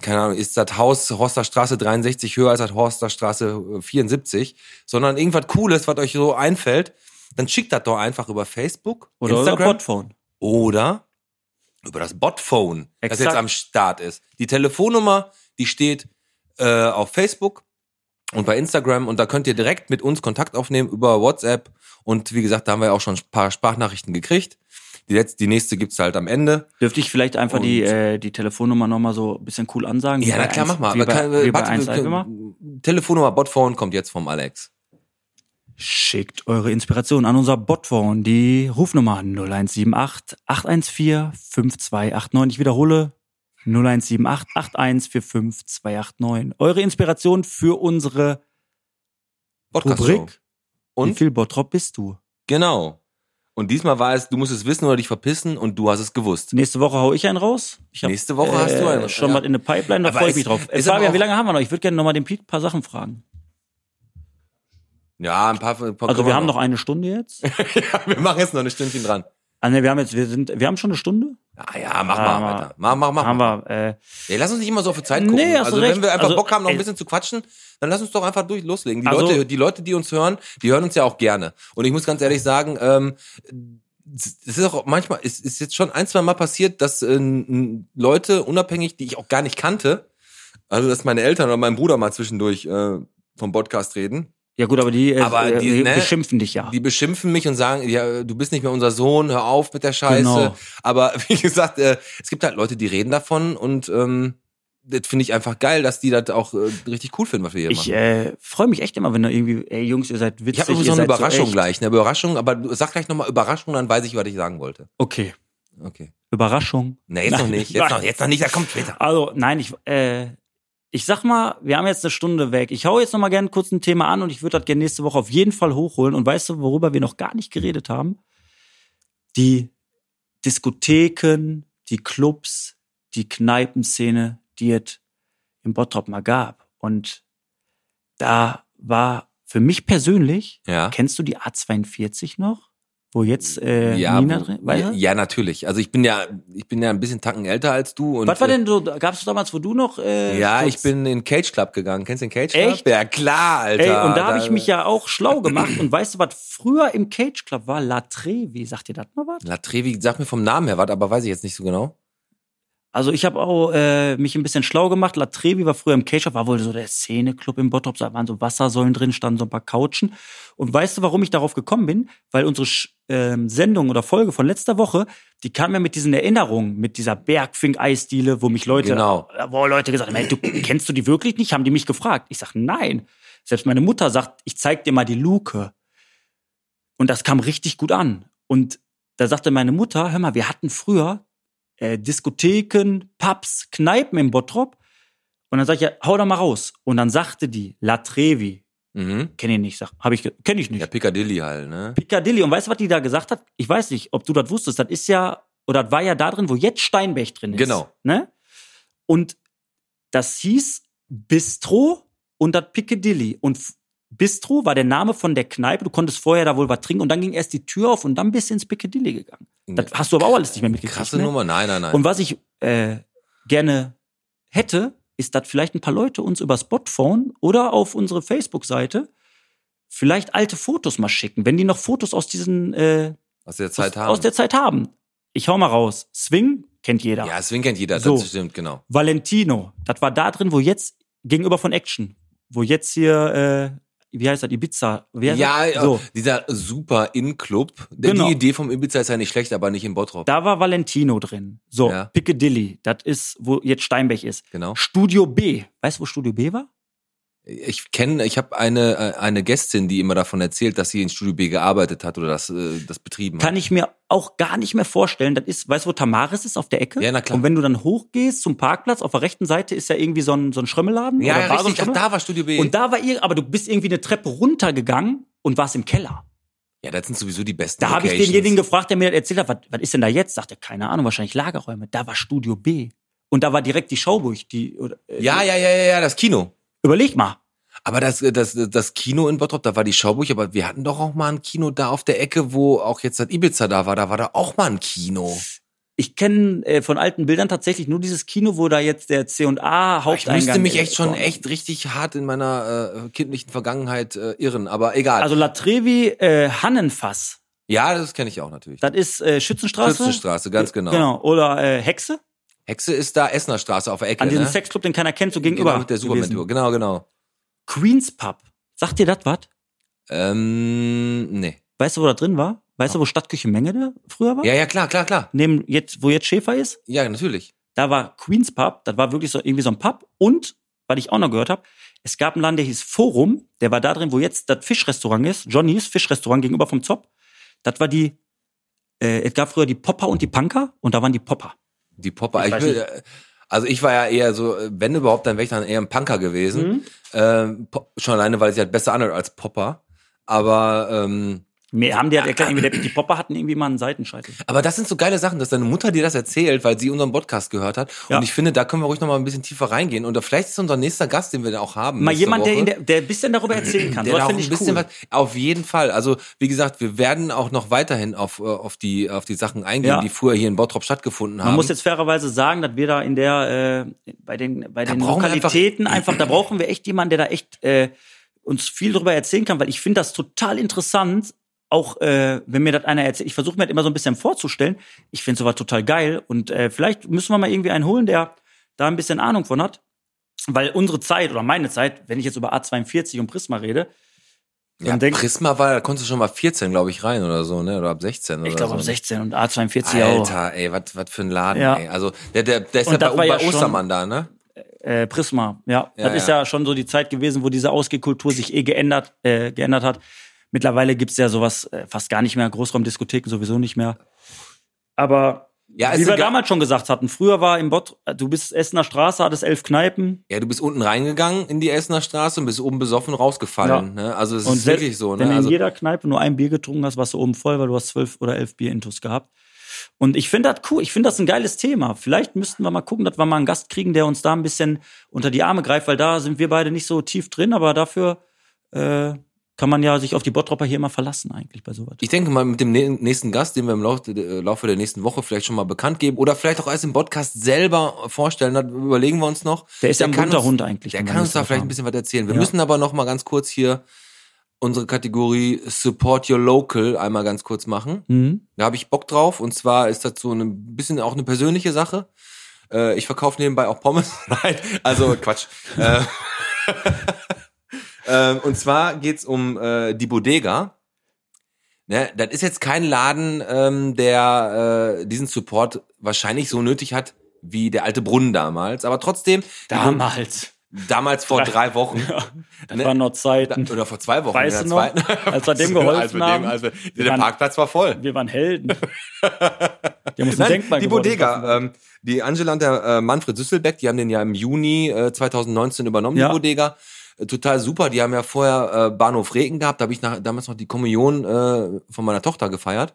Speaker 2: keine Ahnung, ist das Haus Horster Straße 63 höher als das Horster Straße äh, 74, sondern irgendwas Cooles, was euch so einfällt, dann schickt das doch einfach über Facebook,
Speaker 3: Oder unser
Speaker 2: Instagram
Speaker 3: Podphone.
Speaker 2: oder über das Botphone, das
Speaker 3: Exakt.
Speaker 2: jetzt am Start ist. Die Telefonnummer, die steht äh, auf Facebook und bei Instagram und da könnt ihr direkt mit uns Kontakt aufnehmen über WhatsApp und wie gesagt, da haben wir auch schon ein paar Sprachnachrichten gekriegt. Die, letzte, die nächste gibt's halt am Ende.
Speaker 3: Dürfte ich vielleicht einfach
Speaker 2: Und-
Speaker 3: die, äh, die Telefonnummer nochmal so ein bisschen cool ansagen? Wie
Speaker 2: Ja, na
Speaker 3: bei
Speaker 2: klar,
Speaker 3: eins-
Speaker 2: mach mal.
Speaker 3: Wie
Speaker 2: Aber
Speaker 3: bei,
Speaker 2: kann- äh,
Speaker 3: wie bei
Speaker 2: warte,
Speaker 3: 1
Speaker 2: wir-
Speaker 3: immer.
Speaker 2: Telefonnummer Botphone kommt jetzt vom Alex.
Speaker 3: Schickt eure Inspiration an unser Botphone, die Rufnummer 0178 814 5289. Ich wiederhole 0178 8145 289. Eure Inspiration für unsere
Speaker 2: Podcast-Show.
Speaker 3: Rubrik. Wie
Speaker 2: Und
Speaker 3: viel Bottrop bist du?
Speaker 2: genau. Und diesmal war es, du musst es wissen oder dich verpissen und du hast es gewusst.
Speaker 3: Nächste Woche hau ich einen raus. Ich hab, äh,
Speaker 2: Nächste Woche hast du einen,
Speaker 3: Schon
Speaker 2: ja.
Speaker 3: was in der Pipeline, da
Speaker 2: Aber
Speaker 3: freue ich
Speaker 2: ist-
Speaker 3: mich drauf. Äh,
Speaker 2: ist aber
Speaker 3: Fabian, wie
Speaker 2: auch-
Speaker 3: lange haben wir noch? Ich würde gerne nochmal den Piet ein paar Sachen fragen.
Speaker 2: Ja, ein paar. Ein paar
Speaker 3: Also
Speaker 2: können
Speaker 3: wir haben noch eine Stunde jetzt.
Speaker 2: wir machen jetzt noch eine Stündchen dran.
Speaker 3: Ah, ne, wir haben jetzt, wir sind, wir haben schon eine Stunde.
Speaker 2: Ah ja, mach
Speaker 3: Ah,
Speaker 2: mal,
Speaker 3: ma-
Speaker 2: Alter. Mach, mach, mach.
Speaker 3: haben wir. Äh,
Speaker 2: Ey, lass uns nicht immer so auf die Zeit gucken.
Speaker 3: Nee, hast du
Speaker 2: also wenn
Speaker 3: recht.
Speaker 2: wir einfach
Speaker 3: Also,
Speaker 2: Bock haben, noch ein
Speaker 3: ey.
Speaker 2: bisschen zu quatschen, dann lass uns doch einfach durch loslegen. Die,
Speaker 3: Also-
Speaker 2: Leute, die Leute, die uns hören, die hören uns ja auch gerne. Und ich muss ganz ehrlich sagen, ähm, es ist auch manchmal, es ist jetzt schon ein, zwei Mal passiert, dass äh, n- Leute, unabhängig, die ich auch gar nicht kannte, also dass meine Eltern oder mein Bruder mal zwischendurch äh, vom Podcast reden,
Speaker 3: ja gut, aber die, äh,
Speaker 2: Aber
Speaker 3: äh,
Speaker 2: die, ne,
Speaker 3: beschimpfen dich ja.
Speaker 2: die beschimpfen mich und sagen, ja, du bist nicht mehr unser Sohn, hör auf mit der Scheiße.
Speaker 3: Genau.
Speaker 2: Aber wie gesagt, äh, es gibt halt Leute, die reden davon und ähm, das finde ich einfach geil, dass die das auch äh, richtig cool finden, was wir hier
Speaker 3: Ich
Speaker 2: machen.
Speaker 3: äh, freue mich echt immer, wenn da irgendwie, ey Jungs, ihr seid witzig.
Speaker 2: Ich habe übrigens
Speaker 3: ihr
Speaker 2: noch eine
Speaker 3: seid so
Speaker 2: Überraschung
Speaker 3: echt.
Speaker 2: gleich. Eine Überraschung, aber du- sag gleich nochmal Überraschung, dann weiß ich, was ich sagen wollte.
Speaker 3: Okay,
Speaker 2: Okay.
Speaker 3: Überraschung.
Speaker 2: Nee, jetzt noch nicht. Jetzt
Speaker 3: Nein.
Speaker 2: noch, jetzt noch nicht, da kommt später.
Speaker 3: Also, nein, ich, äh, ich sag mal, wir haben jetzt eine Stunde weg. Ich hau jetzt noch mal gerne kurz ein Thema an und ich würde das gerne nächste Woche auf jeden Fall hochholen. Und weißt du, worüber wir noch gar nicht geredet haben? Die Diskotheken, die Clubs, die Kneipenszene, die es im Bottrop mal gab. Und da war für mich persönlich,
Speaker 2: Ja.
Speaker 3: kennst du die A42 noch? Wo jetzt äh,
Speaker 2: ja,
Speaker 3: Nina
Speaker 2: wo-
Speaker 3: drin weißt
Speaker 2: ja,
Speaker 3: du?
Speaker 2: ja, natürlich. Also ich bin ja, ich bin ja ein bisschen Tacken älter als du. Und äh,
Speaker 3: Was war denn so, gab's damals, wo du noch äh,
Speaker 2: Ja,
Speaker 3: so
Speaker 2: ich bin in den Cage Club gegangen. Kennst du den Cage Club?
Speaker 3: Echt?
Speaker 2: Ja, klar, Alter.
Speaker 3: Ey, und da habe ich mich ja auch schlau gemacht. Und weißt du, was früher im Cage Club war? La Trevi. Sagt ihr das mal was?
Speaker 2: La Trevi, sag mir vom Namen her was, aber weiß ich jetzt nicht so genau.
Speaker 3: Also ich habe auch äh, mich ein bisschen schlau gemacht. La Trevi war früher im Cage Club, war wohl so der Szene-Club im Bottrop. Da waren so Wassersäulen drin, standen so ein paar Couchen. Und weißt du, warum ich darauf gekommen bin? Weil unsere Sch- ähm, Sendung oder Folge von letzter Woche, die kam ja mit diesen Erinnerungen, mit dieser Bergfink-Eisdiele, wo mich Leute
Speaker 2: Genau.
Speaker 3: Da wo Leute gesagt haben, hey, du, kennst du die wirklich nicht? Haben die mich gefragt. Ich sage, nein. Selbst meine Mutter sagt, ich zeig dir mal die Luke. Und das kam richtig gut an. Und da sagte meine Mutter, hör mal, wir hatten früher äh, Diskotheken, Pubs, Kneipen im Bottrop. Und dann sag ich, ja, hau da mal raus. Und dann sagte die, La Trevi,
Speaker 2: Mhm.
Speaker 3: kenn ich nicht, sag, hab ich, ge- kenn ich nicht.
Speaker 2: Ja, Piccadilly halt, ne?
Speaker 3: Piccadilly. Und weißt du, was die da gesagt hat? Ich weiß nicht, ob du das wusstest. Das ist ja, oder das war ja da drin, wo jetzt Steinbech drin ist.
Speaker 2: Genau.
Speaker 3: Ne? Und das hieß Bistro und das Piccadilly. Und F- Bistro war der Name von der Kneipe. Du konntest vorher da wohl was trinken und dann ging erst die Tür auf und dann bist du ins Piccadilly gegangen. Das hast du aber auch alles nicht mehr mitgekriegt.
Speaker 2: Krasse
Speaker 3: ne?
Speaker 2: Nummer, nein, nein, nein.
Speaker 3: Und was ich äh, gerne hätte, ist, dass vielleicht ein paar Leute uns über Spotphone oder auf unsere Facebook-Seite vielleicht alte Fotos mal schicken, wenn die noch Fotos aus diesen äh,
Speaker 2: aus der Zeit
Speaker 3: aus,
Speaker 2: haben.
Speaker 3: aus der Zeit haben. Ich hau mal raus. Swing kennt jeder.
Speaker 2: ja, Swing kennt jeder,
Speaker 3: So.
Speaker 2: das stimmt, genau.
Speaker 3: Valentino, das war da drin, wo jetzt gegenüber von Action, wo jetzt hier äh, wie heißt das Ibiza? Wie heißt
Speaker 2: Ja, äh,
Speaker 3: das? so.
Speaker 2: dieser super In-Club. Die-
Speaker 3: Genau.
Speaker 2: Die Idee vom Ibiza ist ja nicht schlecht, aber nicht im Bottrop.
Speaker 3: Da war Valentino drin. So,
Speaker 2: Ja.
Speaker 3: Piccadilly, das ist, wo jetzt Steinbech ist.
Speaker 2: Genau.
Speaker 3: Studio B. Weißt du, wo Studio B war?
Speaker 2: Ich kenne, ich habe eine äh, eine Gästin, die immer davon erzählt, dass sie in Studio B gearbeitet hat oder das äh, das betrieben hat.
Speaker 3: kann ich mir auch gar nicht mehr vorstellen. Das ist, weißt du, wo Tamaris ist auf der Ecke?
Speaker 2: Ja, na klar.
Speaker 3: Und wenn du dann hochgehst zum Parkplatz, auf der rechten Seite ist ja irgendwie so ein, so ein Schrömmelladen.
Speaker 2: ja,
Speaker 3: oder
Speaker 2: ja,
Speaker 3: war so ein
Speaker 2: richtig. Ach,
Speaker 3: Schrömmel-
Speaker 2: da war Studio B.
Speaker 3: und da war ihr, aber du bist irgendwie eine Treppe runtergegangen und warst im Keller.
Speaker 2: ja, das sind sowieso die besten.
Speaker 3: Da habe ich
Speaker 2: Locations.
Speaker 3: denjenigen gefragt, der mir das erzählt hat, was, was ist denn da jetzt? Sagt er, keine Ahnung, wahrscheinlich Lagerräume. Da war Studio B. Und da war direkt die Schauburg. Die, oder, äh,
Speaker 2: Ja, ja, ja, ja, ja, das Kino.
Speaker 3: Überleg mal.
Speaker 2: Aber das, äh, das, das Kino in Bottrop, da war die Schauburg, aber wir hatten doch auch mal ein Kino da auf der Ecke, wo auch jetzt das Ibiza da war, da war da auch mal ein Kino.
Speaker 3: Ich kenne äh, von alten Bildern tatsächlich nur dieses Kino, wo da jetzt der C&A
Speaker 2: Ich
Speaker 3: Haupteingang
Speaker 2: müsste mich
Speaker 3: ist.
Speaker 2: echt schon echt richtig hart in meiner äh, kindlichen Vergangenheit äh, irren, aber egal.
Speaker 3: Also La Trevi äh, Hannenfass.
Speaker 2: ja, das kenne ich auch natürlich.
Speaker 3: Das ist äh, Schützenstraße.
Speaker 2: Schützenstraße, ganz genau.
Speaker 3: Genau. Oder äh, Hexe.
Speaker 2: Hexe ist da Essenerstraße auf der Ecke,
Speaker 3: An diesem
Speaker 2: ne?
Speaker 3: Sexclub, den keiner kennt, so
Speaker 2: Genau,
Speaker 3: gegenüber.
Speaker 2: mit der
Speaker 3: gewesen.
Speaker 2: Superman Genau, genau.
Speaker 3: Queens Pub. Sagt dir das was?
Speaker 2: Ähm, nee.
Speaker 3: Weißt du, wo da drin war? Weißt du, wo Stadtküche Menge da früher war?
Speaker 2: Ja, ja, klar, klar, klar.
Speaker 3: Neben jetzt, wo jetzt Schäfer ist?
Speaker 2: Ja, natürlich.
Speaker 3: Da war Queens Pub. Das war wirklich so irgendwie so ein Pub. Und, weil ich auch noch gehört habe, es gab einen Laden, der hieß Forum. Der war da drin, wo jetzt das Fischrestaurant ist. Johnny's Fischrestaurant gegenüber vom Zopp. Das war die, äh, es gab früher die Popper und die Punker. Und da waren die Popper.
Speaker 2: Die Popper.
Speaker 3: Ich
Speaker 2: Ich
Speaker 3: weiß
Speaker 2: bin,
Speaker 3: nicht.
Speaker 2: äh, also ich war ja eher so, äh, wenn überhaupt, dann wäre ich dann eher ein Punker gewesen.
Speaker 3: Mhm.
Speaker 2: Ähm, Pop- schon alleine, weil sie halt besser anhört als Popper. Aber, ähm,
Speaker 3: Mir haben die halt erklärt, irgendwie, der- die Popper hatten irgendwie mal einen Seitenscheitel.
Speaker 2: aber das sind so geile Sachen, dass deine Mutter dir das erzählt, weil sie unseren Podcast gehört hat.
Speaker 3: Ja.
Speaker 2: Und ich finde, da können wir ruhig noch mal ein bisschen tiefer reingehen. Und vielleicht ist unser nächster Gast, den wir dann auch haben.
Speaker 3: Mal
Speaker 2: nächste
Speaker 3: jemand, der,
Speaker 2: Woche.
Speaker 3: in der, der ein bisschen darüber erzählen kann.
Speaker 2: Der
Speaker 3: Sowas
Speaker 2: da auch ein
Speaker 3: finde ich
Speaker 2: bisschen
Speaker 3: cool.
Speaker 2: was, auf jeden Fall. Also, wie gesagt, wir werden auch noch weiterhin auf, äh, auf, die, auf die Sachen eingehen,
Speaker 3: Ja.
Speaker 2: die früher hier in Bottrop stattgefunden haben.
Speaker 3: Man muss jetzt fairerweise sagen, dass wir da in der, äh, bei den, bei den
Speaker 2: brauchen wir
Speaker 3: Lokalitäten einfach, da brauchen wir echt jemanden, der da echt äh, uns viel drüber erzählen kann, weil ich finde das total interessant, auch äh, wenn mir das einer erzählt. Ich versuche mir das immer so ein bisschen vorzustellen. Ich finde sowas total geil und äh, vielleicht müssen wir mal irgendwie einen holen, der da ein bisschen Ahnung von hat. Weil unsere Zeit oder meine Zeit, wenn ich jetzt über A42 und Prisma rede,
Speaker 2: ja,
Speaker 3: dann denk-
Speaker 2: Prisma war, da konntest du schon mal 14, glaube ich, rein oder so, ne? Oder ab 16 oder
Speaker 3: ich glaube
Speaker 2: so.
Speaker 3: um 16 und oh, A42 auch.
Speaker 2: Alter, ey, was was für ein Laden,
Speaker 3: Ja.
Speaker 2: ey. Also, der, der, der ist ja
Speaker 3: Und
Speaker 2: bei,
Speaker 3: das war
Speaker 2: bei
Speaker 3: ja schon-
Speaker 2: Ostermann da, ne?
Speaker 3: Äh, Prisma, ja.
Speaker 2: Ja,
Speaker 3: das ist ja schon so die Zeit gewesen, wo diese Ausgehkultur sich eh geändert, äh, geändert hat. Mittlerweile gibt's ja sowas äh, fast gar nicht mehr, Großraumdiskotheken sowieso nicht mehr. Aber
Speaker 2: Ja, ist
Speaker 3: wie wir
Speaker 2: egal.
Speaker 3: damals schon gesagt hatten, früher war im Bott, du bist Essener Straße, hattest elf Kneipen.
Speaker 2: Ja, du bist unten reingegangen in die Essener Straße und bist oben besoffen rausgefallen. Ne? Also es ist
Speaker 3: sel-
Speaker 2: wirklich so.
Speaker 3: Wenn
Speaker 2: Ne?
Speaker 3: du in
Speaker 2: Also,
Speaker 3: jeder Kneipe nur ein Bier getrunken hast, warst du oben voll, weil du hast zwölf oder elf Bier intus gehabt. Und ich finde das cool. Ich finde das ein geiles Thema. Vielleicht müssten wir mal gucken, dass wir mal einen Gast kriegen, der uns da ein bisschen unter die Arme greift, weil da sind wir beide nicht so tief drin, aber dafür äh, kann man ja sich auf die Bottropper hier immer verlassen eigentlich bei sowas.
Speaker 2: ich denke mal, mit dem nä- nächsten Gast, den wir im Laufe, äh, Laufe der nächsten Woche vielleicht schon mal bekannt geben oder vielleicht auch erst im Podcast selber vorstellen, das überlegen wir uns noch.
Speaker 3: Der ist ja ein
Speaker 2: kann
Speaker 3: bunter
Speaker 2: uns-
Speaker 3: Hund eigentlich.
Speaker 2: Der
Speaker 3: wenn wir
Speaker 2: kann uns
Speaker 3: das
Speaker 2: da
Speaker 3: drauf
Speaker 2: vielleicht
Speaker 3: haben.
Speaker 2: ein bisschen was erzählen. Wir
Speaker 3: Ja.
Speaker 2: müssen aber noch mal ganz kurz hier unsere Kategorie Support Your Local einmal ganz kurz machen.
Speaker 3: Mhm.
Speaker 2: Da habe ich Bock drauf und zwar ist das so ein bisschen auch eine persönliche Sache. Äh, ich verkaufe nebenbei auch Pommes. Nein, also Quatsch. äh, ähm, und zwar geht's um äh, die Bodega. Ne, das ist jetzt kein Laden, ähm, der äh, diesen Support wahrscheinlich so nötig hat wie der alte Brunnen damals. Aber trotzdem, die Bo-
Speaker 3: Damals.
Speaker 2: damals vor drei Wochen
Speaker 3: Das
Speaker 2: Ne?
Speaker 3: waren noch
Speaker 2: da,
Speaker 3: Zeiten.
Speaker 2: oder vor zwei Wochen.
Speaker 3: Weißt
Speaker 2: in
Speaker 3: du
Speaker 2: der
Speaker 3: noch,
Speaker 2: zweiten-
Speaker 3: als wir dem geholfen
Speaker 2: als wir dem,
Speaker 3: haben?
Speaker 2: Als wir,
Speaker 3: Wir
Speaker 2: der
Speaker 3: waren-
Speaker 2: Parkplatz war voll.
Speaker 3: Wir waren Helden. Die haben uns ein
Speaker 2: Nein,
Speaker 3: Denkmal
Speaker 2: die
Speaker 3: geworden.
Speaker 2: Bodega. Ähm, die Angela und der äh, Manfred Süsselbeck, die haben den ja im Juni äh, 2019 übernommen,
Speaker 3: Ja.
Speaker 2: die Bodega. Äh, Total super. Die haben ja vorher äh, Bahnhof Reken gehabt. Da habe ich nach, damals noch die Kommunion äh, von meiner Tochter gefeiert.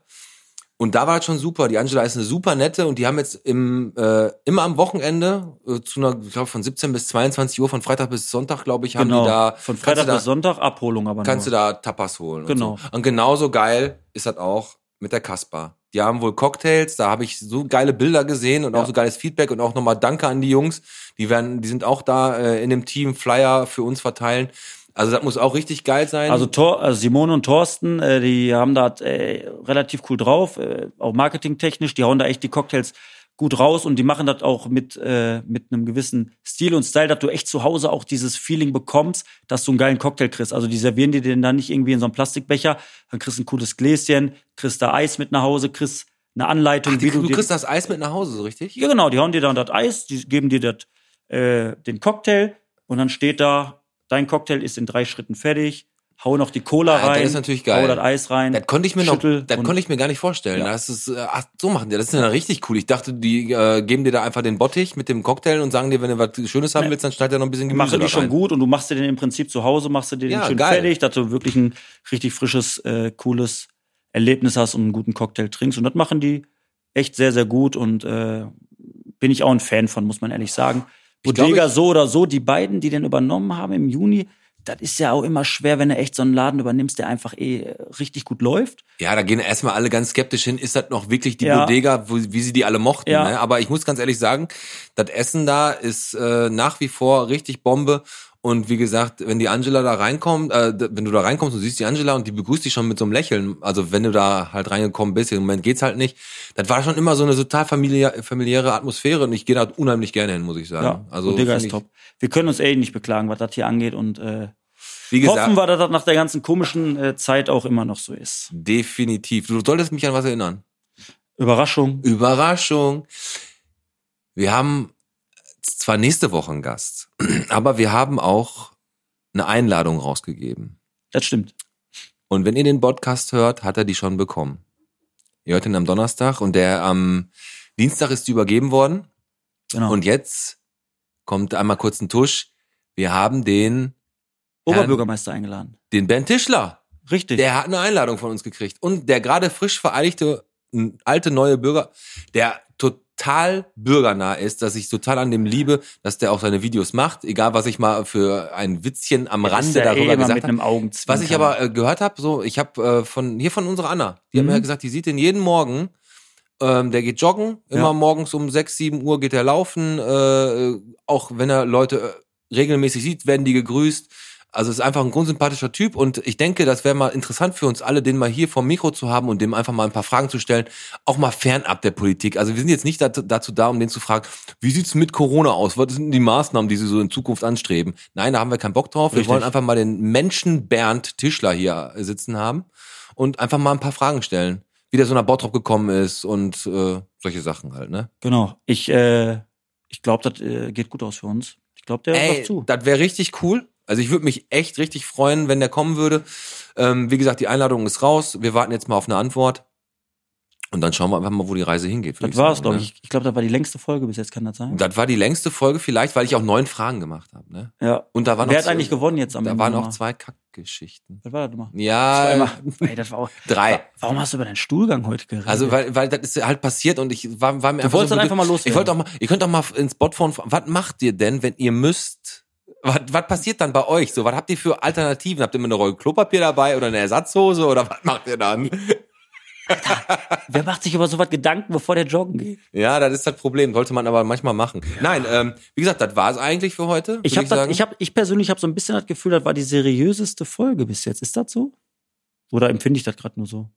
Speaker 2: Und da war das schon super. Die Angela ist eine super nette und die haben jetzt im, äh, immer am Wochenende äh, zu einer, ich glaube, von 17 bis 22 Uhr, von Freitag bis Sonntag, glaube ich, haben
Speaker 3: Genau.
Speaker 2: die da.
Speaker 3: Von
Speaker 2: kannst du
Speaker 3: Freitag
Speaker 2: da-
Speaker 3: bis Sonntag Abholung aber
Speaker 2: kannst du
Speaker 3: nur.
Speaker 2: da Tapas holen.
Speaker 3: Genau.
Speaker 2: Und, so. und genauso geil ist das auch mit der Kasper. Die haben wohl Cocktails, da habe ich so geile Bilder gesehen und auch so geiles Feedback und auch nochmal Danke an die Jungs. Die werden, die sind auch da äh, in dem Team Flyer für uns verteilen. Also das muss auch richtig geil sein.
Speaker 3: Also, Tor, also Simone und Thorsten, äh, die haben da äh, relativ cool drauf, äh, auch marketingtechnisch, die hauen da echt die Cocktails gut raus und die machen das auch mit, äh, mit einem gewissen Stil und Style, dass du echt zu Hause auch dieses Feeling bekommst, dass du einen geilen Cocktail kriegst. Also die servieren dir den dann nicht irgendwie in so einem Plastikbecher, dann kriegst du ein cooles Gläschen, kriegst da Eis mit nach Hause, kriegst eine Anleitung,
Speaker 2: die,
Speaker 3: wie du,
Speaker 2: du
Speaker 3: dir-
Speaker 2: kriegst das Eis mit nach Hause, so richtig?
Speaker 3: Ja, genau, die hauen dir dann das Eis, die geben dir das, äh, den Cocktail und dann steht da, dein Cocktail ist in drei Schritten fertig, hau noch die Cola
Speaker 2: Ah, das
Speaker 3: rein,
Speaker 2: ist natürlich geil.
Speaker 3: hau das Eis rein.
Speaker 2: Das konnte ich mir noch,
Speaker 3: Schüttel
Speaker 2: das
Speaker 3: und-
Speaker 2: konnte ich mir gar nicht vorstellen.
Speaker 3: Ja.
Speaker 2: Das ist, äh, ach, so machen die. Das ist ja richtig cool. Ich dachte, die äh, geben dir da einfach den Bottich mit dem Cocktail und sagen dir, wenn du was Schönes haben
Speaker 3: Nee.
Speaker 2: willst, dann schneid dir noch ein bisschen
Speaker 3: Die
Speaker 2: Gemüse
Speaker 3: machen
Speaker 2: da
Speaker 3: die schon
Speaker 2: rein.
Speaker 3: gut und du machst dir den im Prinzip zu Hause, machst du dir den
Speaker 2: Ja,
Speaker 3: schön
Speaker 2: geil.
Speaker 3: fertig, dass du wirklich ein richtig frisches, äh, cooles Erlebnis hast und einen guten Cocktail trinkst. Und das machen die echt sehr, sehr gut und äh, bin ich auch ein Fan von, muss man ehrlich sagen.
Speaker 2: Ich glaube,
Speaker 3: Bodega
Speaker 2: ich-
Speaker 3: so oder so, die beiden, die den übernommen haben im Juni, das ist ja auch immer schwer, wenn du echt so einen Laden übernimmst, der einfach eh äh, richtig gut läuft.
Speaker 2: Ja, da gehen erstmal alle ganz skeptisch hin, ist das noch wirklich die
Speaker 3: Ja.
Speaker 2: Bodega, wo, wie sie die alle mochten.
Speaker 3: Ja.
Speaker 2: Ne? Aber ich muss ganz ehrlich sagen, das Essen da ist äh, nach wie vor richtig Bombe. Und wie gesagt, wenn die Angela da reinkommt, äh, d- wenn du da reinkommst und siehst die Angela und die begrüßt dich schon mit so einem Lächeln, also wenn du da halt reingekommen bist, im Moment geht's halt nicht, das war schon immer so eine total familiä familiäre Atmosphäre und ich gehe da unheimlich gerne hin, muss ich sagen.
Speaker 3: Ja,
Speaker 2: also
Speaker 3: Bodega
Speaker 2: find
Speaker 3: ist
Speaker 2: ich,
Speaker 3: top. Wir können uns eh nicht beklagen, was das hier angeht und äh,
Speaker 2: Wie gesagt,
Speaker 3: hoffen wir, dass das nach der ganzen komischen äh, Zeit auch immer noch so ist.
Speaker 2: definitiv. Du solltest mich an was erinnern.
Speaker 3: Überraschung.
Speaker 2: Überraschung. Wir haben zwar nächste Woche einen Gast, aber wir haben auch eine Einladung rausgegeben.
Speaker 3: Das stimmt.
Speaker 2: Und wenn ihr den Podcast hört, hat er die schon bekommen. Ihr hört ihn am Donnerstag und der am Dienstag ist die übergeben worden.
Speaker 3: Genau.
Speaker 2: Und jetzt kommt einmal kurz ein Tusch. Wir haben den,
Speaker 3: Oberbürgermeister eingeladen.
Speaker 2: den Ben Tischler.
Speaker 3: Richtig.
Speaker 2: Der hat eine Einladung von uns gekriegt. Und der gerade frisch vereidigte n, alte neue Bürger, der total bürgernah ist, dass ich total an dem liebe, dass der auch seine Videos macht, egal was ich mal für ein Witzchen am
Speaker 3: Das ist
Speaker 2: Rande
Speaker 3: ja
Speaker 2: darüber
Speaker 3: eh immer
Speaker 2: gesagt
Speaker 3: mit
Speaker 2: habe.
Speaker 3: einem Augenzwinkern.
Speaker 2: Was ich aber äh, gehört habe, so ich habe äh, von hier von unserer Anna, die
Speaker 3: Mhm.
Speaker 2: hat mir gesagt, die sieht den jeden Morgen. Ähm, der geht joggen, immer
Speaker 3: Ja.
Speaker 2: morgens um 6, 7 Uhr geht er laufen. Äh, auch wenn er Leute äh, regelmäßig sieht, werden die gegrüßt. Also ist einfach ein grundsympathischer Typ und ich denke, das wäre mal interessant für uns alle, den mal hier vom Mikro zu haben und dem einfach mal ein paar Fragen zu stellen, auch mal fernab der Politik. Also wir sind jetzt nicht dazu, dazu da, um den zu fragen, wie sieht's mit Corona aus? Was sind die Maßnahmen, die sie so in Zukunft anstreben? Nein, da haben wir keinen Bock drauf.
Speaker 3: Richtig.
Speaker 2: Wir wollen einfach mal den Menschen Bernd Tischler hier äh, sitzen haben und einfach mal ein paar Fragen stellen, wie der so nach Bottrop gekommen ist und äh, solche Sachen halt, ne?
Speaker 3: Genau. Ich, äh, ich glaube, das äh, geht gut aus für uns. Ich glaube, der hört
Speaker 2: Ey,
Speaker 3: doch zu.
Speaker 2: das wäre richtig cool. Also ich würde mich echt richtig freuen, wenn der kommen würde. Ähm, wie gesagt, die Einladung ist raus. Wir warten jetzt mal auf eine Antwort. Und dann schauen wir einfach mal, wo die Reise hingeht. würd
Speaker 3: Das war's,
Speaker 2: sagen,
Speaker 3: glaube
Speaker 2: ne?
Speaker 3: ich. Ich glaube, das war die längste Folge bis jetzt, kann das sein?
Speaker 2: Das war die längste Folge vielleicht, weil ich auch neun Fragen gemacht habe. Ne?
Speaker 3: Ja.
Speaker 2: Und da waren
Speaker 3: Wer
Speaker 2: noch
Speaker 3: hat eigentlich gewonnen jetzt am
Speaker 2: Da
Speaker 3: Ende?
Speaker 2: waren
Speaker 3: nochmal?
Speaker 2: auch zwei Kackgeschichten.
Speaker 3: Was war das nochmal?
Speaker 2: Ja,
Speaker 3: Ey, das war auch,
Speaker 2: drei.
Speaker 3: warum hast du über deinen Stuhlgang heute geredet?
Speaker 2: Also weil, weil das ist halt passiert und ich war, war mir einfach
Speaker 3: wolltest
Speaker 2: so
Speaker 3: das einfach mal
Speaker 2: bedürf-
Speaker 3: loswerden.
Speaker 2: Ich wollte auch mal, ihr könnt auch mal ins Botphone fragen, was macht ihr denn, wenn ihr müsst? Was, was passiert dann bei euch? So, was habt ihr für Alternativen? Habt ihr immer eine Rolle Klopapier dabei oder eine Ersatzhose oder was macht ihr dann?
Speaker 3: Wer macht sich über sowas Gedanken, bevor der joggen geht?
Speaker 2: Ja, das ist das Problem. Sollte man aber manchmal machen. Nein, ähm, wie gesagt, das war es eigentlich für heute. würd
Speaker 3: Ich, hab das,
Speaker 2: sagen.
Speaker 3: ich, hab, ich persönlich habe so ein bisschen das Gefühl, das war die seriöseste Folge bis jetzt. Ist das so? Oder empfinde ich das gerade nur so?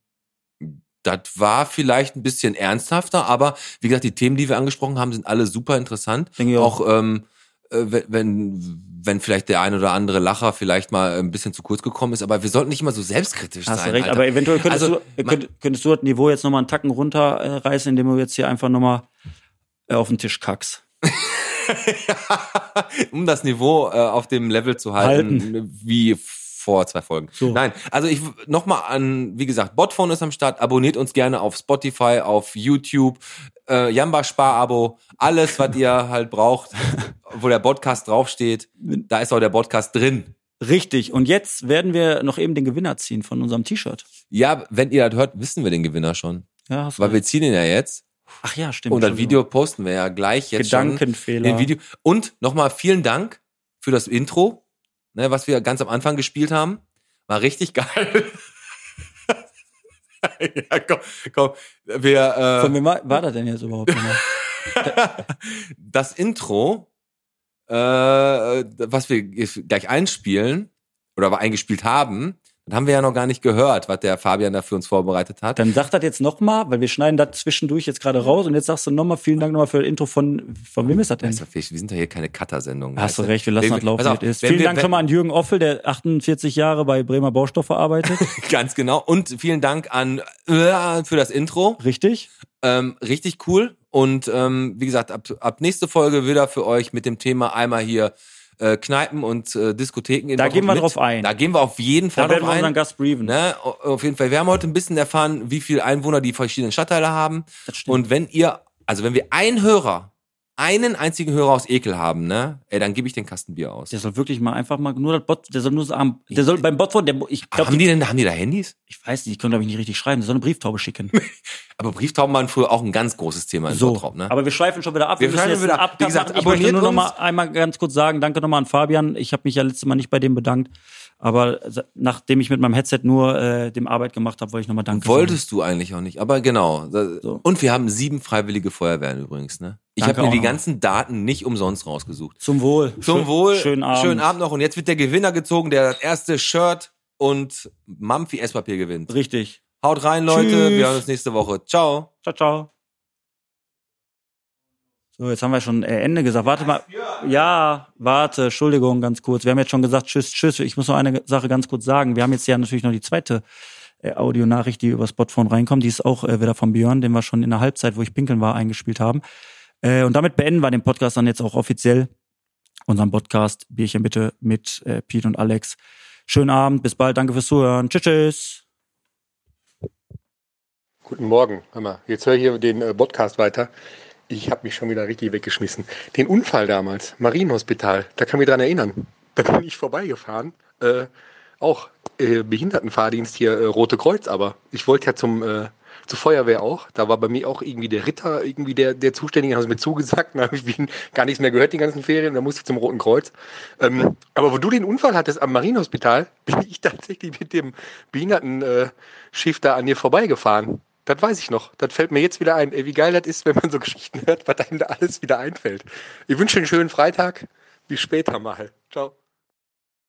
Speaker 2: Das war vielleicht ein bisschen ernsthafter, aber wie gesagt, die Themen, die wir angesprochen haben, sind alle super interessant.
Speaker 3: Denke ich auch.
Speaker 2: Auch ähm, äh, wenn- wenn, wenn vielleicht der ein oder andere Lacher vielleicht mal ein bisschen zu kurz gekommen ist, aber wir sollten nicht immer so selbstkritisch
Speaker 3: Hast
Speaker 2: sein.
Speaker 3: du recht,
Speaker 2: Alter.
Speaker 3: aber eventuell könntest,
Speaker 2: Also,
Speaker 3: du,
Speaker 2: man-
Speaker 3: könnt, könntest du das Niveau jetzt nochmal einen Tacken runterreißen, indem du jetzt hier einfach nochmal auf den Tisch kackst.
Speaker 2: um das Niveau äh, auf dem Level zu halten, wie vor zwei Folgen.
Speaker 3: So.
Speaker 2: Nein, also ich nochmal an, wie gesagt, Botphone ist am Start. Abonniert uns gerne auf Spotify, auf YouTube, äh, Jamba Sparabo, alles, was ihr halt braucht, wo der Podcast draufsteht, da ist auch der Podcast drin.
Speaker 3: Richtig. Und jetzt werden wir noch eben den Gewinner ziehen von unserem T-Shirt.
Speaker 2: Ja, wenn ihr das hört, wissen wir den Gewinner schon,
Speaker 3: Ja, hast du
Speaker 2: weil
Speaker 3: recht.
Speaker 2: wir ziehen ihn ja jetzt
Speaker 3: Ach ja, stimmt.
Speaker 2: und das
Speaker 3: Entschuldigung.
Speaker 2: Video posten wir ja gleich jetzt schon.
Speaker 3: Gedankenfehler.
Speaker 2: Den Video. Und nochmal vielen Dank für das Intro, ne, was wir ganz am Anfang gespielt haben. War richtig geil. ja, komm, komm. Wir,
Speaker 3: Von wem war, war das denn jetzt überhaupt nochmal?
Speaker 2: äh, das Intro, äh, was wir gleich einspielen oder eingespielt haben, das haben wir ja noch gar nicht gehört, was der Fabian da für uns vorbereitet hat.
Speaker 3: Dann sag das jetzt nochmal, weil wir schneiden das zwischendurch jetzt gerade raus und jetzt sagst du nochmal vielen Dank nochmal für das Intro von, von wem ist das denn?
Speaker 2: Weißt du, wir wir sind doch hier keine Cutter-Sendung.
Speaker 3: Hast du
Speaker 2: weißt
Speaker 3: recht, wir lassen
Speaker 2: Wenn
Speaker 3: das laufen.
Speaker 2: pass auf,
Speaker 3: wie es ist.
Speaker 2: wenn
Speaker 3: Vielen
Speaker 2: wir-
Speaker 3: Dank schon mal an Jürgen Offel, der 48 Jahre bei Bremer Baustoffe arbeitet.
Speaker 2: Ganz genau. Und vielen Dank an äh, für das Intro.
Speaker 3: Richtig?
Speaker 2: Ähm, richtig cool. Und ähm, wie gesagt, ab, ab nächste Folge wieder für euch mit dem Thema einmal hier äh, Kneipen und äh, Diskotheken.
Speaker 3: Da gehen wir
Speaker 2: mit.
Speaker 3: drauf ein.
Speaker 2: Da gehen wir auf jeden Fall
Speaker 3: Da werden
Speaker 2: drauf
Speaker 3: wir unseren
Speaker 2: ein.
Speaker 3: Gast briefen.
Speaker 2: Ne? O- Auf jeden Fall. Wir haben heute ein bisschen erfahren, wie viele Einwohner die verschiedenen Stadtteile haben.
Speaker 3: Das stimmt.
Speaker 2: Und wenn ihr, also wenn wir einen Hörer, einen einzigen Hörer aus Ekel haben, ne, ey, dann gebe ich den Kasten Bier aus.
Speaker 3: der soll wirklich mal einfach mal nur das Bot, der soll nur sagen, der soll beim Bot von, der, ich
Speaker 2: Aber
Speaker 3: glaube,
Speaker 2: haben die denn, haben die da Handys?
Speaker 3: ich weiß nicht, ich konnte glaube ich nicht richtig schreiben, der soll eine Brieftaube schicken.
Speaker 2: Aber Brieftauben waren früher auch ein ganz großes Thema in
Speaker 3: So,
Speaker 2: Bottrop, ne?
Speaker 3: aber wir schweifen schon wieder ab.
Speaker 2: Wir
Speaker 3: müssen
Speaker 2: schweifen
Speaker 3: jetzt
Speaker 2: wieder
Speaker 3: einen
Speaker 2: ab. Wie
Speaker 3: Abgang
Speaker 2: gesagt,
Speaker 3: machen. ich möchte
Speaker 2: abonniert
Speaker 3: nur noch mal
Speaker 2: uns.
Speaker 3: einmal ganz kurz sagen, danke nochmal an Fabian. Ich habe mich ja letztes Mal nicht bei dem bedankt, aber sa- nachdem ich mit meinem Headset nur äh, dem Arbeit gemacht habe, wollte ich nochmal danke.
Speaker 2: Wolltest du eigentlich auch nicht, aber genau.
Speaker 3: So.
Speaker 2: Und wir haben sieben freiwillige Feuerwehren übrigens, ne? Ich
Speaker 3: Danke
Speaker 2: habe mir
Speaker 3: auch
Speaker 2: die
Speaker 3: noch.
Speaker 2: ganzen Daten nicht umsonst rausgesucht.
Speaker 3: sagen. Zum Wohl.
Speaker 2: Zum
Speaker 3: Schö-
Speaker 2: Wohl,
Speaker 3: Schönen Abend.
Speaker 2: schönen Abend noch. Und jetzt wird der Gewinner gezogen, der das erste Shirt und Mampfi Esspapier gewinnt.
Speaker 3: Richtig.
Speaker 2: Haut rein, Leute.
Speaker 3: Tschüss.
Speaker 2: Wir hören uns nächste Woche. Ciao.
Speaker 3: Ciao, ciao. So, jetzt haben wir schon äh, Ende gesagt. Warte mal. Ja, warte, Entschuldigung, ganz kurz. Wir haben jetzt schon gesagt, tschüss, tschüss. Ich muss noch eine Sache ganz kurz sagen. Wir haben jetzt ja natürlich noch die zweite äh, Audionachricht, die über Spotphone reinkommt. Die ist auch äh, wieder von Björn, den wir schon in der Halbzeit, wo ich pinkeln war, eingespielt haben. Äh, und damit beenden wir den Podcast dann jetzt auch offiziell. Unseren Podcast Bierchen bitte mit äh, Pete und Alex. Schönen Abend, bis bald, danke fürs Zuhören. Tschüss, tschüss.
Speaker 4: Guten Morgen, hör mal. Jetzt höre ich hier den äh, Podcast weiter. Ich habe mich schon wieder richtig weggeschmissen. Den Unfall damals, Marienhospital, da kann ich mich dran erinnern. Da bin ich vorbeigefahren. Äh, auch äh, Behindertenfahrdienst hier, äh, Rote Kreuz, aber ich wollte ja zum, äh, zur Feuerwehr auch. Da war bei mir auch irgendwie der Ritter, irgendwie der, der Zuständige, haben sie mir zugesagt. Dann habe ich wie- gar nichts mehr gehört die ganzen Ferien. Da musste ich zum Roten Kreuz. Ähm, aber wo du den Unfall hattest am Marienhospital, bin ich tatsächlich mit dem Behindertenschiff äh, Schiff da an dir vorbeigefahren. Das weiß ich noch. Das fällt mir jetzt wieder ein. Ey, wie geil das ist, wenn man so Geschichten hört, was einem da alles wieder einfällt. Ich wünsche einen schönen Freitag. Bis später mal. Ciao.